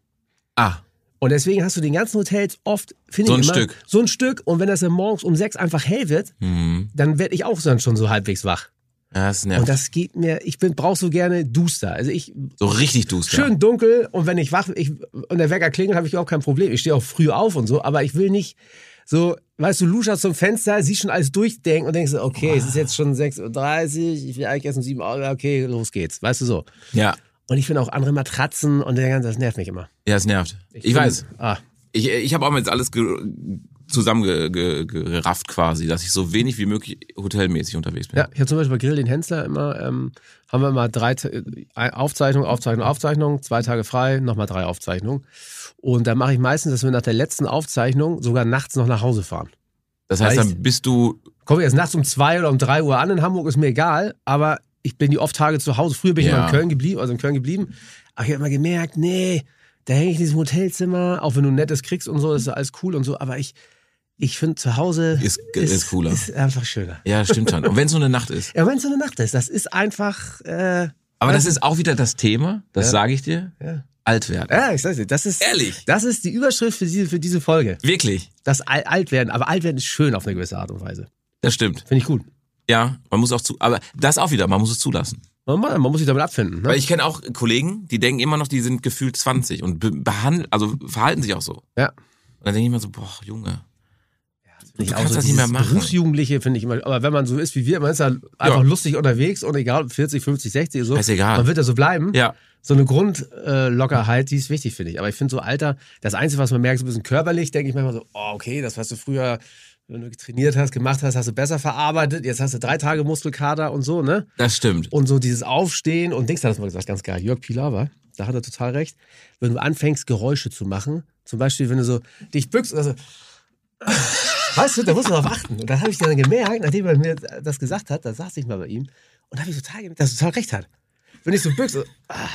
Speaker 4: Ah.
Speaker 3: Und deswegen hast du den ganzen Hotels oft, finde
Speaker 4: So
Speaker 3: ich
Speaker 4: ein
Speaker 3: immer,
Speaker 4: Stück.
Speaker 3: so ein Stück. Und wenn das dann morgens um sechs einfach hell wird,
Speaker 4: Hm.
Speaker 3: dann werde ich auch dann schon so halbwegs wach.
Speaker 4: Ja, das
Speaker 3: Und
Speaker 4: nervt.
Speaker 3: das geht mir, ich bin, brauch so gerne Duster. Also ich,
Speaker 4: so richtig duster.
Speaker 3: schön dunkel und wenn ich wach ich, und der Wecker klingelt, habe ich überhaupt kein Problem. Ich stehe auch früh auf und so, aber ich will nicht so, weißt du, Luscha zum Fenster, siehst schon alles durchdenken und denkst, so, okay, es ist jetzt schon 6.30 Uhr, ich will eigentlich erst um 7 Uhr, okay, los geht's, weißt du so.
Speaker 4: Ja.
Speaker 3: Und ich finde auch andere Matratzen und der ganze, das nervt mich immer.
Speaker 4: Ja, es nervt. Ich,
Speaker 3: find-
Speaker 4: weiß.
Speaker 3: Ah,
Speaker 4: Ich, ich habe auch jetzt alles ge zusammengerafft ge gerafft quasi, dass ich so wenig wie möglich hotelmäßig unterwegs bin.
Speaker 3: ja, ich habe zum Beispiel bei Grill den Hensler immer, ähm, haben wir immer drei Ta- äh, Aufzeichnung, Aufzeichnung, Aufzeichnung, zwei Tage frei, nochmal drei Aufzeichnungen. Und da mache ich meistens, dass wir nach der letzten Aufzeichnung sogar nachts noch nach Hause fahren.
Speaker 4: Das heißt,
Speaker 3: Weiß.
Speaker 4: dann bist du,
Speaker 3: komme erst nachts um zwei oder um drei Uhr an in Hamburg, ist mir egal, aber ich bin die oft Tage zu Hause. Früher bin ich
Speaker 4: Ja.
Speaker 3: mal in Köln geblieben, also in Köln geblieben, aber ich habe immer gemerkt, nee, da hänge ich in diesem Hotelzimmer, auch wenn du ein nettes kriegst und so, das ist alles cool und so, aber ich, ich finde zu Hause
Speaker 4: Ist- ist cooler.
Speaker 3: Ist einfach schöner.
Speaker 4: ja, stimmt schon. Und wenn es nur eine Nacht ist.
Speaker 3: Ja, wenn es so eine Nacht ist, das ist einfach, äh,
Speaker 4: Aber das ist auch wieder das Thema, das
Speaker 3: Ja.
Speaker 4: sage ich dir,
Speaker 3: ja.
Speaker 4: alt werden.
Speaker 3: ja, ich sag's dir, das ist,
Speaker 4: Ehrlich?
Speaker 3: das ist die Überschrift für diese, für diese Folge.
Speaker 4: Wirklich,
Speaker 3: Das Al- Altwerden, aber Altwerden ist schön auf eine gewisse Art und Weise.
Speaker 4: das stimmt.
Speaker 3: Finde ich gut.
Speaker 4: Ja, man muss auch zu, aber das auch wieder, man muss es zulassen.
Speaker 3: Man, man muss sich damit abfinden. Ne?
Speaker 4: Weil ich kenne auch Kollegen, die denken immer noch, die sind gefühlt 20 und be behandeln, also verhalten sich auch so.
Speaker 3: Ja.
Speaker 4: Und dann denke ich immer so, boah, Junge.
Speaker 3: Nicht
Speaker 4: Du
Speaker 3: auch
Speaker 4: kannst
Speaker 3: so
Speaker 4: das nicht
Speaker 3: dieses
Speaker 4: mehr machen.
Speaker 3: Berufsjugendliche finde ich immer, aber wenn man so ist wie wir, man ist ja einfach
Speaker 4: Ja.
Speaker 3: lustig unterwegs und egal ob 40, 50, 60 so,
Speaker 4: Ist egal.
Speaker 3: man wird ja so bleiben.
Speaker 4: Ja.
Speaker 3: So eine Grundlockerheit, äh, Lockerheit, die ist wichtig, finde ich. Aber ich finde so Alter, das Einzige, was man merkt, so ein bisschen körperlich, denke ich manchmal so, oh, okay, das, was du früher, wenn du trainiert hast, gemacht hast, hast du besser verarbeitet, jetzt hast du drei Tage Muskelkater und so, ne?
Speaker 4: Das stimmt.
Speaker 3: Und so dieses Aufstehen und Dings hat das mal gesagt, ganz geil. Jörg Pilawa, da hat er total recht. Wenn du anfängst, Geräusche zu machen, zum Beispiel, wenn du so dich bückst oder so, weißt du, da muss man drauf achten. Und das habe ich dann gemerkt, nachdem er mir das gesagt hat, da saß ich mal bei ihm und habe ich total gemerkt, dass er total recht hat. Wenn ich so bückst, so, ah,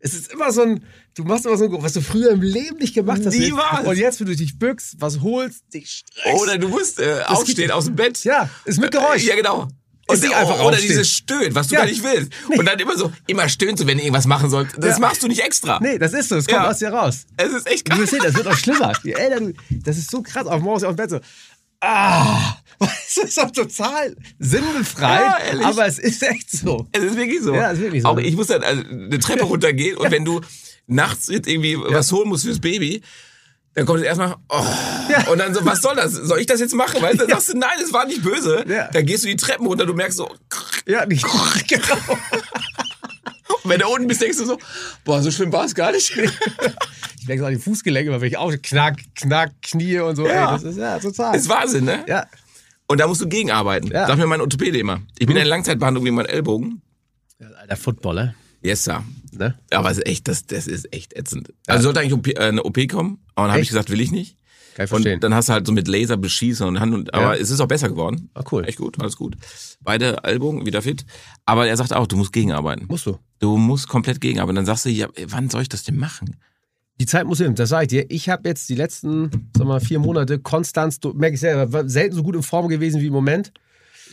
Speaker 3: es ist immer so ein, du machst immer so ein, was du früher im Leben nicht gemacht hast.
Speaker 4: Niemals.
Speaker 3: Und jetzt, wenn du dich bückst, was holst, dich streckst.
Speaker 4: Oder du musst äh, aufstehen aus dem Bett.
Speaker 3: ja, ist mit Geräusch.
Speaker 4: Ja, genau.
Speaker 3: Ist nicht einfach
Speaker 4: oder
Speaker 3: aufstehen.
Speaker 4: dieses Stöhnen, was du
Speaker 3: Ja.
Speaker 4: gar nicht willst. Und dann immer so, immer stöhnst du, wenn du irgendwas machen sollst. Das
Speaker 3: Ja.
Speaker 4: machst du nicht extra.
Speaker 3: Nee, das ist so, es kommt
Speaker 4: Ja.
Speaker 3: aus dir raus.
Speaker 4: Es ist echt
Speaker 3: Du
Speaker 4: krass.
Speaker 3: wirst sehen, das wird noch schlimmer. Die Eltern, das ist so krass. Auf morgens auf dem Bett so. Ah, das ist doch total
Speaker 4: Ja,
Speaker 3: sinnbefreit,
Speaker 4: ehrlich.
Speaker 3: aber es ist echt so.
Speaker 4: Es ist wirklich so.
Speaker 3: Ja, es ist wirklich so.
Speaker 4: Auch ich muss dann also, eine Treppe runtergehen und wenn du nachts jetzt irgendwie was holen musst fürs Baby, dann kommt es erstmal, oh.
Speaker 3: Ja.
Speaker 4: Und dann so, was soll das? Soll ich das jetzt machen? Weißt du, dann sagst du, nein, es war nicht böse.
Speaker 3: Ja.
Speaker 4: Dann gehst du die Treppen runter, du merkst so, krrr.
Speaker 3: Ja, nicht. genau.
Speaker 4: Und wenn du unten bist, denkst du so, boah, so schlimm war es gar nicht.
Speaker 3: Ich merke es auch die Fußgelenke, immer, wenn ich auch knack, knack, Knie und so.
Speaker 4: Ja.
Speaker 3: Ey, das ist ja total.
Speaker 4: ist Wahnsinn, ne?
Speaker 3: ja.
Speaker 4: Und da musst du gegenarbeiten.
Speaker 3: Ja. Hm.
Speaker 4: Sag mir mein Orthopäde immer. Ich bin in Langzeitbehandlung wegen meinem Ellbogen.
Speaker 3: Alter Footballer,
Speaker 4: Yes, sir.
Speaker 3: ne?
Speaker 4: Aber es ist echt, das, das ist echt ätzend. Also sollte eigentlich OP, äh, eine OP kommen, aber dann habe ich
Speaker 3: Echt?
Speaker 4: gesagt, will ich nicht.
Speaker 3: Kann ich
Speaker 4: und
Speaker 3: verstehen.
Speaker 4: dann hast du halt so mit Laser beschießen und Hand und, aber
Speaker 3: Ja.
Speaker 4: es ist auch besser geworden.
Speaker 3: Ah, cool.
Speaker 4: Echt gut, alles gut. Beide Ellbogen wieder fit. Aber er sagt auch, du musst gegenarbeiten.
Speaker 3: Musst du.
Speaker 4: Du musst komplett gegenarbeiten. Dann sagst du, ja, ey, wann soll ich das denn machen?
Speaker 3: Die Zeit muss hin, das sage ich dir. Ich habe jetzt die letzten sag mal, vier Monate Konstanz, du- merke ich selber, war selten so gut in Form gewesen wie im Moment.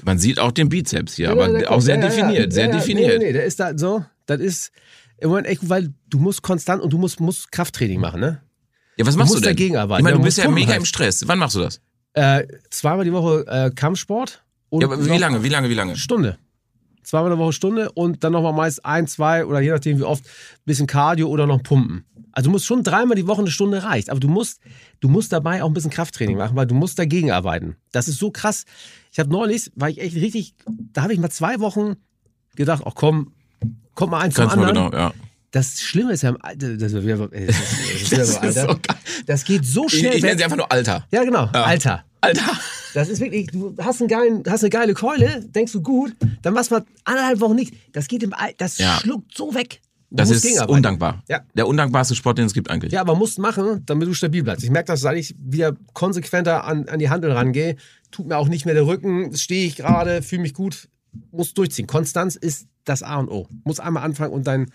Speaker 4: Man sieht auch den Bizeps hier,
Speaker 3: Ja,
Speaker 4: aber
Speaker 3: der
Speaker 4: auch
Speaker 3: kommt.
Speaker 4: sehr
Speaker 3: Ja, ja, ja.
Speaker 4: definiert, sehr
Speaker 3: Ja, ja,
Speaker 4: definiert.
Speaker 3: Nee, nee, der ist da so, das ist im Moment echt gut, weil du musst konstant und du musst, musst Krafttraining machen, ne?
Speaker 4: Ja, was machst du,
Speaker 3: musst
Speaker 4: denn?
Speaker 3: dagegen arbeiten.
Speaker 4: Ich meine,
Speaker 3: Ja,
Speaker 4: du
Speaker 3: du
Speaker 4: bist ja
Speaker 3: musst pumpen
Speaker 4: mega
Speaker 3: halt.
Speaker 4: im Stress. Wann machst du das?
Speaker 3: Äh, zweimal die Woche äh, Kampfsport. Und
Speaker 4: Ja, aber wie
Speaker 3: noch-
Speaker 4: lange, wie lange, wie lange?
Speaker 3: Stunde. Zweimal in der Woche Stunde und dann nochmal meist ein, zwei oder je nachdem wie oft ein bisschen Cardio oder noch Pumpen. Also du musst schon dreimal die Woche eine Stunde reicht, aber du musst, du musst dabei auch ein bisschen Krafttraining machen, weil du musst dagegen arbeiten. Das ist so krass. Ich habe neulich, war ich echt richtig, da habe ich mal zwei Wochen gedacht, ach komm, kommt mal eins zum
Speaker 4: Kannst du mal
Speaker 3: anderen.
Speaker 4: genau, ja.
Speaker 3: Das Schlimme ist ja, im Alter, das, ist- das, ist- das, ist-
Speaker 4: Das ist so
Speaker 3: Alter.
Speaker 4: geil.
Speaker 3: das geht so
Speaker 4: Ich,
Speaker 3: schnell
Speaker 4: ich nenne sie
Speaker 3: weg.
Speaker 4: einfach nur Alter.
Speaker 3: Ja genau, Alter.
Speaker 4: Alter.
Speaker 3: Das ist wirklich, du hast, einen geilen, hast eine geile Keule, denkst du gut, dann machst du mal anderthalb Wochen nichts. Das geht im All, das
Speaker 4: Ja.
Speaker 3: schluckt so weg. Du
Speaker 4: Das
Speaker 3: musst
Speaker 4: ist
Speaker 3: gegenarbeiten.
Speaker 4: undankbar.
Speaker 3: Ja.
Speaker 4: Der undankbarste Sport, den es gibt eigentlich.
Speaker 3: Ja, aber musst machen, damit du stabil bleibst. Ich merke das, seit ich wieder konsequenter an, an die Handel rangehe, tut mir auch nicht mehr der Rücken, stehe ich gerade, fühle mich gut, muss durchziehen. Konstanz ist das A und O. Muss einmal anfangen und dein...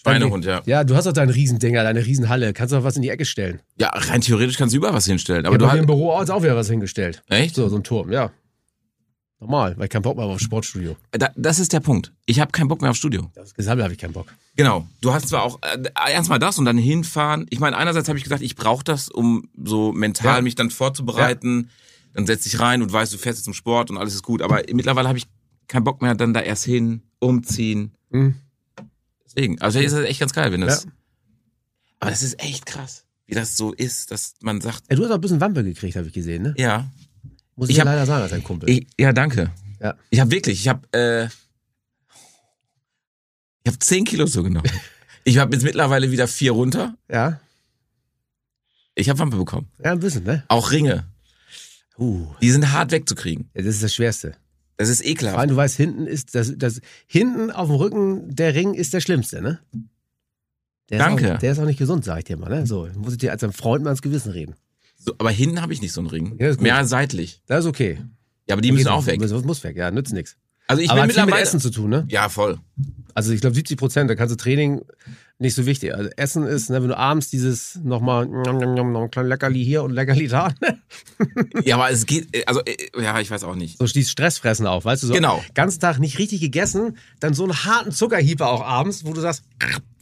Speaker 4: Schweinehund, ja.
Speaker 3: Ja, du hast doch deinen Riesendinger, deine Riesenhalle. Kannst doch was in die Ecke stellen.
Speaker 4: Ja, rein theoretisch kannst du über was hinstellen. Aber
Speaker 3: Ja,
Speaker 4: du
Speaker 3: bei mir im
Speaker 4: hast.
Speaker 3: Büro ist auch wieder was hingestellt.
Speaker 4: Echt?
Speaker 3: So, so ein Turm, ja. Normal, weil ich keinen Bock mehr habe auf Sportstudio.
Speaker 4: Da, das ist der Punkt. Ich habe keinen Bock mehr aufs Studio.
Speaker 3: Deshalb habe ich keinen Bock.
Speaker 4: Genau. Du hast zwar auch äh, erstmal das und dann hinfahren. Ich meine, einerseits habe ich gedacht, ich brauche das, um so mental
Speaker 3: Ja.
Speaker 4: mich dann vorzubereiten. Dann setz dich rein und weißt, du fährst jetzt zum Sport und alles ist gut. Aber mittlerweile habe ich keinen Bock mehr, dann da erst hin, umziehen.
Speaker 3: Mhm.
Speaker 4: Deswegen. Also ist das echt ganz geil, wenn das.
Speaker 3: Ja.
Speaker 4: Aber das ist echt krass, wie das so ist, dass man sagt,
Speaker 3: Ey, du hast auch ein bisschen Wampe gekriegt, habe ich gesehen, ne?
Speaker 4: ja,
Speaker 3: Muss
Speaker 4: Ich
Speaker 3: ich, dir
Speaker 4: hab-
Speaker 3: leider sagen, als dein Kumpel.
Speaker 4: Ich, ja, danke.
Speaker 3: Ja.
Speaker 4: Ich habe wirklich, ich habe äh, ich habe 10 Kilo zugenommen. ich habe jetzt mittlerweile wieder vier runter.
Speaker 3: ja?
Speaker 4: Ich habe Wampe bekommen.
Speaker 3: ja, ein bisschen, ne?
Speaker 4: Auch Ringe.
Speaker 3: Uh,
Speaker 4: Die sind hart wegzukriegen.
Speaker 3: ja, das ist das Schwerste.
Speaker 4: Das ist
Speaker 3: Vor
Speaker 4: ekelhaft.
Speaker 3: allem, du weißt, hinten ist das, das. Hinten auf dem Rücken, der Ring ist der Schlimmste, ne? Der Ist
Speaker 4: Danke.
Speaker 3: auch, der ist auch nicht gesund, sag ich dir mal, ne? So, muss ich dir als ein Freund mal ins Gewissen reden.
Speaker 4: So, aber hinten habe ich nicht so einen Ring.
Speaker 3: Ja, ist gut.
Speaker 4: Mehr seitlich.
Speaker 3: Das ist okay.
Speaker 4: Ja, aber die müssen auch weg.
Speaker 3: Muss, muss weg, ja, nützt nichts.
Speaker 4: Also ich
Speaker 3: Aber
Speaker 4: bin
Speaker 3: hat viel mit
Speaker 4: mittlerweile.
Speaker 3: Essen zu tun, ne?
Speaker 4: Ja, voll.
Speaker 3: Also ich glaube 70 Prozent, da kannst du Training nicht so wichtig. Also Essen ist, ne, wenn du abends dieses nochmal noch ein klein Leckerli hier und Leckerli da, ne?
Speaker 4: Ja, aber es geht. äh, Also äh, ja, ich weiß auch nicht.
Speaker 3: So stieß Stressfressen auf, weißt du so.
Speaker 4: Genau.
Speaker 3: Ganzen Tag nicht richtig gegessen, dann so einen harten Zuckerhieber auch abends, wo du sagst,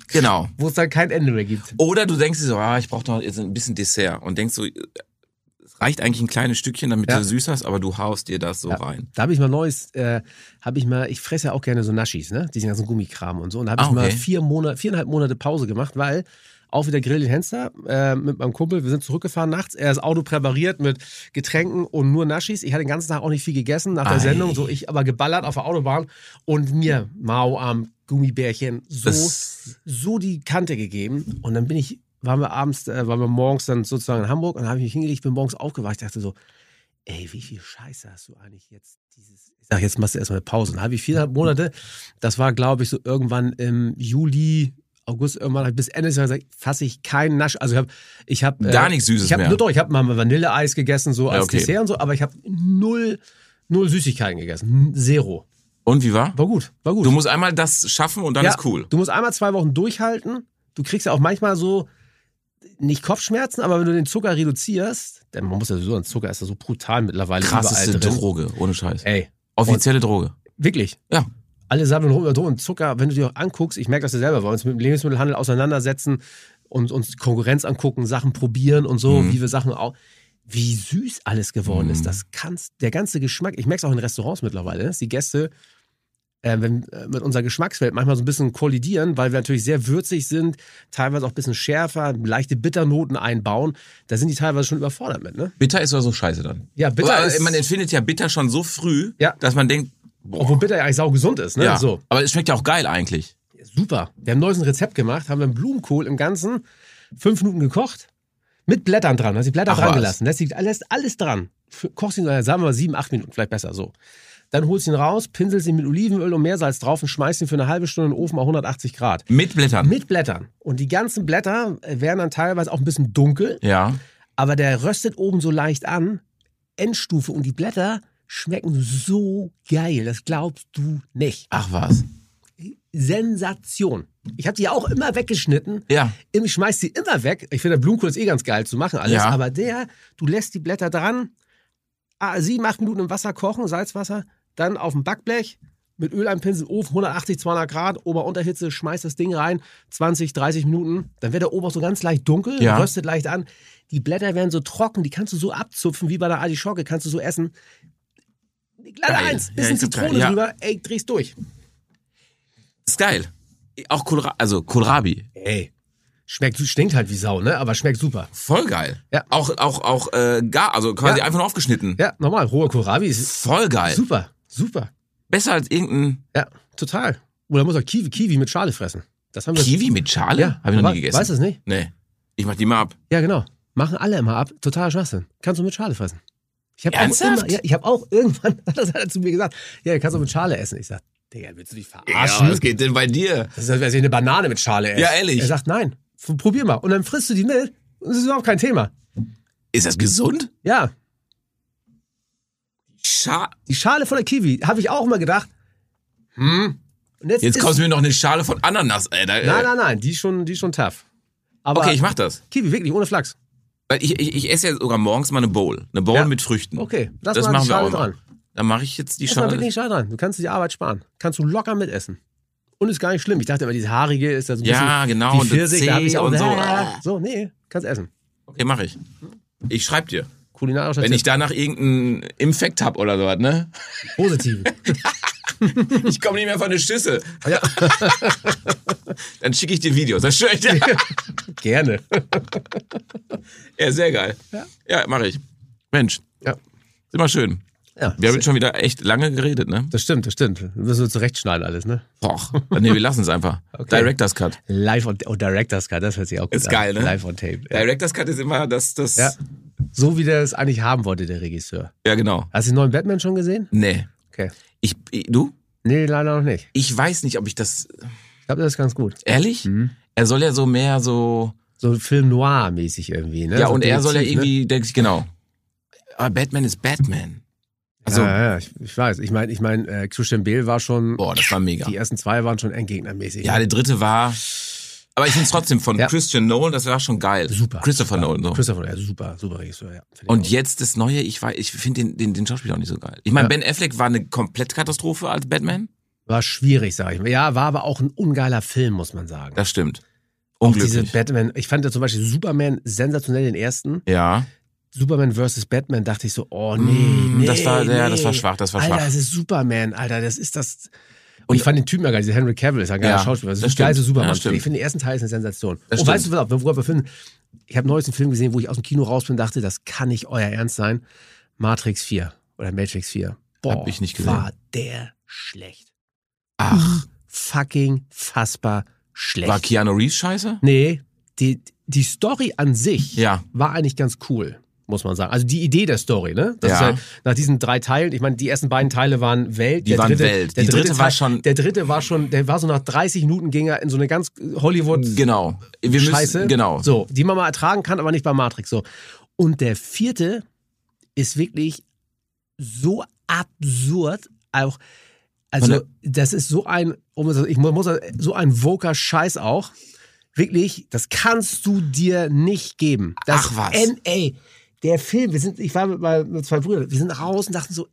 Speaker 4: Genau.
Speaker 3: wo es dann kein Ende mehr gibt.
Speaker 4: Oder du denkst dir so, ah, ich brauche doch jetzt ein bisschen Dessert und denkst so, äh, es reicht eigentlich ein kleines Stückchen, damit
Speaker 3: Ja.
Speaker 4: du süß hast, aber du haust dir das so rein.
Speaker 3: Da habe ich mal neues, äh, habe ich mal, ich fresse ja auch gerne so Naschis, ne? Diesen ganzen Gummikram und so. Und da habe ich
Speaker 4: Ah,
Speaker 3: mal
Speaker 4: okay.
Speaker 3: vier Monate, viereinhalb Monate Pause gemacht, weil auch wieder Grill in Henster äh, mit meinem Kumpel. Wir sind zurückgefahren nachts. Er ist Auto präpariert mit Getränken und nur Naschis. Ich hatte den ganzen Tag auch nicht viel gegessen nach der
Speaker 4: Ei.
Speaker 3: Sendung. So ich aber geballert auf der Autobahn und mir Mao am Gummibärchen so
Speaker 4: Das-
Speaker 3: so die Kante gegeben. Und dann bin ich, waren wir abends, äh, waren wir morgens dann sozusagen in Hamburg und dann habe ich mich hingelegt, bin morgens aufgewacht, dachte so, ey, wie viel Scheiße hast du eigentlich jetzt dieses. Ich sag, jetzt machst du erstmal eine Pause. Dann habe ich viereinhalb Monate, das war, glaube ich, so irgendwann im Juli, August, irgendwann hab ich bis Ende des Jahres gesagt, fasse ich keinen Nasch. Also ich habe. Ich hab, äh,
Speaker 4: Gar nichts Süßes
Speaker 3: ich hab,
Speaker 4: mehr.
Speaker 3: Nur doch, ich habe mal Vanilleeis gegessen, so als
Speaker 4: okay.
Speaker 3: Dessert und so, aber ich habe null, null Süßigkeiten gegessen. Zero.
Speaker 4: Und wie war?
Speaker 3: War gut, war gut.
Speaker 4: Du musst einmal das schaffen und dann ist cool.
Speaker 3: Du musst einmal zwei Wochen durchhalten. Du kriegst ja auch manchmal so nicht Kopfschmerzen, aber wenn du den Zucker reduzierst, denn man muss ja so, Zucker ist ja so brutal mittlerweile
Speaker 4: Krasseste
Speaker 3: überall drin. Äh,
Speaker 4: Droge, ohne Scheiß.
Speaker 3: Ey,
Speaker 4: Offizielle Droge.
Speaker 3: wirklich.
Speaker 4: Ja.
Speaker 3: Alle sammeln rum über Drogen und Zucker, wenn du dir auch anguckst, ich merke das ja selber, weil wir uns mit dem Lebensmittelhandel auseinandersetzen und uns Konkurrenz angucken, Sachen probieren und so,
Speaker 4: Mhm.
Speaker 3: wie wir Sachen auch. Wie süß alles geworden ist. Das kannst, der ganze Geschmack, ich merke es auch in Restaurants mittlerweile, dass die Gäste äh, wenn, äh, mit unserer Geschmackswelt manchmal so ein bisschen kollidieren, weil wir natürlich sehr würzig sind, teilweise auch ein bisschen schärfer, leichte Bitternoten einbauen. Da sind die teilweise schon überfordert mit, ne?
Speaker 4: Bitter ist also scheiße dann.
Speaker 3: Ja, bitter
Speaker 4: Aber
Speaker 3: ist-
Speaker 4: man empfindet ja bitter schon so früh,
Speaker 3: Ja.
Speaker 4: dass man denkt,
Speaker 3: Obwohl
Speaker 4: boah,
Speaker 3: bitter ja eigentlich saugesund ist, ne?
Speaker 4: ja.
Speaker 3: So.
Speaker 4: aber es schmeckt ja auch geil eigentlich.
Speaker 3: Super. Wir haben neues ein Rezept gemacht, haben wir einen Blumenkohl im Ganzen fünf Minuten gekocht, mit Blättern dran. Hast die Blätter
Speaker 4: Ach
Speaker 3: dran
Speaker 4: was.
Speaker 3: gelassen. Lässt, die, lässt alles dran. F- Kochst ihn, äh, sagen wir mal, sieben, acht Minuten, vielleicht besser so. Dann holst ihn raus, pinselst ihn mit Olivenöl und Meersalz drauf und schmeißt ihn für eine halbe Stunde in den Ofen bei 180 Grad.
Speaker 4: Mit Blättern.
Speaker 3: Mit Blättern. Und die ganzen Blätter äh, werden dann teilweise auch ein bisschen dunkel,
Speaker 4: Ja.
Speaker 3: aber der röstet oben so leicht an. Endstufe und die Blätter schmecken so geil. Das glaubst du nicht.
Speaker 4: Ach was.
Speaker 3: Sensation. Ich habe die ja auch immer weggeschnitten.
Speaker 4: Ja.
Speaker 3: Ich schmeiß die immer weg. Ich finde Blumenkohl ist eh ganz geil zu machen alles.
Speaker 4: Ja.
Speaker 3: Aber der, du lässt die Blätter dran, ah, sieben, acht Minuten im Wasser kochen, Salzwasser, dann auf dem Backblech mit Öl einpinseln, Ofen 180, 200 Grad, Ober-Unterhitze, schmeißt das Ding rein, 20, 30 Minuten. Dann wird der Ober so ganz leicht dunkel,
Speaker 4: Ja.
Speaker 3: röstet leicht an. Die Blätter werden so trocken, die kannst du so abzupfen, wie bei einer Artischocke, kannst du so essen. Leider
Speaker 4: Geil.
Speaker 3: eins,
Speaker 4: Ja,
Speaker 3: bisschen
Speaker 4: ist so geil,
Speaker 3: Zitrone
Speaker 4: ja.
Speaker 3: drüber, ey, drehst durch.
Speaker 4: Ist geil. Auch Kohlrabi, also Kohlrabi.
Speaker 3: Ey, schmeckt, stinkt halt wie Sau, ne? Aber schmeckt super.
Speaker 4: Voll geil.
Speaker 3: Ja.
Speaker 4: Auch, auch, auch, äh, gar, also quasi
Speaker 3: Ja.
Speaker 4: einfach nur aufgeschnitten.
Speaker 3: Ja, normal, roher Kohlrabi ist
Speaker 4: Voll geil.
Speaker 3: super, super.
Speaker 4: Besser als irgendein
Speaker 3: Ja, total. Oder muss auch Kiwi, Kiwi mit Schale fressen. Das haben wir.
Speaker 4: Kiwi mit Schale?
Speaker 3: Ja,
Speaker 4: Hab ich noch
Speaker 3: aber
Speaker 4: nie gegessen.
Speaker 3: Weißt du es nicht?
Speaker 4: Nee. Ich mach die mal ab.
Speaker 3: Ja, genau. Machen alle immer ab. Totaler Schwachsinn. Kannst du mit Schale fressen. Ich habe auch,
Speaker 4: Ernsthaft?
Speaker 3: immer- ja, ich hab auch irgendwann, das hat er zu mir gesagt, ja, kannst du mit Schale essen. Ich sag, Digga, willst du dich verarschen?
Speaker 4: was geht denn bei dir?
Speaker 3: das ist, als wenn ich eine Banane mit Schale esse.
Speaker 4: Ja, ehrlich.
Speaker 3: Er sagt, nein, f- probier mal. Und dann frisst du die mit. Und das ist überhaupt kein Thema.
Speaker 4: Ist das gesund?
Speaker 3: Ja,
Speaker 4: Scha
Speaker 3: die Schale von der Kiwi, habe ich auch immer gedacht. Hm. Und jetzt
Speaker 4: Jetzt
Speaker 3: ist,
Speaker 4: kaufst du mir noch eine Schale von Ananas, ey. Da,
Speaker 3: Nein,
Speaker 4: äh,
Speaker 3: nein, nein, die ist schon, die ist schon tough. Aber
Speaker 4: okay, ich mach das.
Speaker 3: Kiwi, wirklich, ohne Flachs.
Speaker 4: Weil ich, ich, ich esse ja sogar morgens mal eine Bowl. Eine Bowl
Speaker 3: Ja.
Speaker 4: mit Früchten.
Speaker 3: Okay, lass
Speaker 4: das
Speaker 3: mal die
Speaker 4: machen wir
Speaker 3: Schale
Speaker 4: auch mal.
Speaker 3: dran.
Speaker 4: Dann mache ich jetzt die
Speaker 3: Ist mal
Speaker 4: Schale.
Speaker 3: wirklich nicht schade dran. Du kannst dir die Arbeit sparen. Kannst du locker mitessen. Und ist gar nicht schlimm. Ich dachte immer, dieses Haarige ist da so ein
Speaker 4: Ja,
Speaker 3: bisschen
Speaker 4: genau,
Speaker 3: die
Speaker 4: und das
Speaker 3: Pfirsich, da hab ich
Speaker 4: Zäh
Speaker 3: auch
Speaker 4: und so.
Speaker 3: Ah. So, nee, kannst essen.
Speaker 4: Okay, mache ich. Ich schreib dir.
Speaker 3: Kulinarischer
Speaker 4: Wenn ich
Speaker 3: Tipp.
Speaker 4: danach irgendeinen Infekt hab oder sowas, ne?
Speaker 3: Positiv.
Speaker 4: Ich komme nicht mehr von der Schüsse. Dann schicke ich dir Videos. Das schwör ich dir.
Speaker 3: Gerne.
Speaker 4: Ja, sehr geil. Ja, mache ich. Mensch,
Speaker 3: Ja.
Speaker 4: ist immer schön.
Speaker 3: Ja,
Speaker 4: Wir haben
Speaker 3: das-
Speaker 4: jetzt schon wieder echt lange geredet, ne?
Speaker 3: das stimmt, das stimmt. Das müssen wir zurechtschneiden alles, ne?
Speaker 4: Boah. Nee, wir lassen es einfach. Director's Cut.
Speaker 3: Live on oh, Director's Cut, das hört sich auch gut
Speaker 4: Ist
Speaker 3: an.
Speaker 4: geil, ne?
Speaker 3: Live on Tape. Ja.
Speaker 4: Director's Cut ist immer das, das.
Speaker 3: ja. So wie der es eigentlich haben wollte, der Regisseur.
Speaker 4: ja genau.
Speaker 3: Hast du den neuen Batman schon gesehen?
Speaker 4: Nee.
Speaker 3: Okay.
Speaker 4: Ich, ich, du?
Speaker 3: Nee, leider noch nicht.
Speaker 4: Ich weiß nicht, ob ich das.
Speaker 3: Ich glaube, das ist ganz gut.
Speaker 4: Ehrlich?
Speaker 3: Mhm.
Speaker 4: Er soll ja so mehr so.
Speaker 3: So Film Noir-mäßig irgendwie, ne?
Speaker 4: Ja,
Speaker 3: so
Speaker 4: und er soll ja
Speaker 3: Detektiv, ne?
Speaker 4: irgendwie, denke ich, genau. Aber Batman ist Batman. Also,
Speaker 3: ja, ja, ich, ich weiß. Ich meine, ich mein, äh, Christian Bale war schon.
Speaker 4: boah, das war mega.
Speaker 3: Die ersten zwei waren schon endgegnermäßig.
Speaker 4: Ja, der dritte war. Aber ich finde es trotzdem von
Speaker 3: Ja.
Speaker 4: Christian Nolan, das war schon geil.
Speaker 3: super.
Speaker 4: Christopher
Speaker 3: super.
Speaker 4: Nolan. So.
Speaker 3: Christopher, ja, super, super Regisseur, ja. Find ich
Speaker 4: Und
Speaker 3: auch.
Speaker 4: jetzt das Neue, ich weiß, ich finde den, den, den Schauspieler auch nicht so geil. Ich meine, Ben Affleck war eine Komplettkatastrophe als Batman.
Speaker 3: war schwierig, sag ich mal. Ja, war aber auch ein ungeiler Film, muss man sagen.
Speaker 4: Das stimmt.
Speaker 3: auch diese
Speaker 4: Unglücklich.
Speaker 3: Batman, ich fand ja zum Beispiel Superman sensationell den ersten.
Speaker 4: Ja,
Speaker 3: Superman vs. Batman dachte ich so, oh nee,
Speaker 4: Mm,
Speaker 3: nee.
Speaker 4: das war-
Speaker 3: nee.
Speaker 4: ja, das war schwach, das war
Speaker 3: Alter,
Speaker 4: schwach.
Speaker 3: das ist Superman, Alter, das ist das. Und ich fand den Typen ja geil, dieser Henry Cavill ist ein geiler
Speaker 4: Ja,
Speaker 3: Schauspieler. Das
Speaker 4: das
Speaker 3: ist der geilste
Speaker 4: stimmt. Ja,
Speaker 3: Superman.
Speaker 4: das stimmt.
Speaker 3: ich finde, den ersten Teil ist eine Sensation.
Speaker 4: Das
Speaker 3: und weißt du,
Speaker 4: stimmt.
Speaker 3: was- worüber wir finden? Ich habe neulich einen Film gesehen, wo ich aus dem Kino raus bin und dachte, das kann nicht euer Ernst sein. Matrix 4 oder Matrix 4.
Speaker 4: Hab ich nicht gesehen.
Speaker 3: war der schlecht.
Speaker 4: Ach.
Speaker 3: Fucking fassbar schlecht.
Speaker 4: war Keanu Reeves scheiße?
Speaker 3: Nee, die, die Story an sich
Speaker 4: Ja.
Speaker 3: war eigentlich ganz cool, muss man sagen. Also die Idee der Story, ne? Das
Speaker 4: Ja.
Speaker 3: ist halt nach diesen drei Teilen, ich meine, die ersten beiden Teile waren Welt,
Speaker 4: Die
Speaker 3: der
Speaker 4: waren
Speaker 3: dritte,
Speaker 4: Welt.
Speaker 3: Der
Speaker 4: Die
Speaker 3: dritte,
Speaker 4: dritte war
Speaker 3: Teil-
Speaker 4: schon-
Speaker 3: Der dritte war schon, der war so nach 30 Minuten ging er in so eine ganz Hollywood
Speaker 4: Genau. Wir müssen,
Speaker 3: Hm. Scheiße.
Speaker 4: Genau.
Speaker 3: So, die man mal ertragen kann, aber nicht bei Matrix. So. Und der vierte ist wirklich so absurd, auch. Also,
Speaker 4: Von
Speaker 3: das ist so ein, um es- ich mu- muss sagen, so ein woker Scheiß auch. Wirklich, das kannst du dir nicht geben. Das
Speaker 4: Ach was.
Speaker 3: N- ey, der Film, wir sind, ich war mit, meinen- mit zwei Brüdern, wir sind raus und dachten so,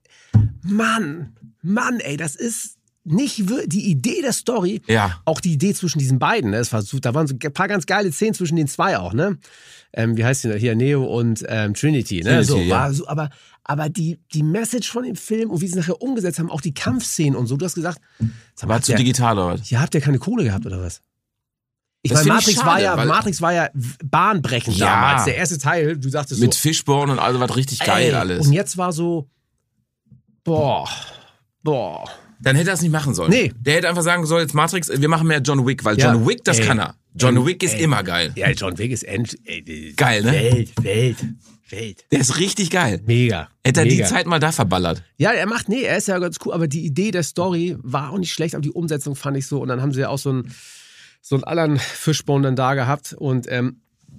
Speaker 3: Mann, Mann, ey, das ist nicht wir- die Idee der Story,
Speaker 4: Ja.
Speaker 3: auch die Idee zwischen diesen beiden, ne? es war, so- da waren so ein paar ganz geile Szenen zwischen den zwei auch, ne? Ähm, wie heißt die denn? Hier, Neo und ähm, Trinity, ne?
Speaker 4: Trinity,
Speaker 3: so,
Speaker 4: ja.
Speaker 3: war so, aber, aber die, die Message von dem Film und wie sie es nachher umgesetzt haben, auch die Kampfszenen und so, du hast gesagt, sag mal,
Speaker 4: War
Speaker 3: habt
Speaker 4: zu
Speaker 3: ihr,
Speaker 4: digital, oder? was?
Speaker 3: ja, habt ihr keine Kohle gehabt oder was? Ich
Speaker 4: Das
Speaker 3: meine,
Speaker 4: find ich
Speaker 3: Matrix, war
Speaker 4: schade,
Speaker 3: ja,
Speaker 4: weil-
Speaker 3: Matrix war ja bahnbrechend
Speaker 4: Ja.
Speaker 3: damals. Der erste Teil, du sagtest
Speaker 4: Mit
Speaker 3: so,
Speaker 4: Fishborn und also was richtig geil
Speaker 3: ey,
Speaker 4: alles.
Speaker 3: Und jetzt war so, boah, boah.
Speaker 4: Dann hätte er es nicht machen sollen.
Speaker 3: Nee.
Speaker 4: Der hätte einfach sagen sollen, jetzt Matrix, wir machen mehr John Wick, weil
Speaker 3: Ja.
Speaker 4: John Wick, das
Speaker 3: Ey.
Speaker 4: kann er. John
Speaker 3: Ey.
Speaker 4: Wick ist
Speaker 3: Ey.
Speaker 4: immer geil.
Speaker 3: Ja, John Wick ist end, ey,
Speaker 4: Geil, ne?
Speaker 3: Welt, Welt, Welt.
Speaker 4: Der ist richtig geil.
Speaker 3: Mega.
Speaker 4: Hätte er die
Speaker 3: mega.
Speaker 4: Zeit mal da verballert.
Speaker 3: Ja, er macht, nee, er ist ja ganz cool, aber die Idee der Story war auch nicht schlecht, aber die Umsetzung fand ich so. Und dann haben sie ja auch so einen, so einen anderen Fischbone dann da gehabt. Und ähm,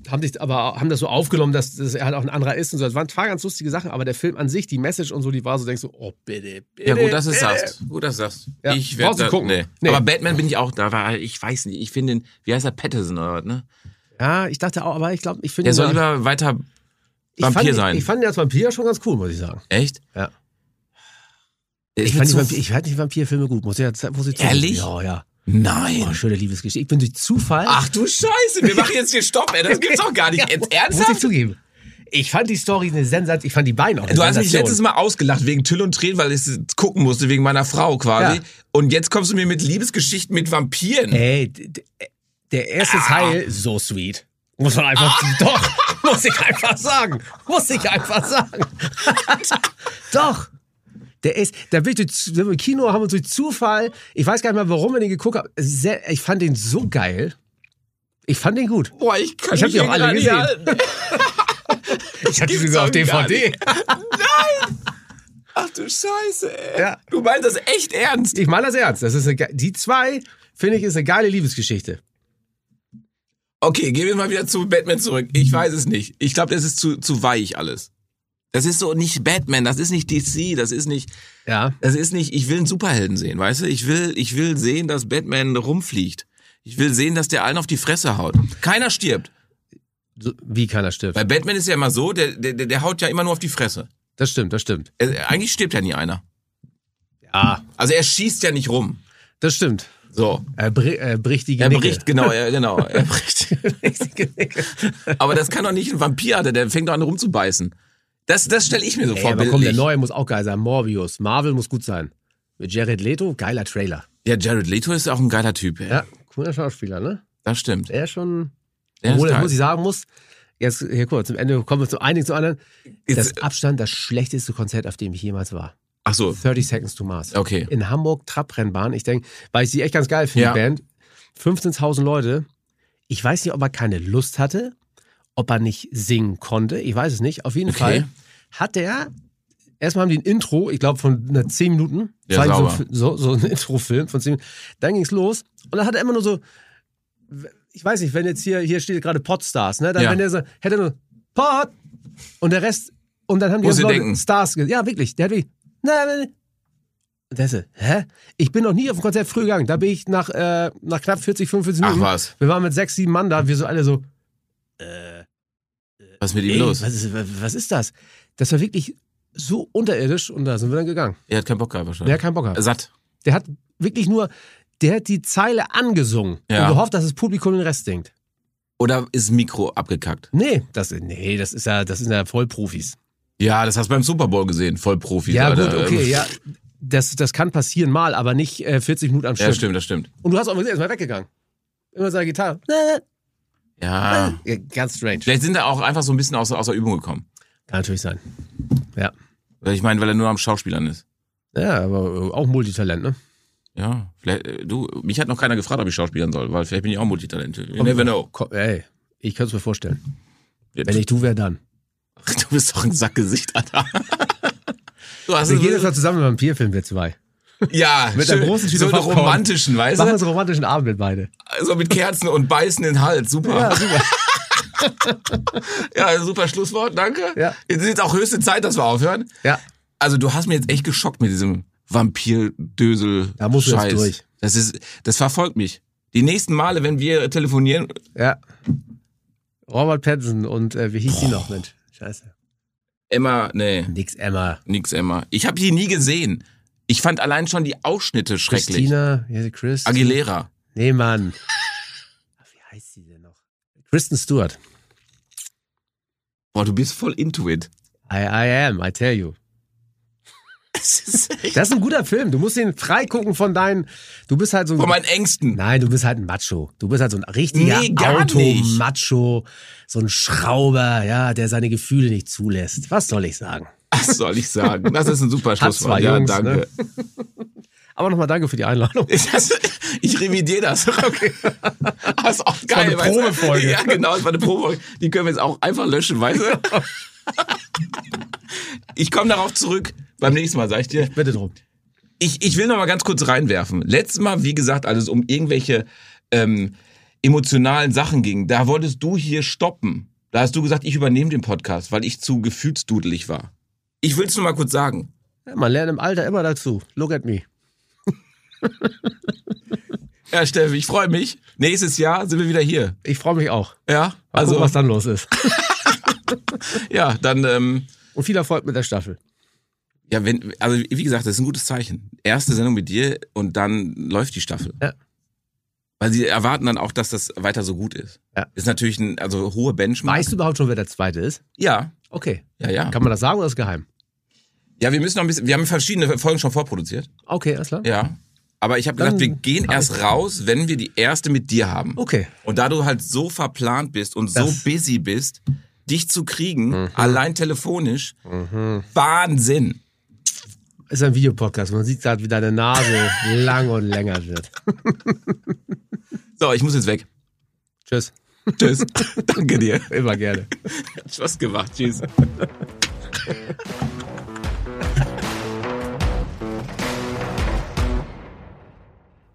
Speaker 3: haben sich aber haben das so aufgenommen, dass, dass er halt auch ein anderer ist und so. Das waren ein paar ganz lustige Sachen, aber der Film an sich, die Message und so, die war so, denkst du, oh bitte, bitte. Äh.
Speaker 4: Ja, gut, dass du es sagst. Gut, dass du es sagst.
Speaker 3: Ja,
Speaker 4: Ich
Speaker 3: brauchst du
Speaker 4: werde
Speaker 3: gucken.
Speaker 4: nee.
Speaker 3: Nee.
Speaker 4: Aber Batman bin ich auch da, weil ich weiß nicht, ich finde den, wie heißt er, Patterson oder was, ne?
Speaker 3: Ja, ich dachte auch, aber ich glaube, ich finde.
Speaker 4: Der soll
Speaker 3: ihn-
Speaker 4: lieber weiter
Speaker 3: ich fand,
Speaker 4: Vampir
Speaker 3: ihn-
Speaker 4: sein.
Speaker 3: Ich fand ihn als Vampir schon ganz cool, muss ich sagen.
Speaker 4: Echt?
Speaker 3: Ja.
Speaker 4: Ich,
Speaker 3: Ich,
Speaker 4: bin
Speaker 3: fand die
Speaker 4: zu-
Speaker 3: Vampir, ich fand die Vampirfilme gut, muss ich jetzt muss ich zugeben.
Speaker 4: Ehrlich?
Speaker 3: Ja, ja. Oh,
Speaker 4: Nein.
Speaker 3: schöne Liebesgeschichte. Ich bin durch Zufall.
Speaker 4: Ach du Scheiße, wir machen jetzt hier Stopp, ey. Das gibt's auch gar nicht. Jetzt
Speaker 3: muss ich
Speaker 4: ernsthaft?
Speaker 3: zugeben. Ich fand die Story eine Sensation. Ich fand die beiden auch eine
Speaker 4: Du hast mich
Speaker 3: Sensation.
Speaker 4: letztes Mal ausgelacht wegen Tüll und Tränen, weil ich es gucken musste, wegen meiner Frau quasi.
Speaker 3: Ja.
Speaker 4: Und jetzt kommst du mir mit Liebesgeschichten mit Vampiren.
Speaker 3: Ey, d- d- der erste
Speaker 4: Ah.
Speaker 3: Teil, so sweet. Muss man einfach, doch, muss ich einfach sagen. Muss ich einfach sagen. doch. Der ist, da bin ich durch, Zu- wir waren im Kino, haben uns durch Zufall, ich weiß gar nicht mal, warum wir den geguckt haben. Sehr, ich fand den so geil. Ich fand den gut.
Speaker 4: Boah, ich kann
Speaker 3: Ich hab
Speaker 4: mich
Speaker 3: die auch
Speaker 4: hier
Speaker 3: alle
Speaker 4: gerade nicht
Speaker 3: gesehen.
Speaker 4: halten.
Speaker 3: Ich hatte
Speaker 4: gibt's
Speaker 3: sogar auf
Speaker 4: doch gar
Speaker 3: DVD.
Speaker 4: Ach du Scheiße, ey.
Speaker 3: Ja.
Speaker 4: Du meinst das echt ernst?
Speaker 3: Ich meine das ernst. Das ist eine, ge- die zwei, finde ich, ist eine geile Liebesgeschichte.
Speaker 4: Okay, gehen wir mal wieder zu Batman zurück. Ich weiß es nicht. Ich glaube, das ist zu, zu weich alles. Das ist so nicht Batman, das ist nicht DC, das ist nicht,
Speaker 3: Ja.
Speaker 4: das ist nicht, ich will einen Superhelden sehen, weißt du? Ich will, ich will sehen, dass Batman rumfliegt. Ich will sehen, dass der allen auf die Fresse haut. Keiner stirbt.
Speaker 3: So, wie keiner stirbt.
Speaker 4: Bei Batman ist ja immer so, der, der, der haut ja immer nur auf die Fresse.
Speaker 3: Das stimmt, das stimmt.
Speaker 4: Er, eigentlich stirbt ja nie einer.
Speaker 3: Ja.
Speaker 4: Also er schießt ja nicht rum.
Speaker 3: Das stimmt.
Speaker 4: So.
Speaker 3: Er, bri er bricht die
Speaker 4: Er
Speaker 3: Genicke.
Speaker 4: bricht, genau, er, genau. Er bricht.
Speaker 3: bricht die Genicke.
Speaker 4: Aber das kann doch nicht ein Vampir, der, der fängt doch an rumzubeißen. Das, das stelle ich mir so
Speaker 3: Ey,
Speaker 4: vor.
Speaker 3: aber komm, der
Speaker 4: bildlich.
Speaker 3: neue muss auch geil sein. Morbius. Marvel muss gut sein. Mit Jared Leto, geiler Trailer.
Speaker 4: Ja, Jared Leto ist auch ein geiler Typ. Ey.
Speaker 3: Ja, cooler Schauspieler, ne?
Speaker 4: Das stimmt.
Speaker 3: Der ist schon.
Speaker 4: Der ist
Speaker 3: obwohl,
Speaker 4: geil.
Speaker 3: muss ich sagen, muss. Jetzt hier kurz, zum Ende kommen wir zum einigen zum anderen. Das
Speaker 4: Jetzt-
Speaker 3: Abstand, das schlechteste Konzert, auf dem ich jemals war.
Speaker 4: Ach so,
Speaker 3: 30 Seconds to Mars.
Speaker 4: okay.
Speaker 3: in Hamburg Trabrennbahn. Ich denke, weil ich sie echt ganz geil finde,
Speaker 4: Ja.
Speaker 3: die Band. 15.000 Leute. Ich weiß nicht, ob er keine Lust hatte, ob er nicht singen konnte. Ich weiß es nicht. Auf jeden
Speaker 4: Okay.
Speaker 3: Fall hat er. Erstmal haben die ein Intro, ich glaube von einer 10 Minuten.
Speaker 4: Ja,
Speaker 3: Zeigen so,
Speaker 4: sauber.
Speaker 3: ein Fi- so, so ein Intro-Film von 10 Minuten. Dann ging's los. Und dann hat er immer nur so, ich weiß nicht, wenn jetzt hier, hier steht gerade Podstars, ne? Dann
Speaker 4: Ja.
Speaker 3: wenn der so, hätte er nur Pod und der Rest, und dann haben die
Speaker 4: Muss
Speaker 3: ganzen
Speaker 4: sie
Speaker 3: Leute
Speaker 4: denken.
Speaker 3: Stars, ge- ja wirklich, der hat wirklich, na, na, na. Und der so, hä? Ich bin noch nie auf ein Konzert früh gegangen, da bin ich nach, äh, nach knapp 40, 45
Speaker 4: Ach
Speaker 3: Minuten,
Speaker 4: was,
Speaker 3: wir waren mit sechs, sieben Mann da, wir so alle so,
Speaker 4: was ist mit ihm
Speaker 3: ey,
Speaker 4: los?
Speaker 3: was ist, was ist das? Das war wirklich so unterirdisch und da sind wir dann gegangen.
Speaker 4: Er hat keinen Bock gehabt
Speaker 3: Der
Speaker 4: wahrscheinlich.
Speaker 3: hat keinen Bock gehabt.
Speaker 4: Satt.
Speaker 3: Der hat wirklich nur, der hat die Zeile angesungen
Speaker 4: Ja.
Speaker 3: und gehofft, dass das Publikum den Rest singt.
Speaker 4: Oder ist Mikro abgekackt?
Speaker 3: Nee, das, nee, das ist ja, das sind ja Vollprofis.
Speaker 4: Ja, das hast du beim Super Bowl gesehen, voll Profi.
Speaker 3: Ja,
Speaker 4: Alter.
Speaker 3: gut, okay,
Speaker 4: Ähm,
Speaker 3: ja. Das, das kann passieren mal, aber nicht äh, 40 Minuten am Stück.
Speaker 4: Ja, stimmt, das stimmt.
Speaker 3: Und du hast auch gesehen, er ist mal weggegangen. Immer seine Gitarre. Na, na,
Speaker 4: Ja.
Speaker 3: na. Ja, ganz strange.
Speaker 4: Vielleicht sind da auch einfach so ein bisschen aus, aus der Übung gekommen.
Speaker 3: Kann natürlich sein. Ja.
Speaker 4: Weil Ich meine, weil er nur am Schauspielern ist.
Speaker 3: Ja, aber äh, auch Multitalent, ne?
Speaker 4: Ja, vielleicht, äh, du, mich hat noch keiner gefragt, ob ich Schauspielern soll, weil vielleicht bin ich auch Multitalent. You never know.
Speaker 3: Komm, ey, ich kann es mir vorstellen.
Speaker 4: Ja,
Speaker 3: Wenn ich du wäre, dann.
Speaker 4: Du bist doch ein Sackgesicht, Alter. Also Du hast
Speaker 3: Wir
Speaker 4: es-
Speaker 3: gehen jetzt mal zusammen mit Vampirfilm, wir zwei.
Speaker 4: ja,
Speaker 3: mit der
Speaker 4: schön.
Speaker 3: großen Tüte
Speaker 4: so einen
Speaker 3: Popcorn.
Speaker 4: romantischen, weißt
Speaker 3: Machen
Speaker 4: du?
Speaker 3: uns einen romantischen Abend mit beide.
Speaker 4: Also mit Kerzen und Beißen in den Hals, super. Ja, super. Schlusswort, danke.
Speaker 3: Ja.
Speaker 4: Jetzt ist jetzt auch höchste Zeit, dass wir aufhören.
Speaker 3: Ja.
Speaker 4: Also du hast mir jetzt echt geschockt mit diesem Vampir-Dösel.
Speaker 3: Da musst du jetzt
Speaker 4: Scheiß.
Speaker 3: durch.
Speaker 4: Das ist, das verfolgt mich. Die nächsten Male, wenn wir telefonieren,
Speaker 3: Ja. Robert Pattinson und äh, wie hieß die noch, Mensch? Scheiße.
Speaker 4: Emma, nee,
Speaker 3: Nix Emma.
Speaker 4: nix Emma. Ich habe die nie gesehen. Ich fand allein schon die Ausschnitte schrecklich.
Speaker 3: Christina, ja, Chris.
Speaker 4: Aguilera.
Speaker 3: Nee, Mann. Ach, Wie heißt sie denn noch? Kristen Stewart.
Speaker 4: Boah, du bist voll into it.
Speaker 3: I, I am, I tell you.
Speaker 4: Das ist echt-
Speaker 3: Das ist ein guter Film. Du musst ihn frei gucken von deinen. Du bist halt so ein.
Speaker 4: Von meinen Ängsten.
Speaker 3: Nein, du bist halt ein Macho. Du bist halt so ein richtiger
Speaker 4: Nee, gar nicht.
Speaker 3: Auto-Macho, so ein Schrauber, ja, der seine Gefühle nicht zulässt. Was soll ich sagen?
Speaker 4: Was soll ich sagen? Das ist ein super
Speaker 3: zwei
Speaker 4: Schlusswort. Ja,
Speaker 3: Jungs,
Speaker 4: danke.
Speaker 3: ne? Aber nochmal danke für die Einladung.
Speaker 4: Das, ich revidiere das. Okay. Das ist auch geil.
Speaker 3: eine
Speaker 4: weißt du?
Speaker 3: Probefolge.
Speaker 4: Ja, genau, das war eine Probefolge. Die können wir jetzt auch einfach löschen, weißt du? Ich komme darauf zurück. Beim nächsten Mal, sag ich dir.
Speaker 3: Bitte drum.
Speaker 4: Ich, ich will noch mal ganz kurz reinwerfen. Letztes Mal, wie gesagt, als es um irgendwelche ähm, emotionalen Sachen ging, da wolltest du hier stoppen. Da hast du gesagt, ich übernehme den Podcast, weil ich zu gefühlsdudelig war. Ich will es nur mal kurz sagen.
Speaker 3: Ja, man lernt im Alter immer dazu. Look at me.
Speaker 4: Ja, Steffi, ich freue mich. Nächstes Jahr sind wir wieder hier.
Speaker 3: Ich freue mich auch.
Speaker 4: Ja,
Speaker 3: Mal also,
Speaker 4: also,
Speaker 3: gucken, was dann los ist.
Speaker 4: ja, dann, ähm,
Speaker 3: Und viel Erfolg mit der Staffel.
Speaker 4: ja, wenn, also, wie gesagt, das ist ein gutes Zeichen. Erste Sendung mit dir und dann läuft die Staffel.
Speaker 3: Ja.
Speaker 4: Weil sie erwarten dann auch, dass das weiter so gut ist.
Speaker 3: Ja.
Speaker 4: Ist natürlich ein, also, hohe Benchmark.
Speaker 3: Weißt du überhaupt schon, wer der zweite ist?
Speaker 4: Ja,
Speaker 3: Okay.
Speaker 4: ja, ja.
Speaker 3: Kann man das sagen oder ist geheim?
Speaker 4: Ja, wir müssen noch ein bisschen, wir haben verschiedene Folgen schon vorproduziert.
Speaker 3: Okay, alles klar.
Speaker 4: Ja. Aber ich habe
Speaker 3: Dann
Speaker 4: gesagt, wir gehen
Speaker 3: hab
Speaker 4: erst raus, wenn wir die erste mit dir haben.
Speaker 3: Okay.
Speaker 4: Und da du halt so verplant bist und so
Speaker 3: Das-
Speaker 4: busy bist, dich zu kriegen, allein telefonisch, Mhm. Wahnsinn.
Speaker 3: Ist ein Videopodcast. Man sieht gerade, wie deine Nase lang und länger wird.
Speaker 4: So, ich muss jetzt weg.
Speaker 3: Tschüss.
Speaker 4: Tschüss. Danke dir.
Speaker 3: Immer gerne.
Speaker 4: Hat Spaß gemacht. Tschüss.